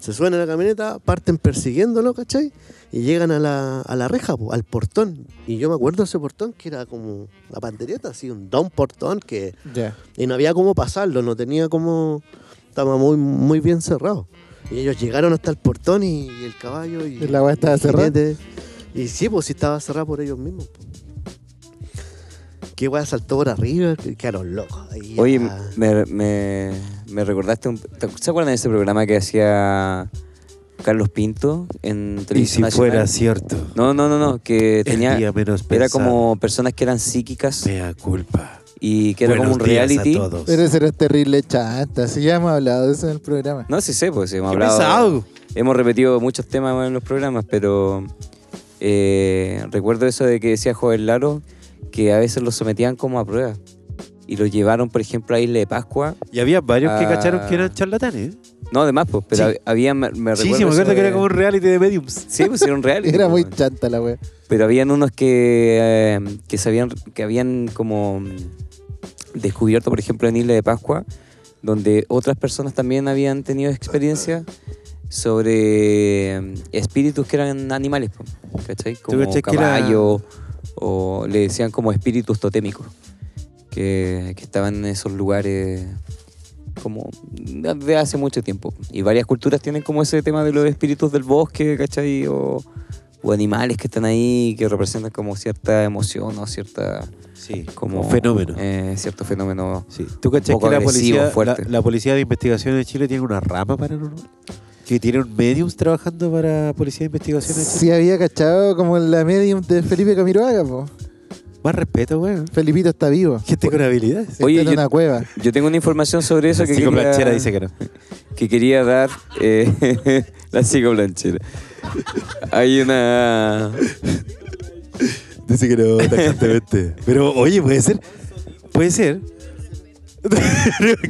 Se suena la camioneta, parten persiguiéndolo, ¿cachai? Y llegan a la, a la reja, po, al portón. Y yo me acuerdo de ese portón que era como la pandereta, así, un don portón que
Ya.
y no había cómo pasarlo, no tenía como. Estaba muy, muy bien cerrado. Y ellos llegaron hasta el portón y, y el caballo y.
Y la weá estaba
y el
cerrada.
jinete. Y sí, pues sí estaba cerrada por ellos mismos. po. Qué weá saltó por arriba, quedaron locos. ahí
Oye,
ya.
me, me, me recordaste un. ¿te- ¿Se acuerdan de ese programa que hacía Carlos Pinto en
Y
Televisión
si
Nacional.
fuera cierto,
No, no, no, no, que tenía...
el día menos
Era
pensado,
como personas que eran psíquicas
Mea culpa.
y que era como
Buenos
un
días a
reality.
todos.
Pero ese era terrible chanta. Si ya hemos hablado de eso en el programa.
No, sí sé, pues hemos
Qué
hablado...
pesado.
Hemos repetido muchos temas en los programas, pero eh, recuerdo eso de que decía Joel Laro que a veces los sometían como a pruebas. Y los llevaron, por ejemplo, a Isla de Pascua.
Y había varios que
Ah.
cacharon que eran charlatanes. ¿eh?
No, además, pues, pero
Sí.
hab- había... Me, me recuerdo
Sí, sí, me
eso
acuerdo que
de-
era como un reality de mediums.
Sí, pues era un reality.
Era
pues,
muy
bueno.
chanta la wea.
Pero habían unos que, eh, que sabían que habían como descubierto, por ejemplo, en Isla de Pascua, donde otras personas también habían tenido experiencia sobre eh, espíritus que eran animales, po, ¿cachai? Como
cachai que era-
caballo, o le decían como espíritus totémicos, que, que estaban en esos lugares como de hace mucho tiempo. Y varias culturas tienen como ese tema de los espíritus del bosque, ¿cachai? O, o animales que están ahí que representan como cierta emoción o cierta
Sí,
como
como fenómeno.
eh, cierto fenómeno
Sí. ¿Tú cachas
Un poco
que la
agresivo,
policía, la,
fuerte.
la policía de investigación de Chile tiene una rama paranormal? Que tienen mediums trabajando para policía de investigación de Chile.
Sí había cachado como en la medium de Felipe Camiroaga, po.
Más respeto, weón.
Felipito está vivo.
Gente con habilidades.
Oye,
está
yo-
en una cueva.
yo tengo una información sobre eso
La
que
psicoplanchera
quería,
dice que no.
que quería dar eh, la psicoplanchera hay una
Dice que no, tajantemente. Pero, oye, puede ser. Puede ser.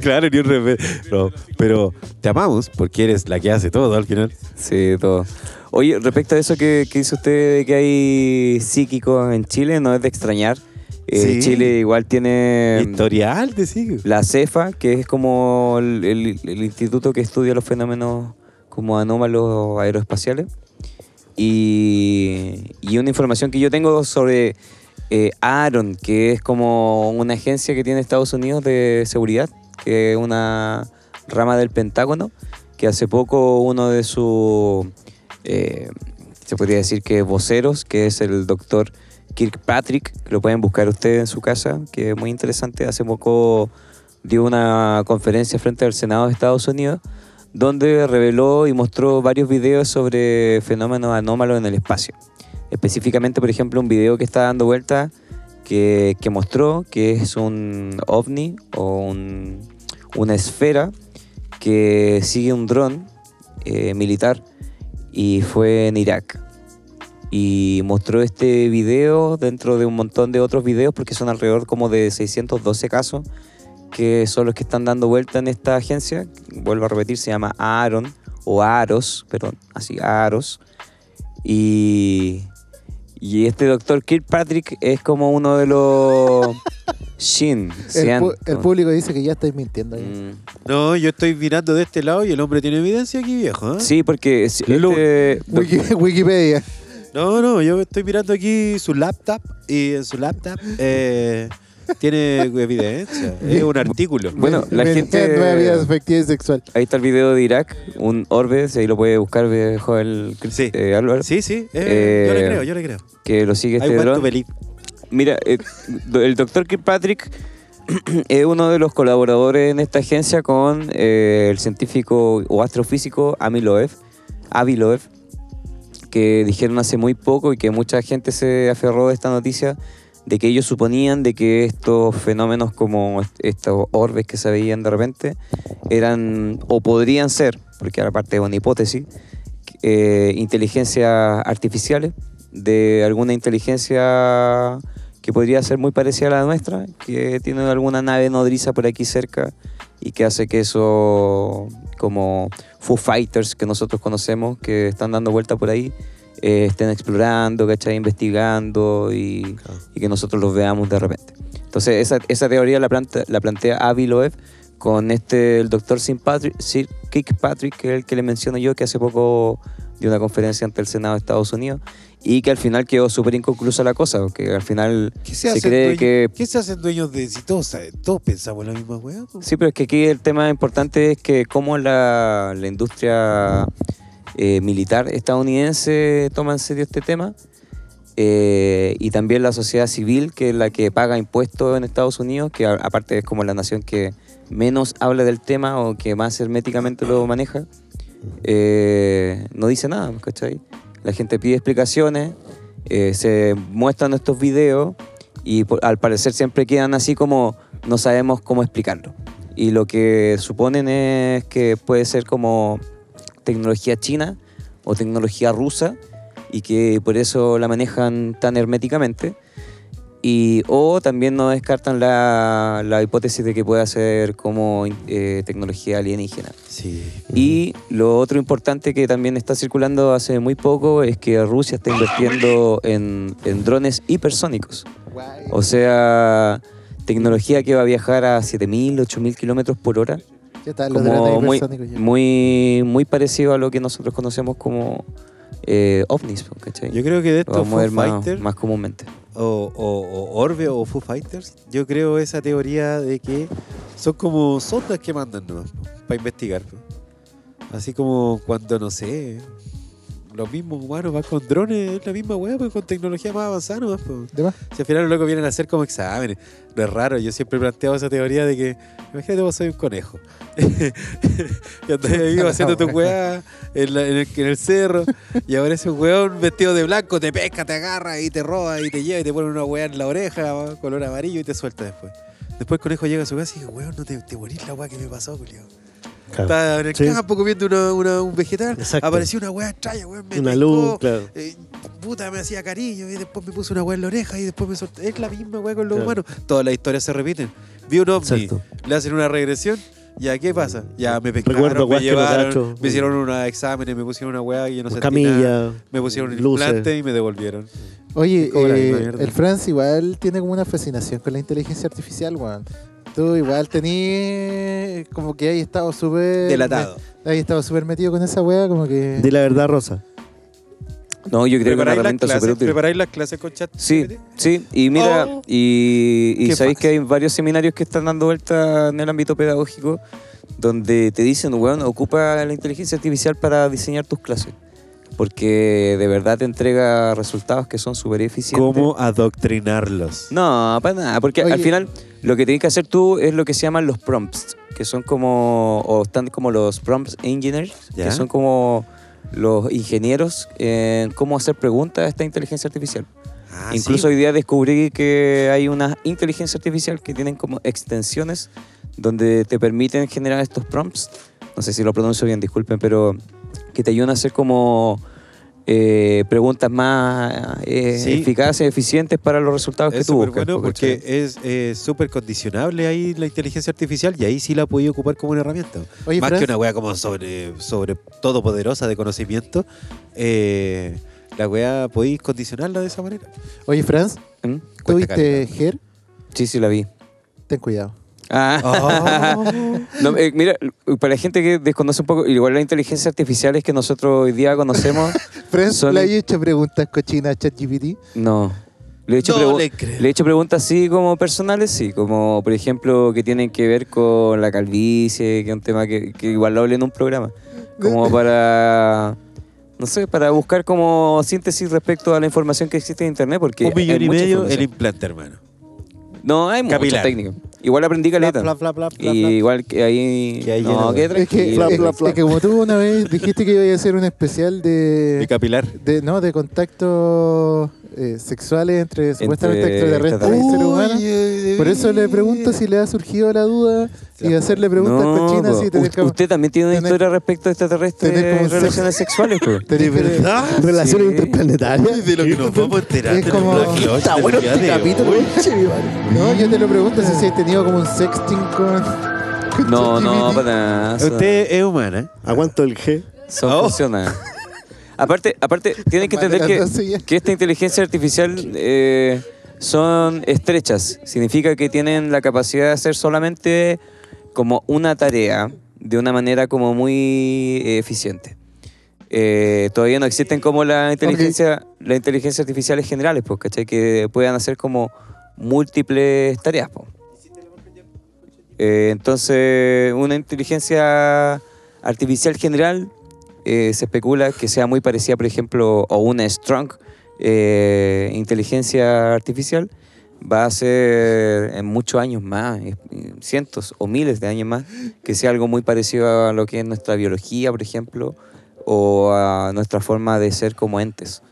claro, ni un respeto. No, pero te amamos porque eres la que hace todo al final.
sí todo oye respecto a eso que, que dice usted de que hay psíquicos en Chile no es de extrañar Eh,
Sí.
Chile igual tiene
Historial, te sigo.
Em, La CEFA, que es como el, el- el instituto que estudia los fenómenos como anómalos aeroespaciales. Y, y una información que yo tengo sobre eh, Aaron, que es como una agencia que tiene Estados Unidos de seguridad, que es una rama del Pentágono, que hace poco uno de sus, eh, se podría decir que voceros, que es el doctor Kirkpatrick, que lo pueden buscar ustedes en su casa, que es muy interesante. Hace poco dio una conferencia frente al Senado de Estados Unidos, donde reveló y mostró varios videos sobre fenómenos anómalos en el espacio. Específicamente, por ejemplo, un video que está dando vuelta que, que mostró que es un ovni o un- una esfera que sigue un dron eh, militar y fue en Irak y mostró este video dentro de un montón de otros videos porque son alrededor como de 612 casos que son los que están dando vuelta en esta agencia. Vuelvo a repetir, se llama Aaron o Aros, perdón, así Aros. Y, y este doctor Kirkpatrick es como uno de los Shin.
El,
Sean-
pu- el público dice que ya estáis mintiendo. ya.
Mm.
No, yo estoy mirando de este lado y el hombre tiene evidencia aquí, viejo. ¿eh?
Sí, porque es-
Lolo-
este doc-
Wiki- Wikipedia.
No, no, yo estoy mirando aquí su laptop y en su laptop eh, tiene evidencia. Es un artículo.
Bueno, la
Mención
gente-
Nueva vida afectiva y sexual.
ahí está el video de Irak, un orbe, si ahí lo puede buscar eh, Joel Cri-
Sí.
eh, Álvaro,
Sí, sí, eh, yo le
Eh,
creo, yo le creo.
que lo sigue
I
este
want to
dron.
believe.
Mira, eh, do- el doctor Kirkpatrick es uno de los colaboradores en esta agencia con eh, el científico o astrofísico Ami Loeb, Avi Loeb, que dijeron hace muy poco y que mucha gente se aferró de esta noticia de que ellos suponían de que estos fenómenos como est- estos orbes que se veían de repente eran o podrían ser, porque ahora parte de una hipótesis, eh, inteligencias artificiales, de alguna inteligencia que podría ser muy parecida a la nuestra, que tiene alguna nave nodriza por aquí cerca y que hace que eso, como Foo Fighters que nosotros conocemos, que están dando vuelta por ahí, eh, estén explorando, ¿cachai? Investigando y, y que nosotros los veamos de repente. Entonces, esa, esa teoría la, planta- la plantea Avi Loeb con este, el doctor Sir Patrick- Sir Kirkpatrick, que es el que le menciono yo, que hace poco dio una conferencia ante el Senado de Estados Unidos y que al final quedó súper inconclusa la cosa, porque al final
¿Qué
se, cree que
¿Qué se hacen dueños de si todos, saben- todos pensamos la misma weá? po?
Sí, pero es que aquí el tema importante es que cómo la, la industria eh, militar estadounidense toma en serio este tema eh, y también la sociedad civil, que es la que paga impuestos en Estados Unidos, que a- aparte es como la nación que menos habla del tema o que más herméticamente lo maneja, eh, no dice nada, ¿cachai? La gente pide explicaciones, eh, se muestran estos videos y por- al parecer siempre quedan así como no sabemos cómo explicarlo. Y lo que suponen es que puede ser como tecnología china o tecnología rusa y que por eso la manejan tan herméticamente. Y, o también no descartan la, la hipótesis de que pueda ser como eh, tecnología alienígena.
Sí.
Y lo otro importante que también está circulando hace muy poco es que Rusia está invirtiendo en, en drones hipersónicos. O sea, tecnología que va a viajar a 7.000, 8.000 kilómetros por hora.
¿Qué tal? Los
Como
drones
muy,
hipersónicos ya.
muy, muy parecido a lo que nosotros conocemos como eh, ovnis, ¿cachai?
Yo creo que de
Lo
estos
vamos a
Foo
ver más,
Fighters
más comúnmente.
o, o- o Orbe o Foo Fighters, yo creo esa teoría de que son como sondas que mandan nomás para investigar. po. Así como cuando, no sé, los mismos humanos van con drones, es la misma weá, pues con tecnología más avanzada nomás. po.
¿De más?
Si al final los locos vienen a hacer como exámenes. No es raro, yo siempre he planteado esa teoría de que, imagínate vos soy un conejo. y andas ahí haciendo tu weá en, la- en el, en el cerro y aparece un weón vestido de blanco, te pesca, te agarra y te roba y te lleva y te pone una weá en la oreja, color amarillo y te suelta después. Después el conejo llega a su casa y dice, weón, no te, te morís la weá que me pasó, culiao. Estaba en el
Sí.
campo comiendo una- una- un vegetal,
Exacto.
apareció una weá extraña, weón, me
Una
pescó,
luz, claro.
eh, puta, me hacía cariño y después me puso una weá en la oreja y después me soltó. Es la misma weá con los
Claro.
humanos. Todas las historias se repiten. Vi un ovni,
Exacto.
le hacen una regresión. ¿Ya qué pasa? Ya me pescaron,
Recuerdo
me
weas que no
llevaron,
cacho.
me hicieron unos exámenes, me pusieron una weá y yo no sé
Camilla,
Me pusieron un
luces.
implante y me devolvieron.
Oye,
Cobra la
eh,
misma mierda.
el Franz igual tiene como una fascinación con la inteligencia artificial, weón. Tú igual tenías como que ahí estado súper...
Delatado.
Ahí estado súper metido con esa weá, como que...
Di la verdad, Rosa.
No, yo creo que es una
¿Preparáis las,
herramienta súper
clases,
útil.
¿Preparáis las clases con chat?
Sí,
GPT?
sí, y mira,
Oh,
y, y
qué
sabéis
fácil.
que hay varios seminarios que están dando vuelta en el ámbito pedagógico donde te dicen, weón, ocupa la inteligencia artificial para diseñar tus clases, porque de verdad te entrega resultados que son súper eficientes.
¿Cómo adoctrinarlos?
No, para nada, porque
Oye.
al final lo que tenés que hacer tú es lo que se llaman los prompts, que son como, o están como los prompts engineers,
Ya.
que son como los ingenieros en cómo hacer preguntas a esta inteligencia artificial.
Ah,
Incluso
sí.
hoy día descubrí que hay una inteligencia artificial que tienen como extensiones donde te permiten generar estos prompts. No sé si lo pronuncio bien, disculpen, pero que te ayudan a hacer como eh, preguntas más eh,
Sí.
eficaces, eficientes para los resultados que
Es
tú
súper
buscas.
bueno
po,
porque
¿cachai?
es eh, súper condicionable ahí la inteligencia artificial y ahí sí la podía ocupar como una herramienta.
Oye,
Más
Franz,
que una wea como sobre, sobre todopoderosa de conocimiento, eh, la wea podéis condicionarla de esa manera.
oye, Franz,
¿Mm?
¿tú
Cuesta
viste Her?
Sí, sí, la vi.
Ten cuidado.
Oh.
Ah. No, eh, mira, para la gente que desconoce un poco, igual la inteligencia artificial es que nosotros hoy día conocemos.
Franz,
Son-
le he hecho preguntas cochinas a ChatGPT.
No. Le he hecho,
No
pregu-
le creo.
le he hecho preguntas así como personales, sí, como por ejemplo que tienen que ver con la calvicie, que es un tema que, que igual lo hablé en un programa, como para, no sé, para buscar como síntesis respecto a la información que existe en Internet, porque...
Un millón
hay
y
mucha
medio el
información.
implante, hermano.
No, hay mucha
capilar.
técnica. Igual aprendí caleta.
Bla, bla, bla, bla, bla.
y igual que ahí...
Que ahí
no,
lleno,
qué
Es que,
tranquilo.
es- es que como tú una vez dijiste que iba a hacer un especial
De
de...
capilar.
de- no, de contactos eh, sexuales entre supuestamente extraterrestres y
extraterrestres.
seres humanos. Por eso le pregunto si le ha surgido la duda y hacerle preguntas
No,
cochinas
po.
si te
Usted- Usted también tiene una
tenés-
historia respecto a
tenés como
extraterrestres
un
relaciones sexuales, po.
¿De
Relaciones
Sí.
interplanetarias.
Ah, De lo que nos vamos a enterar.
Es
de
como-
lo que nos-
Está
de
bueno
lo que
este
hace,
capítulo.
güey.
che, vale.
No, yo te lo pregunto si has tenido como un sexting con... con
No, no,
ChatGPT.
para nada. Son-
Usted es humana.
Aguanto el G.
Son
Oh.
funcionales. Aparte, aparte, tienen que entender
Madre, entonces
que,
ya.
que esta inteligencia artificial eh, son estrechas. Significa que tienen la capacidad de hacer solamente como una tarea de una manera como muy eh, eficiente. Eh, todavía no existen como la inteligencia, la inteligencia artificiales generales, pues, ¿cachai? Que puedan hacer como múltiples tareas, po. Eh, entonces, una inteligencia artificial general eh, se especula que sea muy parecida, por ejemplo, o una strong eh, inteligencia artificial, va a ser en muchos años más, eh, cientos o miles de años más, que sea algo muy parecido a lo que es nuestra biología, por ejemplo, o a nuestra forma de ser como entes.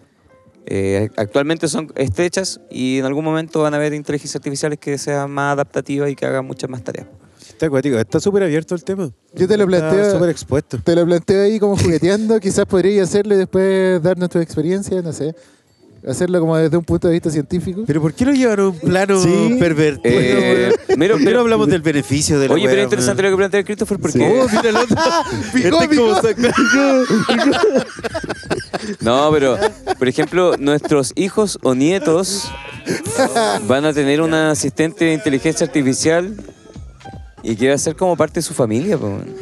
Eh, actualmente son estrechas y en algún momento van a haber inteligencias artificiales que sean más adaptativas y que hagan muchas más tareas.
Está acuático, está súper abierto el tema.
Yo te lo planteo-
Está súper expuesto.
Te lo planteo ahí como jugueteando, quizás podrías hacerlo y después darnos tu experiencia, no sé. Hacerlo como desde un punto de vista científico.
Pero ¿por qué lo llevan a un plano
Sí.
pervertido?
Eh,
weón?
mira,
¿Por qué
mira.
no hablamos del beneficio de la
Oye, pero
weá,
es interesante
weón?
lo que plantea Christopher porque...
Oh, mira el otro.
Picó,
Este es como
picó.
No, pero, por ejemplo, nuestros hijos o nietos van a tener una asistente de inteligencia artificial y que va a ser como parte de su familia. po, weón.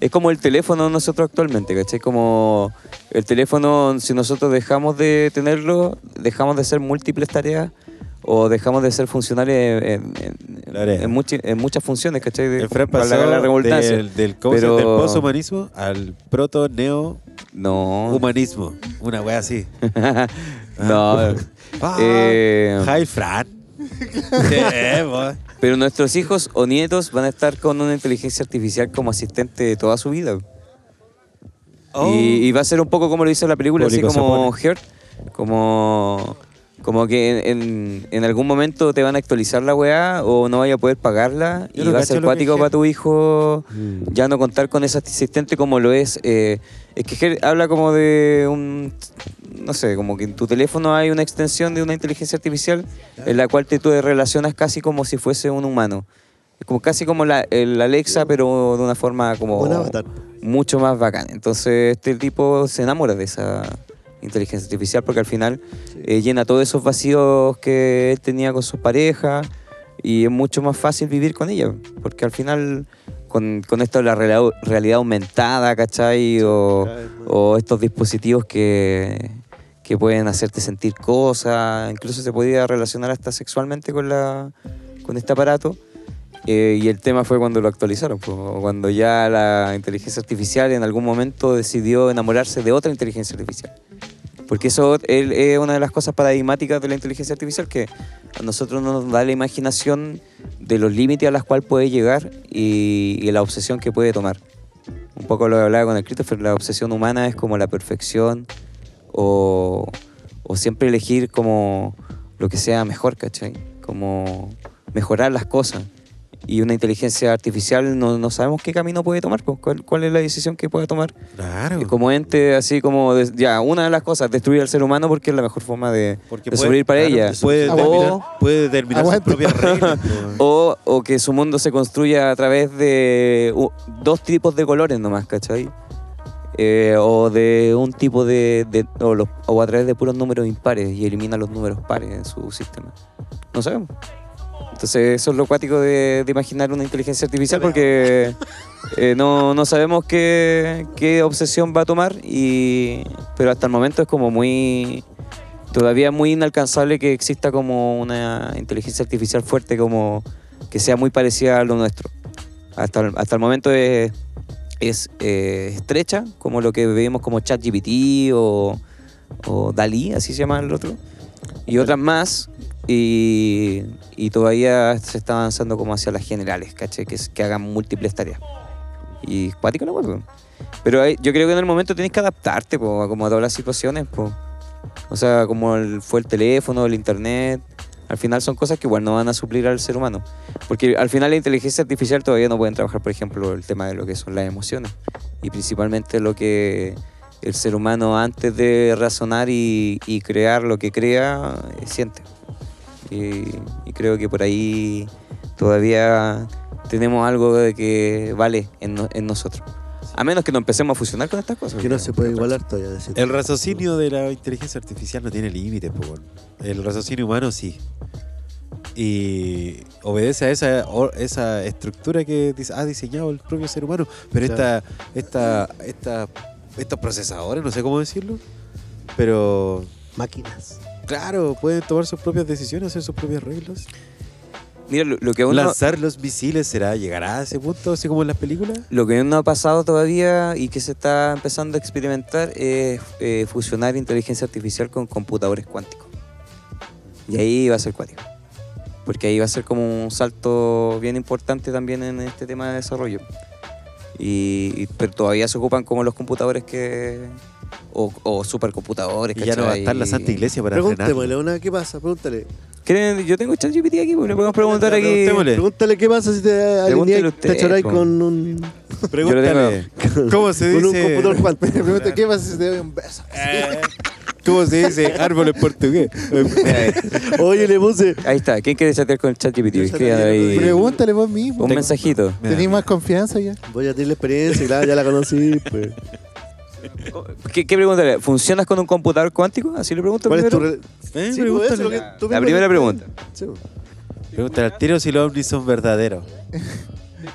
Es como el teléfono de nosotros actualmente, ¿cachai? Como el teléfono, si nosotros dejamos de tenerlo, dejamos de hacer múltiples tareas o dejamos de ser funcionales en, en- en-
Tarea.
en muchi- en muchas funciones, ¿cachai? De-
El Fran
valga
pasó
la redundancia.
del, del, ¿cómo se
Pero-
llama? del poshumanismo al proto-neo-humanismo.
No.
Una wea así.
no.
Ah,
Eh,
hi, Fran. Sí, weón.
Pero nuestros hijos o nietos van a estar con una inteligencia artificial como asistente de toda su vida.
Oh.
Y, y va a ser un poco como lo dice la película, así
Público se
como Heart, como, como que en, en- en algún momento te van a actualizar la weá o no vaya a poder pagarla
Yo
y
no
va a
cacho
ser
lo que Mm.
cuático
es
para tu hijo ya no contar con ese asistente como lo es. eh, es que Heart habla como de un, no sé, como que en tu teléfono hay una extensión de una inteligencia artificial en la cual te, tú te relacionas casi como si fuese un humano. Es como casi como la, el Alexa, pero de una forma como
Oh.
Un avatar.
mucho más bacán. Entonces este tipo se enamora de esa inteligencia artificial porque al final eh, llena todos esos vacíos que él tenía con sus parejas y es mucho más fácil vivir con ella porque al final con, con esto de la reala- realidad aumentada, ¿cachai? O, o estos dispositivos que, que pueden hacerte sentir cosas, incluso se podía relacionar hasta sexualmente con, la, con este aparato. Eh, y el tema fue cuando lo actualizaron, pues, cuando ya la inteligencia artificial en algún momento decidió enamorarse de otra inteligencia artificial. Porque eso es es una de las cosas paradigmáticas de la inteligencia artificial, que a nosotros no nos da la imaginación de los límites a los cuales puede llegar y, y la obsesión que puede tomar. Un poco lo que hablaba con el Christopher, la obsesión humana es como la perfección o, o siempre elegir como lo que sea mejor, ¿cachai? Como mejorar las cosas. Y una inteligencia artificial no, no sabemos qué camino puede tomar, pues, cuál- cuál es la decisión que puede tomar.
Claro.
Y Como ente, así como, des- ya, una de las cosas, destruir al ser humano porque es la mejor forma de, de sobrevivir para
claro,
ella.
Puede
O-
determinar, puede determinar sus
Aguante.
propias reglas. weón.
O, o que su mundo se construya a través de u- dos tipos de colores nomás, ¿cachai? Eh, o de un tipo de... de- o, los- o a través de puros números impares y elimina los números pares en su sistema. No sabemos. Entonces eso es lo cuático de, de imaginar una inteligencia artificial porque eh, no, no sabemos qué, qué obsesión va a tomar, y, pero hasta el momento es como muy todavía es muy inalcanzable que exista como una inteligencia artificial fuerte, como que sea muy parecida a lo nuestro. Hasta el, hasta el momento es, es, eh, estrecha, como lo que vemos como ChatGPT o, o Dalí, así se llama el otro, y otras más. Y, y todavía se está avanzando como hacia las generales, ¿caché? Que, es- que hagan múltiples tareas. Y cuático no weón. Pero ahí- yo creo que en el momento tenés que adaptarte, po, a como a todas las situaciones, po. O sea, como el- fue el teléfono, el internet. Al final son cosas que igual no van a suplir al ser humano. Porque al final la inteligencia artificial todavía no pueden trabajar, por ejemplo, el tema de lo que son las emociones. Y principalmente lo que el ser humano antes de razonar y, y crear lo que crea, eh, siente. Y, y creo que por ahí todavía tenemos algo de que vale en, no- en nosotros. A menos que nos empecemos a fusionar con estas cosas.
Que no se puede igualar todavía. decir.
El raciocinio de la inteligencia artificial no tiene límites, po, weón. El raciocinio humano sí. Y obedece a esa, or- esa estructura que dis- ha diseñado el propio ser humano. Pero esta, esta, esta, estos procesadores, no sé cómo decirlo, pero
Máquinas.
claro, pueden tomar sus propias decisiones, hacer sus propias reglas.
Mira, lo, lo que uno...
Lanzar los misiles será, llegará a ese punto, así como en las películas.
Lo que no ha pasado todavía y que se está empezando a experimentar es eh, fusionar inteligencia artificial con computadores cuánticos. Y ahí va a ser cuático. porque ahí va a ser como un salto bien importante también en este tema de desarrollo. Y, y- pero todavía se ocupan como los computadores que... O, o supercomputadores,
Y ya no va a
¿cachai?
estar la Santa Iglesia para
Pregúntemele,
frenar.
una, ¿qué pasa? Pregúntale.
¿Quieren- Yo tengo ChatGPT aquí, pues, le podemos preguntar aquí.
Preguntémosle.
Pregúntale qué pasa si te
Pregúntele
alineas y te
usted,
choráis
po.
con un,
Pregúntale. ¿Cómo se
con un
dice?
computador
Me
cuántico.
pregunto, ¿qué pasa si te doy un beso?
¿Cómo se dice árbol en portugués?
Oye, le puse.
Ahí está, ¿quién quiere chatear con ChatGPT? Escriban ahí
Pregúntale vos mismo.
un mensajito.
¿Tenís más confianza ya?
Voy a tener la experiencia, claro, ya la conocí. pues.
¿Qué, qué preguntarle? ¿Funcionas con un computador cuántico? Así le pregunto.
¿Cuál es tu
primero.
re-
Eh,
Sí, pues, eso es
pregúntale.
lo que tú
La
mismo
primera
te-
pregunta.
Sí, pues.
Pregúntale al tiro si los ovnis son verdaderos.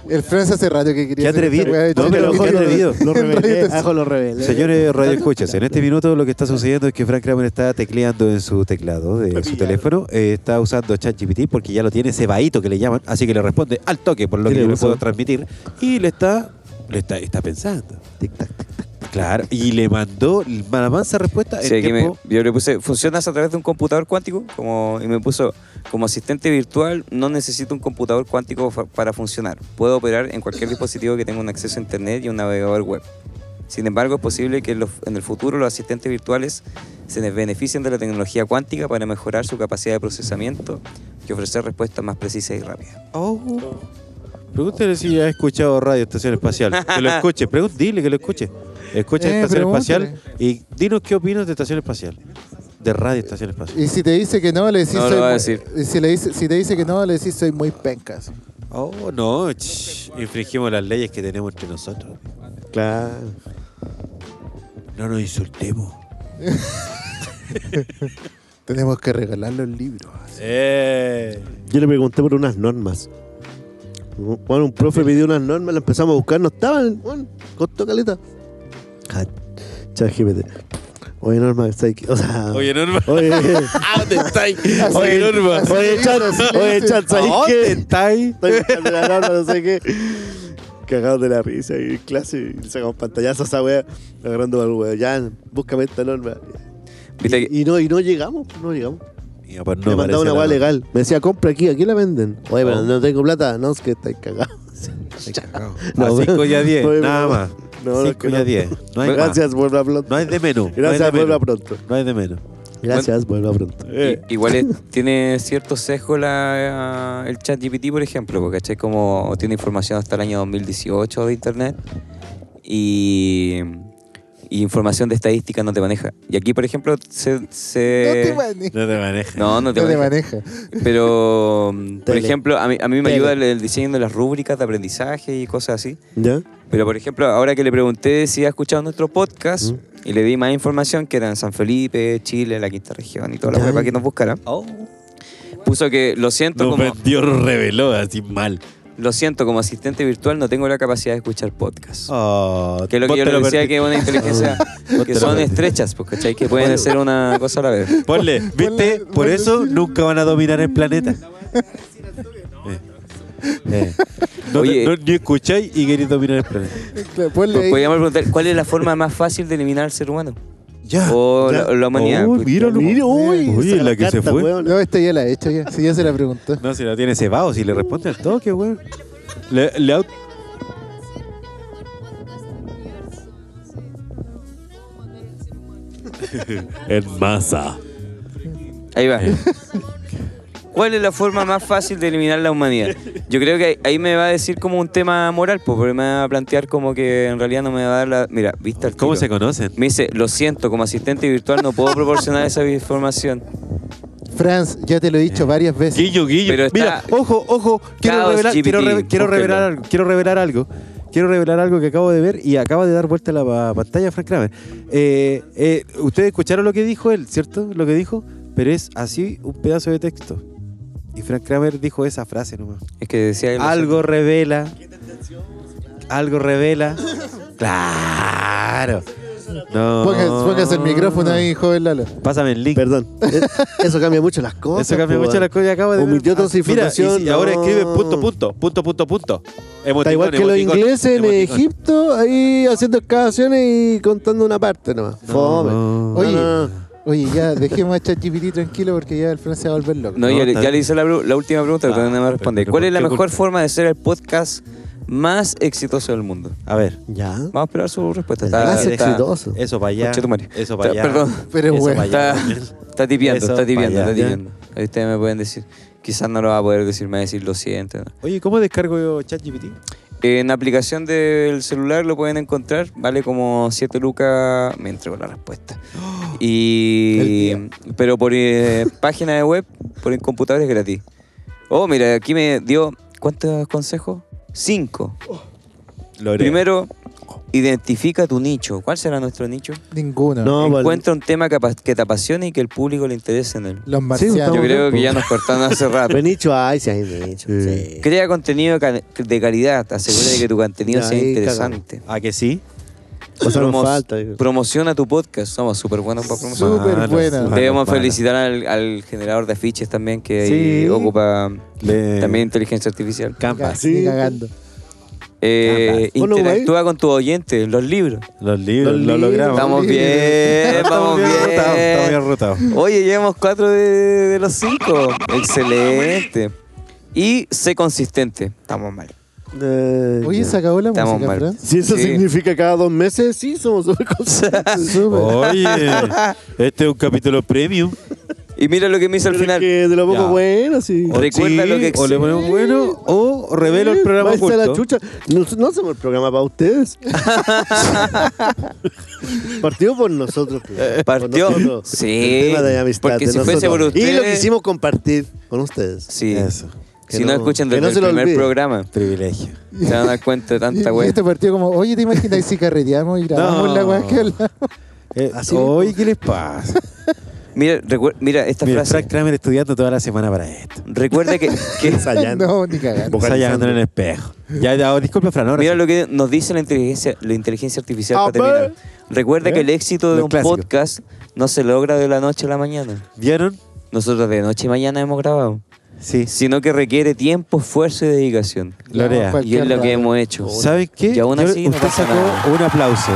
El Franz hace rato que quería
Qué
hacer
atrevido.
esta weá,
No,
yo
pero
lo-
qué atrevido.
Lo revelé,
Entonces-
ajo, lo revelé.
Señores Radio Escuchas, en este minuto lo que está sucediendo es que Frank Kramer está tecleando en su teclado de su teléfono, eh, está usando ChatGPT porque ya lo tiene cebadito que le llaman, así que le responde al toque por lo que
Tiene
yo le
razón.
puedo transmitir y le está le está, está pensando. Claro, y le mandó la mansa respuesta en
Sí, aquí me-
tiempo.
yo le puse, ¿funcionas a través de un computador cuántico? Como, y me puso, como asistente virtual no necesito un computador cuántico fa- para funcionar. Puedo operar en cualquier dispositivo que tenga un acceso a Internet y un navegador web. Sin embargo, es posible que los- en el futuro los asistentes virtuales se les beneficien de la tecnología cuántica para mejorar su capacidad de procesamiento y ofrecer respuestas más precisas y rápidas.
Oh. Pregúntale si ha escuchado Radio Estación Espacial. Que lo escuche, pregun- dile que lo escuche. Escucha
Eh,
Estación Espacial
pregúntale.
y dinos qué opinas de Estación Espacial. De Radio Estación Espacial.
Y si te dice que no, le decís
No lo
soy
va a
muy-
decir.
y Si, le dice, si te dice que no, le decís soy muy pencas.
Oh, no, ch, infringimos las leyes que tenemos entre nosotros.
Claro.
No nos insultemos.
Tenemos que regalar los libros.
Eh.
Yo le pregunté por unas normas. Bueno, un profe pidió unas normas, las empezamos a buscar, no estaban, bueno, costó caleta. Ah, ChatGPT. Oye, Norma, ¿sabes qué? O sea,
Oye, Norma.
oye,
¿Dónde estáis?
oye,
Norma.
oye, chat, oye, chat, ¿sabes
¿Dónde
qué?
estáis?
Estoy buscando la norma, no sé qué. Cagados de la risa y en clase, y le sacamos pantallazos a esa wea, agarrando al wea, ya, búscame esta norma.
Viste que-
Y, y no, y no llegamos, no llegamos.
Mira, pues
Le
no,
mandaba una
parece
weá
la-
legal. Me decía, compra aquí, aquí la venden. Oye, pero
Oh.
no tengo plata. No, es que estáis cagados.
A
No,
5 y a 10,
oye,
nada
pero-
más.
No, no,
5 y
no.
a 10. No hay
Gracias, vuelva
más.
pronto.
No hay de menos.
Gracias,
no hay de
vuelva
menos.
pronto.
No hay de menos.
Gracias, vuelva pronto.
Eh.
I- Igual es- tiene cierto sesgo la, eh, el chat GPT, por ejemplo, porque ¿cachai? como tiene información hasta el año 2018 de Internet y, y información de estadística no te maneja. Y aquí, por ejemplo, se... se-
no te manejas.
No te manejas.
Eh, no, no te
No te
maneja.
manejas.
Pero, mm, por
Tele.
ejemplo, a mí, a mí me
Tele.
ayuda el, el diseño de las rúbricas de aprendizaje y cosas así.
¿Ya?
Pero, por ejemplo, ahora que le pregunté si ha escuchado nuestro podcast
Mm.
y le di más información, que eran San Felipe, Chile, la quinta región y toda la
Ya.
web para que nos buscara. Puso que lo siento,
Nos
como,
vendió, reveló así mal.
lo siento, como asistente virtual no tengo la capacidad de escuchar podcast.
Oh,
Que es lo
vos
que yo
te
le decía
perdiste. Ah,
que es una inteligencia
Vos te
que
lo
son
perdiste.
estrechas, pues, ¿cachai? Que pueden hacer una cosa a la vez.
Ponle, ¿viste? Por eso nunca van a dominar el planeta. Eh. No, te-
Oye.
no- ni escucháis y queréis dominar el planeta.
Claro, ponle ahí.
Pues, Podríamos preguntar, ¿cuál es la forma más fácil de eliminar al ser humano?
Ya. Oh,
O la, la humanidad.
Uy,
pues,
míralo.
Mira, uy,
Oye,
esa
la que se fue.
weón.
No, esta ya la he hecho ya. Sí, ya se la preguntó.
No, si la tiene cebado, si le responde al toque, weón. Le, le aut- en masa.
Ahí va. ¿Cuál es la forma más fácil de eliminar la humanidad? Yo creo que ahí- ahí me va a decir como un tema moral, pues, porque me va a plantear como que en realidad no me va a dar la... Mira, viste al
¿Cómo
tiro.
se conocen?
Me dice, lo siento, como asistente virtual no puedo proporcionar esa información.
Franz, ya te lo he
Eh,
dicho varias veces.
Guillo, guillo.
Pero está-
Mira, ojo, ojo. Quiero
Caos
revelar,
GPT,
quiero, re- quiero revelar
búsquenlo.
algo, quiero revelar algo. Quiero revelar algo que acabo de ver y acaba de dar vuelta la pa- pantalla Frank Kramer. Eh, eh, Ustedes escucharon lo que dijo él, ¿cierto? Lo que dijo, pero es así un pedazo de texto. Y Frank Kramer dijo esa frase nomás.
Es que decía... que lo
Algo revela. Algo revela. Claro. No.
Póngase,
Ah.
póngase el micrófono ahí, joven Lalo.
Pásame el link.
Perdón. Es- Eso cambia mucho las cosas.
Eh. Eso cambia
po,
mucho
weón.
las cosas. Acabo de ver.
pues. Omitió toda esa
Ah, mira,
información,
y si ahora
no.
escribe punto, punto, punto, punto, punto.
Está
Emoticón,
igual que los
emoticón,
ingleses en
emoticón.
Egipto, ahí haciendo excavaciones y contando una parte nomás. Fome.
No.
Oye,
No, no, no.
Oye, ya, dejemos a ChatGPT tranquilo porque ya el Fran se va a volver loco.
No,
No,
ya, le-
está
ya
bien.
le hice la, bru- la última pregunta, pero
Ah,
no me responde.
pero
¿Cuál
¿por
es la
qué
mejor
culpa?
forma de ser el podcast más exitoso del mundo?
A ver, Ah,
Ya.
Vamos a esperar su respuesta.
El
Está,
más
está-
exitoso.
eso para allá.
Conche tu madre.
Eso para
Está-
allá.
perdón.
Pero
eso
bueno.
pa' allá.
Está- Está tibiando,
Eso,
está tibiando,
para
está
allá.
tibiando. Ahí ustedes me pueden decir. Quizás no lo va a poder decir, me va a decir lo siento.
Oye, ¿cómo descargo yo ChatGPT?
En aplicación del celular lo pueden encontrar, vale como 7 lucas, me entrego la respuesta. Y pero por eh, página de web, por el computador es gratis. Oh, mira, aquí me dio ¿cuántos consejos? 5.
Lo agrego.
Primero, identifica tu nicho. ¿Cuál será nuestro nicho?
Ninguno.
No, pues, vale.
Encuentra un tema que, apa- que te apasione y que el público le interese en él.
Los
estamos
marcianos.
Ah, Yo creo
bien,
que
po.
ya nos cortaron hace rato.
Benicho, ay, sí, hay Benicho. Sí.
Crea contenido ca- de calidad, asegura de que tu contenido
Ya,
sea
ahí
interesante.
¿A Ah, que sí?
O sea, no
Promos-
falta. digo.
Promociona tu podcast. Somos súper buenos para promocionar.
Súper
Mano,
buena.
mano,
Debemos
mano.
felicitar al, al generador de afiches también que ahí
Sí. Eh.
ocupa
Le-
también inteligencia artificial.
Canva.
Ni cagando.
Eh,
Hola, güey.
interactúa con tus oyentes, los libros.
Los libros,
Los
lo
libros.
logramos.
Estamos
libros.
bien, vamos
rotados, estamos bien
bien.
rotados.
Oye, llevamos cuatro de, de los cinco. Excelente. Y sé consistente. Estamos mal.
Eh,
Oye,
ya.
se acabó la
Estamos
música,
mal.
Fran.
Si eso
Sí.
significa cada dos meses, sí, somos súper conscientes.
Súper.
Oye, este es un capítulo premium.
Y mira lo que me hizo al
Pero
final.
que de lo poco
Ya.
bueno, sí.
O
Recuerda
sí,
lo que
O le ponemos bueno o revelo el programa
Váyanse a la
oculto.
chucha. No, no hacemos el programa para ustedes. Partió por nosotros. primero, por
Eh, Partió.
nosotros.
Sí,
El tema de amistad.
porque
de
si fuese
nosotros.
por
Y lo
ustedes-
quisimos compartir con ustedes.
Sí.
Eso,
Si
Que
no,
no-
escuchan
que
desde
no se
el
lo
primer
olvide.
programa,
privilegio.
se van a dar cuenta de
Y-
tanta
y
wea.
este partido como, oye, ¿te imaginas si carreteamos y grabamos la weá que hablamos?
Eh,
Ah,
Así
oye, ¿qué les pasa?
Mira, recuer- mira esta
Mira,
pues. frase.
Frank Kramer estudiando toda la semana para esto.
Recuerda que, que-
Ensayando.
No, ni cagando.
Está llegando en el espejo. Ya, ya, oh, disculpa, Fran, ahora
mira
sí.
lo que nos dice la inteligencia, la inteligencia artificial
A
para terminar.
Ah, pues. ver.
Recuerda
¿Eh?
que el éxito de
Lo
un
clásico.
podcast no se logra de la noche a la mañana.
¿Vieron?
Nosotros de noche y mañana hemos grabado,
Sí.
sino que requiere tiempo, esfuerzo y dedicación.
Lorea.
Y es lo que hemos hecho.
¿Saben qué?
Y aún
Yo-
así no
usted
pasa
sacó
nada.
un aplauso.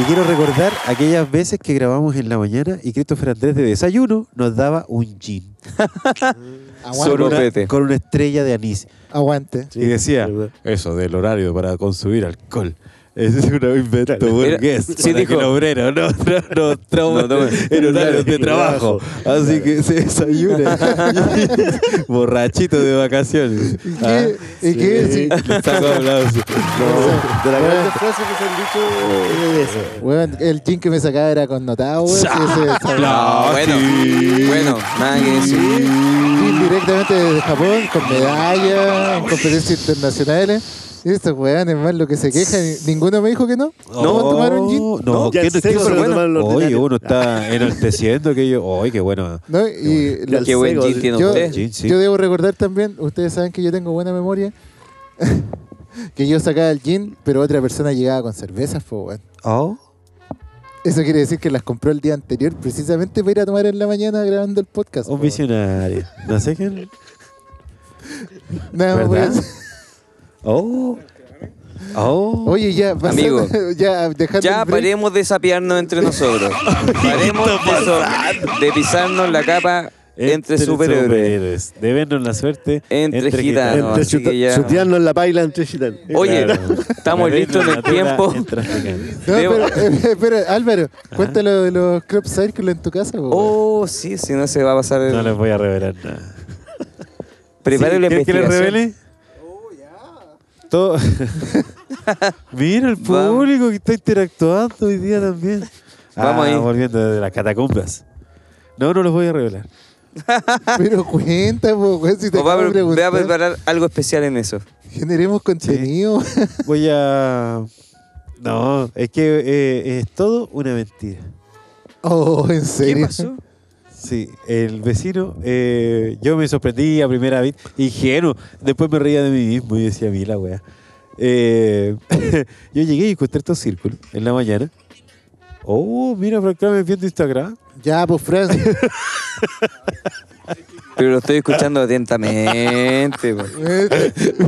Y quiero recordar aquellas veces que grabamos en la mañana y Christopher Andrés de desayuno nos daba un gin con
Solo-
Aguante.
Sorbete.
una, con una estrella de anís.
aguante.
y decía,
es verdad.
eso del horario para consumir alcohol. Es un invento
Era-
burgués.
sí,
para
dijo.
que el obrero no, no, no trabaje
No tome.
en horarios de
Claro.
trabajo. Así que se desayuna. Borrachito de vacaciones.
¿Y qué?
Ah,
¿Y qué?
sí.
Sí.
le saco aplauso.
De las grandes frases que se han dicho es eso.
Weón, el jean que me sacaba era connotado, weón. Sí, ese- ese-
No, bueno, bueno, nada que decir.
Jean directamente desde Japón, con medalla, en competencias internacionales. Y estos weones más lo que se quejan. y Ninguno me dijo que no. ¿Cómo tomaron gin?
No, no,
ya
¿qué
en
no-
serio
qué
se lo
bueno?
tomaron los
Oye,
ordinarios.
uno está enalteciendo que yo. Oye, qué bueno.
¿No? Y
Ya
lo-
Qué buen
Sego,
gin tiene
yo,
usted.
Sí, sí.
yo debo recordar también, ustedes saben que yo tengo buena memoria, que yo sacaba el gin, pero otra persona llegaba con cervezas, po, weón.
Oh.
Eso quiere decir que las compró el día anterior precisamente para ir a tomar en la mañana grabando el podcast. po,
Un
weón.
visionario. No sé quién.
Nada más voy a
¿Verdad?
decir.
Oh. Oh.
Oye, ya, pasando- ya dejando
Ya
el break,
paremos de sapearnos entre nosotros. Paremos de, so- de pisarnos la capa
Este
entre superhéroes.
Devenos la suerte.
Entre gitanos. No,
Entre
así
chuta-
que ya-
chutearnos en la paila entre gitanos.
Oye,
Claro.
estamos listos en el tiempo.
No,
Debo-
pero, eh, espera, Álvaro, cuéntalo de los crop circles en tu casa. po, weón.
Oh, sí, si no se va a pasar.
No les
El...
voy a revelar nada.
Prepare la
¿Quieres que les
investigación.
revele? Todo. Mira el
Vamos.
público que está interactuando hoy día también.
Vamos
Ah,
ahí.
Volviendo de las catacumbas. No, no los voy a revelar.
Pero cuenta, po, weón, si te
O va a
acabo de
pre- voy a
preguntar.
preparar algo especial en eso.
Generemos contenido.
Voy a. No, es que eh, es todo una mentira.
Oh, en
¿Qué
serio.
pasó?
Sí, el vecino, eh, yo me sorprendí a primera vez, ingenuo. Después me reía de mí mismo y decía, mira, weá. Eh, yo llegué y encontré estos círculos en la mañana. Oh, mira, Frank Kramer viendo Instagram.
Ya, pues, Fran.
Pero lo estoy escuchando atentamente. po.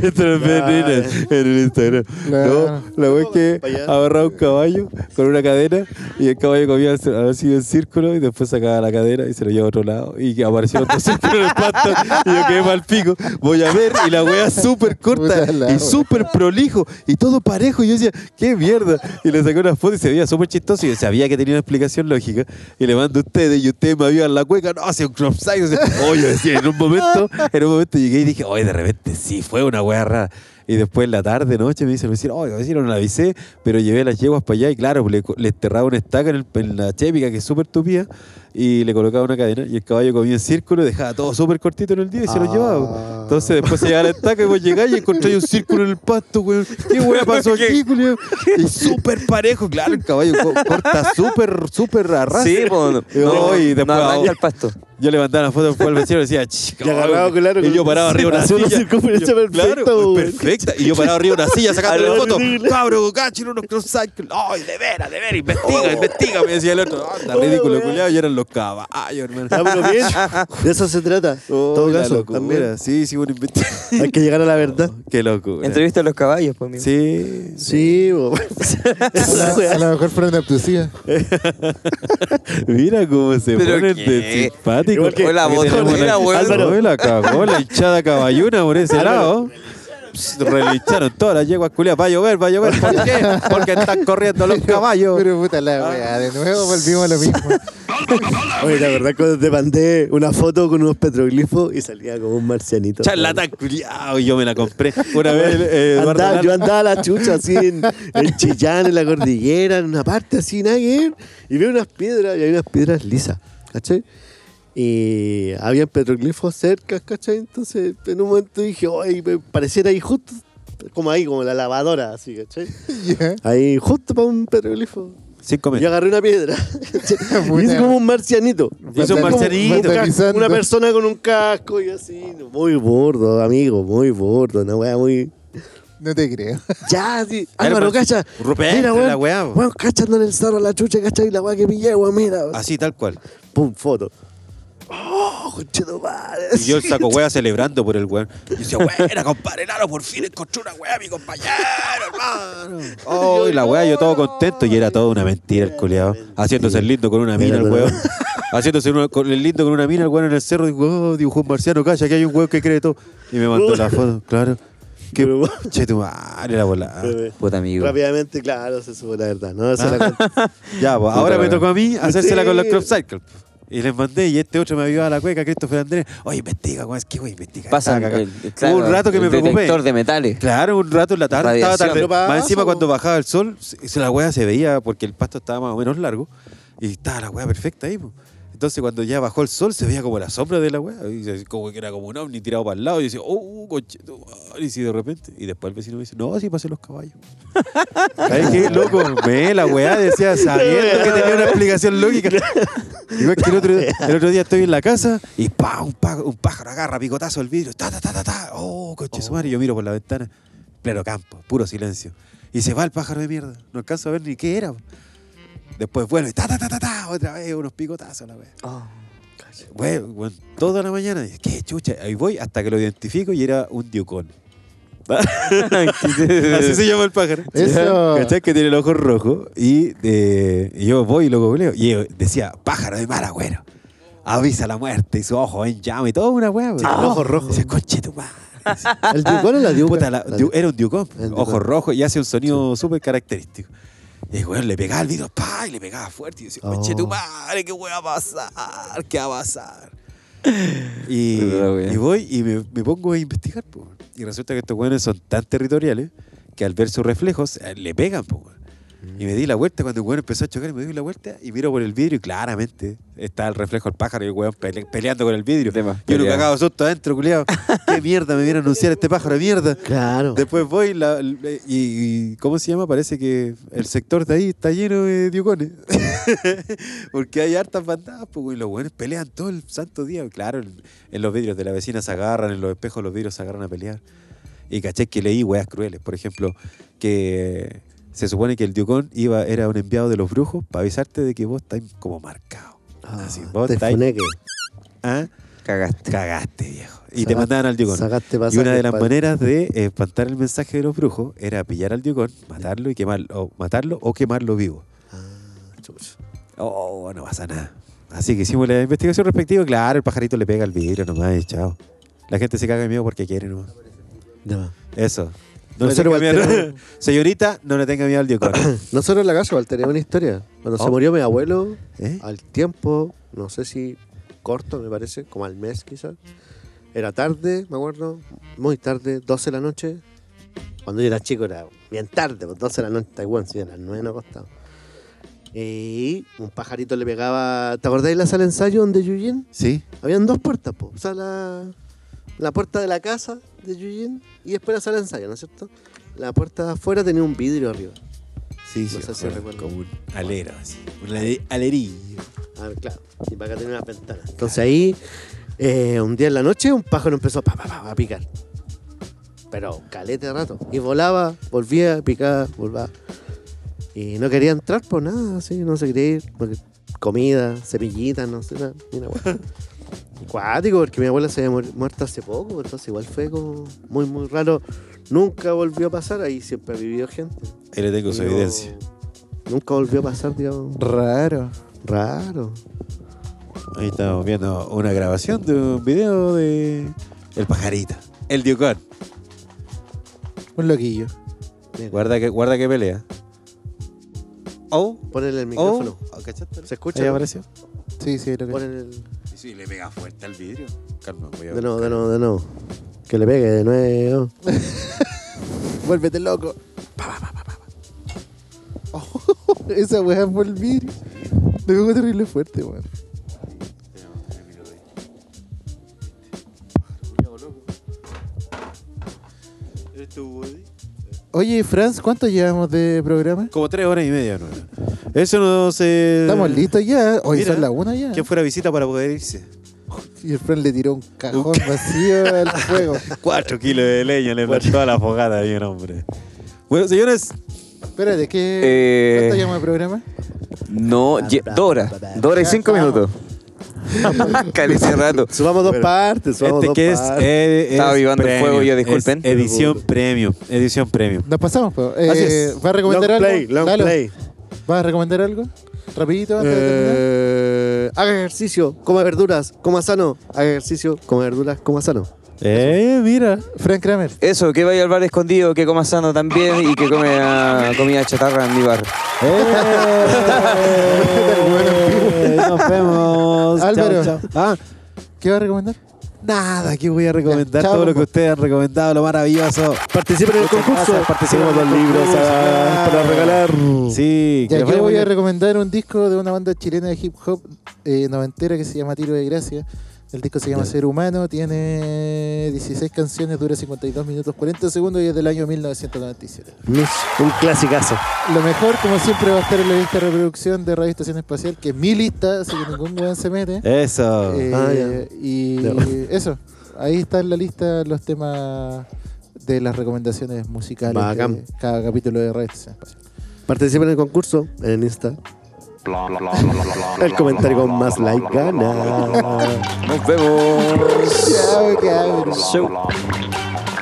Mientras me
Claro.
en el Instagram.
Claro.
No, la wea es que
Pa' allá.
agarraba un caballo con una cadena y el caballo comía así en círculo y después sacaba la cadena y se lo llevaba a otro lado y que aparecieron otro círculo en el pasto y yo quedé mal pico. Voy a ver y la wea súper corta
Puta la
y
wea.
súper prolijo y todo parejo. Y yo decía, qué mierda. Y le saqué una foto y se veía súper chistoso y yo sabía que tenía una explicación lógica. Y le mando a ustedes y ustedes me avivan la cueca. No, hace un crop size. Oh, yo decía, en un momento, en un momento llegué y dije, oye, de repente sí, fue una wea rara. Y después en la tarde, noche, me dice el vecino, oye, vecino, no la avisé, pero llevé las yeguas para allá y claro, le, co- le enterraba una estaca en, el- en la chépica que es súper tupida y le colocaba una cadena y el caballo comía en círculo, dejaba todo súper cortito en el día y se
Ah.
lo llevaba. Entonces después se llegaba la estaca y vos llegás y encontrás un círculo en el pasto, weón. ¿Qué weón pasó aquí, culiao? Y súper parejo, claro, el caballo co- corta súper, súper arrastre.
Sí, po, no,
Y hoy,
no,
después
no arranca
ahora-
el pasto.
Yo levantaba la foto después al vecino y decía, chica,
Y agarraba, claro,
y yo
con-
paraba arriba de una
haciendo
silla.
una circunferencia
Yo-
perfecta,
claro, pues,
güey.
perfecta. Y yo paraba arriba de una silla sacando la
Algo
foto.
horrible.
Cabro, cacho, unos cross cycles. Ay, de veras, de veras, investiga, investiga. Me decía el otro, anda, ridículo,
Oh. güey.
culiado. Y eran los caballos, hermano. Oh,
Ah, pero bien, Oh, de eso se trata. En todo
la
caso,
locura.
también
Sí, sí, bueno, investiga.
hay que llegar a la verdad.
Qué loco.
Entrevista a los caballos, pues, amigo.
Sí.
Sí, bo. pues.
A la- a lo mejor fueron abducidas.
Mira cómo se
¿Pero
ponen
qué?
de simpáticos.
Igual que-
Hola,
Porque
botonera,
tenemos la-
weón.
Álvaro. Hoy la cagó la hinchada caballuna por ese lado. Pss, Relincharon todas las yeguas culiadas. Va a llover, va a llover. ¿Por qué? Porque están corriendo los caballos.
Pero puta la weá, de nuevo volvimos a lo mismo.
Oye, la verdad, cuando te mandé una foto con unos petroglifos y salía como un marcianito.
Charlatán culiao, yo me la compré. Una vez eh, Eduardo
Andaba-
Lalo-
yo andaba a la chucha así en, en Chillán, en la cordillera, en una parte así, nada que ver, y veo unas piedras, y hay unas piedras lisas, ¿cachai? Y había petroglifos cerca, ¿cachai? Entonces, en un momento dije, ay, me pareciera ahí justo, como ahí, como la lavadora, así, ¿cachai?
Ya.
Ahí, justo para un petroglifo.
Cinco
Yo
metros.
agarré una piedra. y hice como un marcianito.
Hizo un
Como-
marcianito.
como un casco,
Vandalizando.
Una persona con un casco y así. Muy burdo, amigo, muy burdo. Una wea muy.
No te creo.
Ya, sí. Álvaro,
Hermano,
cacha.
pues, rupestre
mira,
la weá, po.
Weón, cacha, anda en el cerro la chucha, cacha, y la weá que pillé, weón, mira.
Así, tal cual.
Pum, foto. Oh, concheto madre.
Y yo el saco wea celebrando por el weón. Y decía, buena, compadre Lalo, por fin encontré una wea, mi compañero, hermano. Oh, y la wea, yo todo contento. Y era todo una mentira el culiao. Haciéndose el lindo con una mina el
Era
weón.
todo-
Haciéndose uno- con el lindo con una mina el weón en el cerro. Digo, oh, dibujó un marciano, calla, que hay un weón que cree todo. Y me mandó la foto, claro. Qué Ah, pues,
Pero-
che, tu madre, la volada.
Eh,
Puta amigo.
Rápidamente, claro, se supo la verdad, ¿no? Esa es la con-
Ah. Ya, pues, ahora
la
me
wea.
tocó a mí hacérsela con los
Sí.
crop cycles. Y les mandé, y este otro me avivaba la cueca, Christopher Andrés. Oye, investiga, weón, es que, güey, investiga.
Pasa
Estaba
el-
cagado.
el- claro,
Hubo un rato que
el
me preocupé.
detector de metales.
Claro, un rato en la tarde estaba
Radiación.
tarde.
Pero pasa,
Más encima
po.
cuando bajaba el sol, se- se- la hueá se veía porque el pasto estaba más o menos largo y estaba la hueá perfecta ahí. po. Entonces cuando ya bajó el sol se veía como la sombra de la hueá y se- como que era como un ovni tirado para el lado y decía, "Oh, conchito, madre", y si de repente y después el vecino me dice, "No, sí pasé los caballos." ¿Sabes qué, loco? Me la hueá decía sabiendo que tenía una explicación lógica. Igual que el otro, el otro día estoy en la casa y pa, un, pá- un pájaro agarra picotazo al vidrio. Ta, ta, ta, ta, ta. Oh, coche su madre. Yo miro por la ventana. Pleno campo, puro silencio. Y se va el pájaro de mierda. No alcanzo a ver ni qué era. Después vuelve y ta, ta, ta, ta, ta. Otra vez unos picotazos la vez. Bueno, bueno, toda la mañana. dije, Qué chucha. Ahí voy hasta que lo identifico y era un diucón. Así se llama el pájaro.
Eso.
¿Cachai? Que tiene el ojo rojo. Y, eh, y yo voy y lo googleo. Y eh, decía, pájaro de maragüero. Avisa la muerte y su ojo en llama y toda una hueá.
Sí, el ojo rojo.
Dice, conche tu madre.
¿El Ducón o la Diuca?
Puta, la-
La
diu- era un diucón.
El diucón.
Ojo rojo y hace un sonido súper característico. Y el weón le pegaba al vidrio, pa, y le pegaba fuerte. Y decía,
Oh.
conche tu madre, ¿qué weá va a pasar? ¿Qué va a pasar? Y,
Puta la wea.
y voy y me, me pongo a investigar, po, weón. Y resulta que estos weones son tan territoriales que al ver sus reflejos eh, le pegan, po, weón.
Mm.
Y me di la vuelta cuando el weón empezó a chocar y me di la vuelta y miro por el vidrio y claramente está el reflejo del pájaro y el weón pele- peleando con el vidrio.
Tema,
Yo lo
peleado.
cagado susto adentro, culiado. ¿Qué mierda me viene a anunciar este pájaro de mierda?
Claro.
Después voy la- le- y, y- ¿cómo se llama? Parece que el sector de ahí está lleno de diocones. Porque hay hartas bandadas, pues, güey, los buenos pelean todo el santo día. Claro, en, en los vidrios de la vecina se agarran, en los espejos los vidrios se agarran a pelear. Y caché que leí weas crueles, por ejemplo, que se supone que el diocón iba, era un enviado de los brujos para avisarte de que vos estás como marcado.
Ah,
Así, vos
te
estáis-
funeque.
¿Ah?
Cagaste.
Cagaste, viejo. Y te
Saca-
mandaban al Yukon.
Sacaste
Y una
pasaje,
de las
pa-
maneras de eh, espantar el mensaje de los brujos era pillar al Yukon, matarlo y quemarlo, o matarlo o quemarlo vivo.
Ah, chucha.
Oh, no pasa nada. Así que hicimos la investigación respectiva. Claro, el pajarito le pega al vidrio nomás y chao. La gente se caga de miedo porque quiere nomás.
Ya.
Eso. No le
Nosotros
tenga miedo.
igual
Señorita, no le tenga miedo al Yukon.
Nosotros en la casa, Walter, tenemos una historia. Cuando se
Oh.
murió mi abuelo,
¿Eh?
al tiempo, no sé si corto, me parece, como al mes quizás. Era tarde, me acuerdo, muy tarde, 12 de la noche. Cuando yo era chico era bien tarde, pues 12 de la noche, Taiwán, sí, a las 9 no acostado. Y un pajarito le pegaba. ¿Te acordáis la sala de ensayo donde Yuyin?
Sí.
Habían dos puertas, po. O sea, la, la puerta de la casa de Yuyin y después la sala de ensayo, ¿no es cierto? La puerta de afuera tenía un vidrio arriba.
Sí, sí.
No sé si
acuerdo,
recuerdo.
como un alero, así. Un ale- alerillo.
Ah, claro. Y para acá tenía unas ventanas. Entonces ahí, eh, un día en la noche, un pájaro empezó pa, pa, pa, a picar. Pero calete de rato. Y volaba, volvía, picaba, volvaba. Y no quería entrar por nada, así, no se quería ir. porque comida, semillitas, no sé nada. ni una hueá. Cuático, porque mi abuela se había muer- muerto hace poco, entonces igual fue como muy, muy raro. Nunca volvió a pasar, ahí siempre ha vivido gente.
Ahí le tengo su
Pero
evidencia.
Nunca volvió a pasar, digamos.
Raro.
Raro.
Ahí estamos viendo una grabación de un video de El Pajarito. El Yukon.
Un loquillo.
Guarda que, guarda que pelea. Oh,
Ponele el micrófono.
oh. oh, ¿Cachaste?
¿Se escucha?
Ahí
no?
apareció.
Sí, sí, lo que
Ponen el...
Sí, sí, le pega fuerte al vidrio. Calma, voy a
De nuevo, de nuevo, de nuevo. Que le pegue de nuevo.
Vuélvete loco. Oh, esa weá fue el vidrio. Me pegó terrible fuerte, weón. Oye, Franz, ¿cuánto llevamos de programa?
Como tres horas y media, ¿no? Eso no se.
Estamos listos ya. Hoy
mira,
son las una ya.
¿Quién fuera a visita para poder irse?
Y el Franz le tiró un cajón vacío al fuego.
Cuatro kilos de leña le faltó a la fogata bien, hombre. Bueno, señores,
Espérate, ¿qué? ¿Cuánto
Eh,
llevamos de programa?
no, ye- dos horas. Dos horas y cinco minutos. Calice rato.
Subamos dos partes, subamos
este
dos
que es,
partes.
eh,
Estaba
es
avivando el
premium,
fuego yo,
es
disculpen.
edición premium, edición premium.
Nos pasamos, pues.
Así
Eh,
es.
¿Va a recomendar
long
algo?
Play, long
Lalo,
play.
¿Vas a recomendar algo? Rapidito, antes de terminar.
Eh, haga ejercicio, coma verduras, coma sano. Haga ejercicio, coma verduras, coma sano.
Eh, mira.
Frank Kramer.
Eso, que vaya al bar escondido, que coma sano también y que come ah, comida chatarra en mi bar.
Eh, nos vemos. Chao,
Álvaro.
chao. Ah,
¿Qué va a recomendar?
nada, que voy a recomendar
Ya, chao,
todo lo que
compa.
ustedes han recomendado, lo maravilloso.
Participen en el
Muchas
concurso.
gracias, participen
Tenemos
en el
dos libros
concurso,
ah,
claro.
para regalar.
Sí, que
Ya,
les vaya
yo voy
muy
a
bien.
recomendar un disco de una banda chilena de hip hop eh, noventera que se llama Tiro de Gracia. El disco se llama Ser Humano, tiene 16 canciones, dura 52 minutos 40 segundos y es del año 1997.
Un clasicazo.
Lo mejor, como siempre, va a estar en la lista de reproducción de Radio Estación Espacial, que es mi lista, así que ningún weón se mete.
Eso.
Eh,
Ah, ya.
Y
Ya.
eso, ahí está en la lista los temas de las recomendaciones musicales
Bacán.
de cada capítulo de Radio Estación Espacial.
Participen en el concurso en Insta. El comentario con más like gana.
Nos vemos.
Chao, cabros.
Show.
Show.